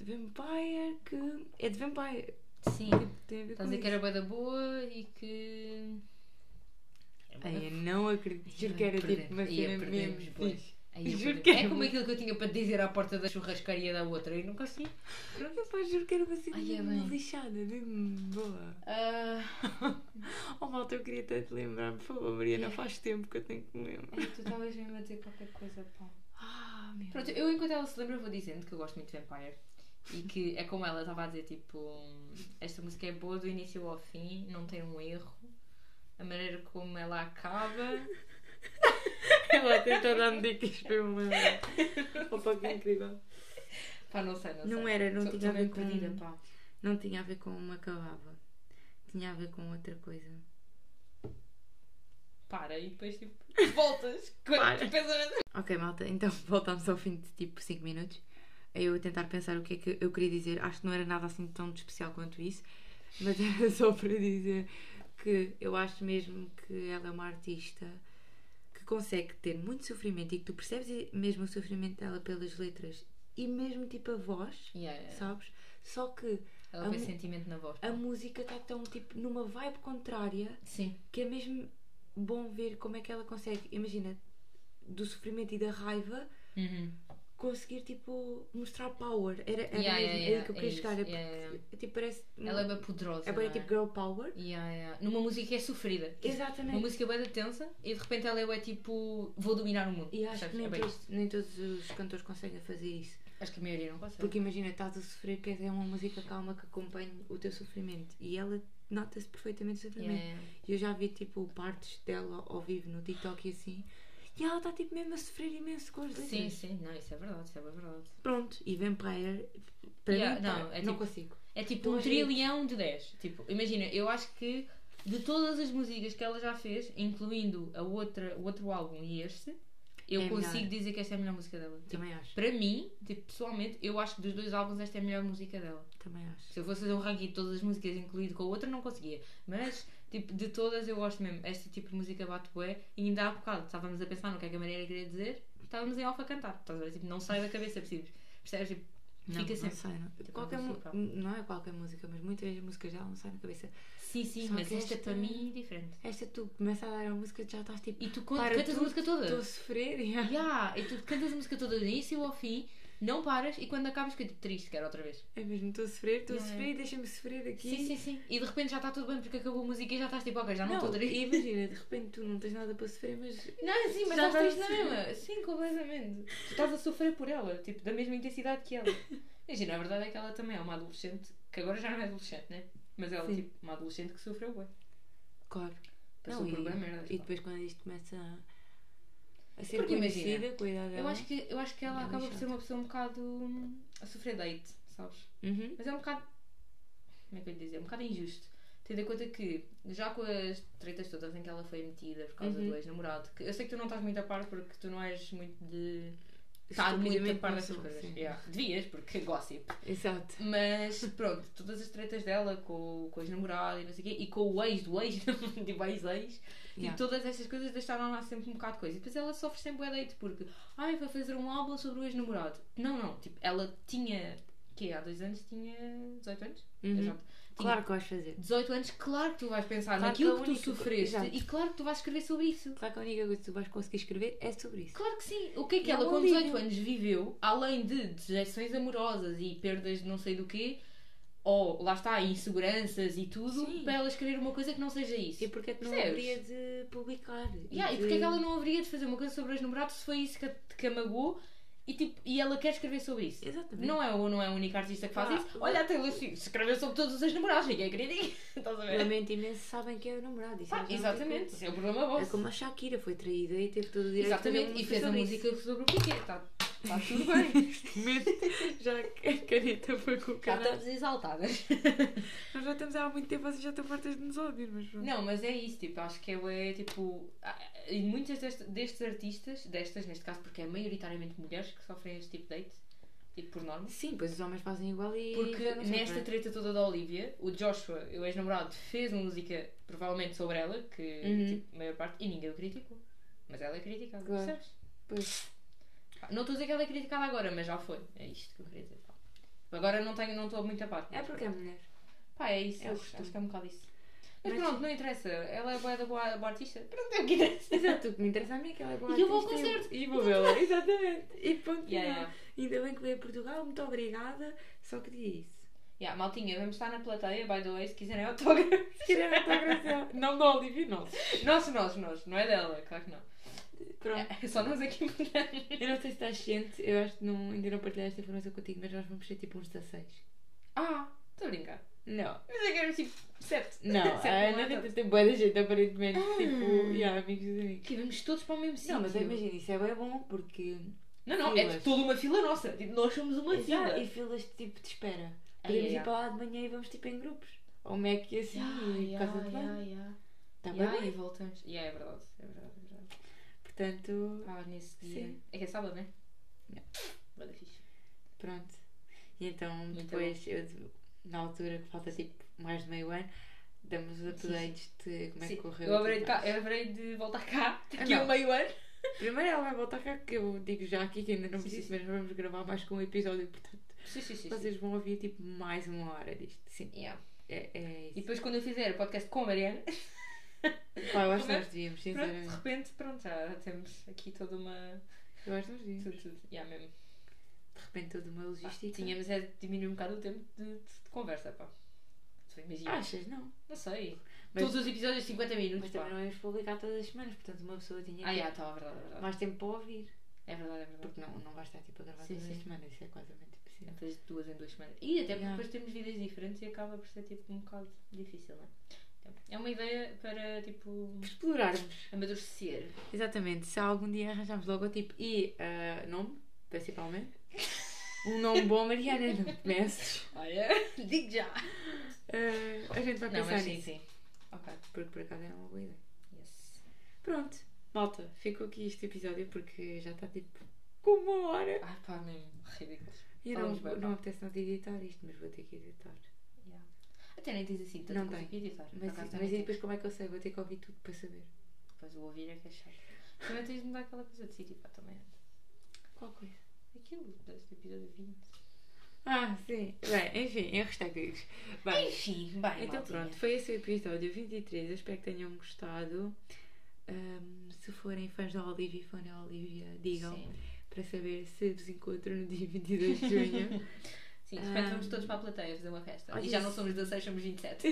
Speaker 1: De Vampire que. É de Vampire.
Speaker 2: Sim.
Speaker 1: Tipo, tem a ver
Speaker 2: Estás
Speaker 1: com
Speaker 2: a dizer
Speaker 1: isso.
Speaker 2: que era bué da boa e que... Era É bué da
Speaker 1: Ai, eu não acredito. Juro que era tipo uma
Speaker 2: Ia
Speaker 1: cena
Speaker 2: perdemos,
Speaker 1: mesmo.
Speaker 2: pois.
Speaker 1: fixe.
Speaker 2: Aí eu
Speaker 1: Juro
Speaker 2: falei,
Speaker 1: que
Speaker 2: é
Speaker 1: é
Speaker 2: como
Speaker 1: bom.
Speaker 2: aquilo que eu tinha para te dizer à porta da churrascaria da outra e não consegui.
Speaker 1: Epá, juro que era uma cena
Speaker 2: Ai, é
Speaker 1: mesmo
Speaker 2: bem.
Speaker 1: lixada, mesmo boa.
Speaker 2: Ah,
Speaker 1: Oh malta, eu queria tanto lembrar, por favor, Mariana, faz tempo que eu tenho que me lembrar.
Speaker 2: É, tu estavas mesmo a dizer qualquer coisa, pá.
Speaker 1: Ah, meu
Speaker 2: Pronto, eu enquanto ela se lembra vou dizendo que eu gosto muito de Vampire e que é como ela estava a dizer, tipo, esta música é boa do início ao fim, não tem um erro. A maneira como ela acaba.
Speaker 1: Ela tenta dar-me dicas para eu me lembrar. Opa, que incrível.
Speaker 2: Pá, não sei, não, sei.
Speaker 1: Não era, não
Speaker 2: Tô-
Speaker 1: tinha um
Speaker 2: tô
Speaker 1: a ver
Speaker 2: meio
Speaker 1: com-
Speaker 2: perdida, pá.
Speaker 1: Não tinha a ver com uma acabava. Tinha a ver com outra coisa.
Speaker 2: Para e depois, tipo, voltas.
Speaker 1: Para.
Speaker 2: Quando tu pensas...
Speaker 1: Ok, malta, então voltámos ao fim de tipo 5 minutos. Eu a tentar pensar o que é que eu queria dizer. Acho que não era nada assim tão de especial quanto isso, mas era só para dizer que eu acho mesmo que ela é uma artista que consegue ter muito sofrimento e que tu percebes mesmo o sofrimento dela pelas letras e mesmo tipo a voz,
Speaker 2: Yeah, yeah.
Speaker 1: sabes? Só que
Speaker 2: Ela
Speaker 1: A
Speaker 2: põe
Speaker 1: mu-
Speaker 2: sentimento na voz.
Speaker 1: a música está tão tipo numa vibe contrária
Speaker 2: Sim.
Speaker 1: que é mesmo bom ver como é que ela consegue, imagina, do sofrimento e da raiva,
Speaker 2: Uhum.
Speaker 1: conseguir tipo mostrar power. Era, era
Speaker 2: Yeah,
Speaker 1: mesmo
Speaker 2: yeah,
Speaker 1: aí
Speaker 2: yeah,
Speaker 1: que eu
Speaker 2: é
Speaker 1: queria
Speaker 2: isso,
Speaker 1: chegar. É porque,
Speaker 2: yeah, yeah.
Speaker 1: Tipo, parece.
Speaker 2: Ela é bem poderosa.
Speaker 1: é bem
Speaker 2: não
Speaker 1: tipo girl power.
Speaker 2: Yeah, yeah. Numa música que é sofrida.
Speaker 1: Exatamente.
Speaker 2: Uma música bem tensa e de repente ela é bué tipo, vou dominar o mundo.
Speaker 1: E acho que
Speaker 2: Sabes?
Speaker 1: nem,
Speaker 2: é Então. bem
Speaker 1: todos, nem todos os cantores conseguem fazer isso.
Speaker 2: isso. Acho que a maioria não consegue.
Speaker 1: Porque imagina, estás a sofrer, queres é uma música calma que acompanhe o teu sofrimento. E ela nota-se perfeitamente o
Speaker 2: Yeah,
Speaker 1: sofrimento.
Speaker 2: yeah.
Speaker 1: E eu já vi tipo partes dela ao vivo no TikTok e assim. E ela está tipo mesmo a sofrer imenso com as letras.
Speaker 2: Sim, sim, não, isso é verdade, isso é bem verdade.
Speaker 1: Pronto, e Vampire, para
Speaker 2: Yeah,
Speaker 1: mim,
Speaker 2: não,
Speaker 1: não,
Speaker 2: é
Speaker 1: não
Speaker 2: tipo-
Speaker 1: consigo.
Speaker 2: É tipo
Speaker 1: Duas
Speaker 2: um
Speaker 1: vezes.
Speaker 2: trilhão de 10. Tipo, imagina, eu acho que de todas as músicas que ela já fez, incluindo a outra, o outro álbum e este, eu
Speaker 1: É a
Speaker 2: consigo
Speaker 1: melhor.
Speaker 2: dizer que esta é a melhor música dela. Tipo,
Speaker 1: Também acho,
Speaker 2: para mim, tipo, pessoalmente, eu acho que dos dois álbuns esta é a melhor música dela.
Speaker 1: também acho.
Speaker 2: Se eu fosse fazer um ranking de todas as músicas, incluído com a outra, não conseguia. Mas, tipo, de todas eu gosto mesmo. Este tipo de música bate bué. E ainda há bocado estávamos a pensar no que é que a Mariana queria dizer. Estávamos em alfa a cantar. Estás a ver? Tipo, não sai da cabeça, percebes? Percebes? Tipo,
Speaker 1: Não,
Speaker 2: fica
Speaker 1: não
Speaker 2: sempre.
Speaker 1: sei, não.
Speaker 2: Tipo,
Speaker 1: Qualquer
Speaker 2: não
Speaker 1: mu-
Speaker 2: sei, pá.
Speaker 1: não é qualquer música, mas muitas vezes músicas já não saem na cabeça.
Speaker 2: Sim, sim,
Speaker 1: Só
Speaker 2: mas
Speaker 1: que
Speaker 2: esta,
Speaker 1: esta-
Speaker 2: para mim é diferente.
Speaker 1: Esta tu começa a dar a música, já estás tipo.
Speaker 2: E tu con-
Speaker 1: Para
Speaker 2: cantas a
Speaker 1: tudo,
Speaker 2: música toda.
Speaker 1: Estou a sofrer. e
Speaker 2: Yeah, e tu cantas a música toda do início ao fim, não paras e quando acabas fica tipo triste, quero outra vez.
Speaker 1: É mesmo, estou a sofrer, estou a
Speaker 2: Yeah.
Speaker 1: sofrer e deixa-me sofrer aqui.
Speaker 2: Sim, sim, sim. E de repente já está tudo bem porque acabou a música e já estás tipo, ok, já não
Speaker 1: Não,
Speaker 2: estou triste.
Speaker 1: e imagina, de repente tu não tens nada para sofrer, mas.
Speaker 2: Não, sim, mas
Speaker 1: Já
Speaker 2: estás triste na
Speaker 1: estás-
Speaker 2: mesma. Sim, completamente. Tu estás a sofrer por ela, tipo, da mesma intensidade que ela. Imagina, a verdade é que ela também é uma adolescente, que agora já não é adolescente, né? Mas ela,
Speaker 1: Sim.
Speaker 2: tipo, uma adolescente que sofreu, ué.
Speaker 1: Claro.
Speaker 2: Passou
Speaker 1: não,
Speaker 2: por
Speaker 1: e,
Speaker 2: bem um merda. tipo.
Speaker 1: e depois quando isto começa a, a ser
Speaker 2: Porque imagina,
Speaker 1: conhecida, com a idade
Speaker 2: Eu
Speaker 1: dela-
Speaker 2: acho que, eu acho que ela
Speaker 1: Ela é
Speaker 2: acaba por ser
Speaker 1: chata.
Speaker 2: uma pessoa um bocado hum, a sofrer date, sabes?
Speaker 1: Uhum.
Speaker 2: Mas é um É bocado. Como é que eu ia dizer? Um bocado injusto. Tendo em conta que, já com as tretas todas em que ela foi metida por causa
Speaker 3: Uhum.
Speaker 2: do ex-namorado, que eu sei que tu não estás muito a par porque tu não és muito de. Estás muito a
Speaker 1: Estupidamente
Speaker 2: par
Speaker 1: não
Speaker 2: dessas
Speaker 1: sou,
Speaker 2: coisas.
Speaker 1: sim.
Speaker 2: Yeah. Devias, porque gossip.
Speaker 1: Exato.
Speaker 2: Mas pronto, todas as tretas dela com, o- com o ex-namorado e não sei o quê, e com o ex do ex, tipo ex-ex,
Speaker 1: Yeah.
Speaker 2: e todas essas coisas deixaram lá sempre um bocado de coisa. E depois ela sofre sempre o date porque, ai, vai fazer um álbum sobre o ex-namorado. Não, não, tipo, ela tinha, que é, há dois anos tinha 18 anos? É
Speaker 1: Uhum.
Speaker 2: Exato.
Speaker 1: Claro que vais fazer.
Speaker 2: 18 anos, claro que tu vais pensar
Speaker 1: Claro que
Speaker 2: naquilo
Speaker 1: a
Speaker 2: que, tu
Speaker 1: única-
Speaker 2: sofreste
Speaker 1: Exato.
Speaker 2: e claro que tu vais escrever sobre isso.
Speaker 1: Claro que a única coisa que tu vais conseguir escrever é sobre isso.
Speaker 2: Claro que sim. O que é que
Speaker 1: E um
Speaker 2: ela
Speaker 1: ela
Speaker 2: com
Speaker 1: liga.
Speaker 2: 18 anos viveu, além de dejeções amorosas e perdas de não sei do quê, ou lá está, inseguranças e tudo,
Speaker 1: Sim.
Speaker 2: para ela escrever uma coisa que não seja isso.
Speaker 1: E porquê que não
Speaker 2: Percebes?
Speaker 1: haveria de publicar?
Speaker 2: Yeah,
Speaker 1: de-
Speaker 2: e porque é que ela não haveria de fazer uma coisa sobre os namorados se foi isso que a, que a magoou e, tipo, e ela quer escrever sobre isso?
Speaker 1: Exatamente.
Speaker 2: Não é, o- não é a única artista que faz
Speaker 1: Ah,
Speaker 2: isso. Olha, a Taylor Swift escreveu sobre todos os namorados, ninguém critica. Estás a ver?
Speaker 1: Lamento imenso, sabem que é o namorado. isso
Speaker 2: Pá,
Speaker 1: não tem
Speaker 2: é? exatamente,
Speaker 1: culpa.
Speaker 2: isso é o problema vosso.
Speaker 1: É como a Shakira foi traída e teve todo o direito
Speaker 2: Exatamente, e
Speaker 1: de
Speaker 2: fez
Speaker 1: fazer
Speaker 2: a
Speaker 1: uma
Speaker 2: música sobre o Piqué. Está tudo bem.
Speaker 1: Mesmo, já que a caneta foi com o
Speaker 2: Já tá-
Speaker 1: canal.
Speaker 2: estamos exaltadas.
Speaker 1: Nós já estamos há muito tempo, vocês já estão fartas de nos ouvir, mas pronto.
Speaker 2: Não, mas é isso, tipo, acho que é, é tipo. ah, E muitas destes, destes artistas, destas neste caso, porque é maioritariamente mulheres que sofrem este tipo de date, tipo por norma.
Speaker 1: Sim, pois os homens fazem igual e.
Speaker 2: Porque
Speaker 1: não sei,
Speaker 2: nesta
Speaker 1: não é?
Speaker 2: treta toda da Olivia, o Joshua, o ex-namorado, fez uma música provavelmente sobre ela, que
Speaker 1: Uhum.
Speaker 2: tipo, a maior parte, e ninguém o criticou. Mas ela é criticada,
Speaker 1: Claro.
Speaker 2: percebes?
Speaker 1: Pois.
Speaker 2: Ah, Não estou a dizer que ela é criticada agora, mas já foi. É isto que eu queria dizer. pá. Agora não tenho, não estou muito a par.
Speaker 1: É porque é mulher.
Speaker 2: Pá, é isso.
Speaker 1: É o
Speaker 2: acho,
Speaker 1: costume.
Speaker 2: acho que é um bocado isso. Mas,
Speaker 1: Mas-
Speaker 2: pronto, não interessa. Ela é boa da boa, boa artista. Pronto, é o que interessa.
Speaker 1: Exato, o que me interessa a mim é que ela é boa
Speaker 2: E eu vou ao
Speaker 1: artista
Speaker 2: concerto.
Speaker 1: E vou vê-la, exatamente. E ponto final.
Speaker 2: Yeah, yeah.
Speaker 1: Ainda bem que veio a Portugal, muito obrigada. Só queria isso.
Speaker 2: Yeah, maltinha, vamos estar na plateia, by the way, se quiserem autógrafo.
Speaker 1: Tirar a fotografia. Não da Olivia, não.
Speaker 2: Nós, nós, nós. Não é dela, claro que não.
Speaker 1: Pronto.
Speaker 2: É só nós aqui.
Speaker 1: Eu não sei se estás ciente, eu acho que não, ainda não partilhei esta informação contigo, mas nós vamos ser tipo uns 16.
Speaker 2: ah, estou a brincar.
Speaker 1: Não,
Speaker 2: Mas eu quero tipo, certo.
Speaker 1: não,
Speaker 2: Certo,
Speaker 1: a Ana
Speaker 2: não é
Speaker 1: Rita tem boa da gente, aparentemente. Tipo,
Speaker 2: Ah.
Speaker 1: yeah, amigos dos amigos.
Speaker 2: Aqui vamos todos para o mesmo sítio.
Speaker 1: Não, mas imagina, isso é bem bom porque.
Speaker 2: Não, não, é de
Speaker 1: Filas.
Speaker 2: toda uma fila nossa. Tipo, nós somos uma
Speaker 1: Exato,
Speaker 2: fila.
Speaker 1: e filas de tipo de espera.
Speaker 2: Ai,
Speaker 1: Podemos
Speaker 2: ai,
Speaker 1: ir
Speaker 2: ai.
Speaker 1: para lá de manhã e vamos tipo em grupos. Ou Mac e assim, e casa de banho. Está bem,
Speaker 2: Ah, Yeah, e
Speaker 1: bem.
Speaker 2: voltamos. Yeah, é verdade, é verdade, é verdade.
Speaker 1: Portanto,
Speaker 2: Ah, nesse dia.
Speaker 1: Sim.
Speaker 2: É que é sábado, né?
Speaker 1: Yeah.
Speaker 2: Bué da fixe.
Speaker 1: pronto. E então
Speaker 2: Muito
Speaker 1: depois, eu, de- na altura que falta tipo mais de meio ano, damos os updates de como é que
Speaker 2: Sim,
Speaker 1: correu.
Speaker 2: Eu
Speaker 1: e
Speaker 2: haverei, de
Speaker 1: tudo
Speaker 2: cá,
Speaker 1: mais. Ah,
Speaker 2: eu haverei de voltar cá daqui
Speaker 1: não.
Speaker 2: a meio ano.
Speaker 1: Primeiro ela vai voltar cá, que eu digo já aqui que ainda não
Speaker 2: Sim,
Speaker 1: me disse,
Speaker 2: sim,
Speaker 1: mas vamos gravar mais com um episódio, portanto.
Speaker 2: Sim, sim, sim.
Speaker 1: Vocês vão ouvir tipo mais uma hora disto. Sim,
Speaker 2: Yeah.
Speaker 1: é, é
Speaker 2: E
Speaker 1: isso.
Speaker 2: depois quando eu fizer o podcast com a Mariana,
Speaker 1: Pá, eu acho que
Speaker 2: Como é?
Speaker 1: nós devíamos,
Speaker 2: pronto, de
Speaker 1: sinceramente.
Speaker 2: repente, pronto, já temos aqui toda uma...
Speaker 1: Eu acho que nós devíamos.
Speaker 2: Tudo, tudo. Yeah, mesmo.
Speaker 1: De repente toda uma
Speaker 2: Pá,
Speaker 1: logística.
Speaker 2: tínhamos é de diminuir um bocado o tempo de, de- de conversa, pá. Tu imagina.
Speaker 1: Achas, não?
Speaker 2: não sei.
Speaker 1: Ah, Mas-
Speaker 2: Todos os episódios 50 minutos,
Speaker 1: Mas também
Speaker 2: pá.
Speaker 1: não íamos publicar todas as semanas, portanto uma pessoa tinha
Speaker 2: Ah,
Speaker 1: que-
Speaker 2: yeah, tá, é verdade, é verdade.
Speaker 1: mais tempo para ouvir.
Speaker 2: É verdade, é verdade.
Speaker 1: Porque não, não vai estar tipo a gravar
Speaker 2: Sim,
Speaker 1: todas
Speaker 2: sim.
Speaker 1: as semanas, isso é quase impossível.
Speaker 2: Depois de duas em duas semanas. E até porque
Speaker 1: Yeah.
Speaker 2: depois temos vidas diferentes e acaba por ser tipo um bocado difícil, não é? Então, É uma ideia para tipo
Speaker 1: Explorarmos.
Speaker 2: amadurecer.
Speaker 1: Exatamente, se algum dia arranjarmos logotipo e ah, nome, principalmente. Um nome bom, Mariana, não te meces.
Speaker 2: Olha, digo já.
Speaker 1: Ah, a gente vai
Speaker 2: Não,
Speaker 1: pensar
Speaker 2: mas sim,
Speaker 1: nisso.
Speaker 2: sim. Ok.
Speaker 1: Porque por acaso era uma boa ideia.
Speaker 2: Yes.
Speaker 1: Pronto, malta, ficou aqui este episódio porque já está tipo com uma hora.
Speaker 2: Ai pá, mesmo. Ridículos.
Speaker 1: E eu não,
Speaker 2: Falamos bem,
Speaker 1: não me apetece não te editar isto, mas vou ter que editar.
Speaker 2: Yeah. Até nem tens assim, tanto
Speaker 1: Não
Speaker 2: coisa
Speaker 1: tem.
Speaker 2: para editar. Por
Speaker 1: Mas,
Speaker 2: acaso
Speaker 1: mas
Speaker 2: também
Speaker 1: e depois
Speaker 2: tens.
Speaker 1: como é que eu sei? Vou ter que ouvir tudo para saber.
Speaker 2: Depois o ouvir é que é chato. Também tens de mudar aquela coisa de sítio, pá, também.
Speaker 1: Qual coisa?
Speaker 2: Aquilo deste episódio 20.
Speaker 1: Ah, sim. Bem, enfim, eu restei que digas. Bem,
Speaker 2: Enfim, bem.
Speaker 1: então
Speaker 2: maltinha.
Speaker 1: pronto, foi esse o episódio 23. Eu espero que tenham gostado. Ahm, se forem fãs da Olivia e fã da Olivia, digam
Speaker 2: Sim.
Speaker 1: para saber se vos encontro no dia 22 de junho.
Speaker 2: Sim, espero que
Speaker 1: Ah.
Speaker 2: vamos todos para a plateia fazer uma festa.
Speaker 1: Olha
Speaker 2: e já
Speaker 1: isso.
Speaker 2: não somos 16, somos 27.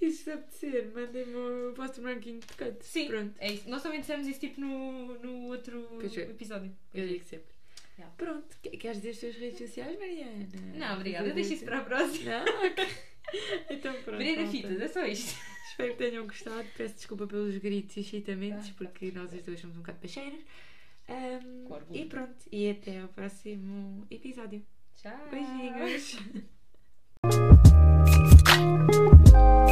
Speaker 1: e se apetecer, mandem-me o vosso ranking de canto.
Speaker 2: Sim,
Speaker 1: Pronto,
Speaker 2: é isso. Nós também dissemos isso tipo no, no outro
Speaker 1: Pois é.
Speaker 2: episódio.
Speaker 1: eu digo sempre.
Speaker 2: Yeah.
Speaker 1: Pronto, que- queres dizer as tuas redes sociais, Mariana?
Speaker 2: Não, obrigada. Deixa isso para a próxima.
Speaker 1: Não? Ok. Então pronto.
Speaker 2: Brena
Speaker 1: malta.
Speaker 2: Fitas, é só isto.
Speaker 1: Espero que tenham gostado. Peço desculpa pelos gritos e excitamentos, porque nós as duas somos um bocado pacheiras. Ahm,
Speaker 2: Ah. Com orgulho.
Speaker 1: e pronto, e até ao próximo
Speaker 2: Ah.
Speaker 1: episódio.
Speaker 2: Tchau.
Speaker 1: Beijinhos! Tchau.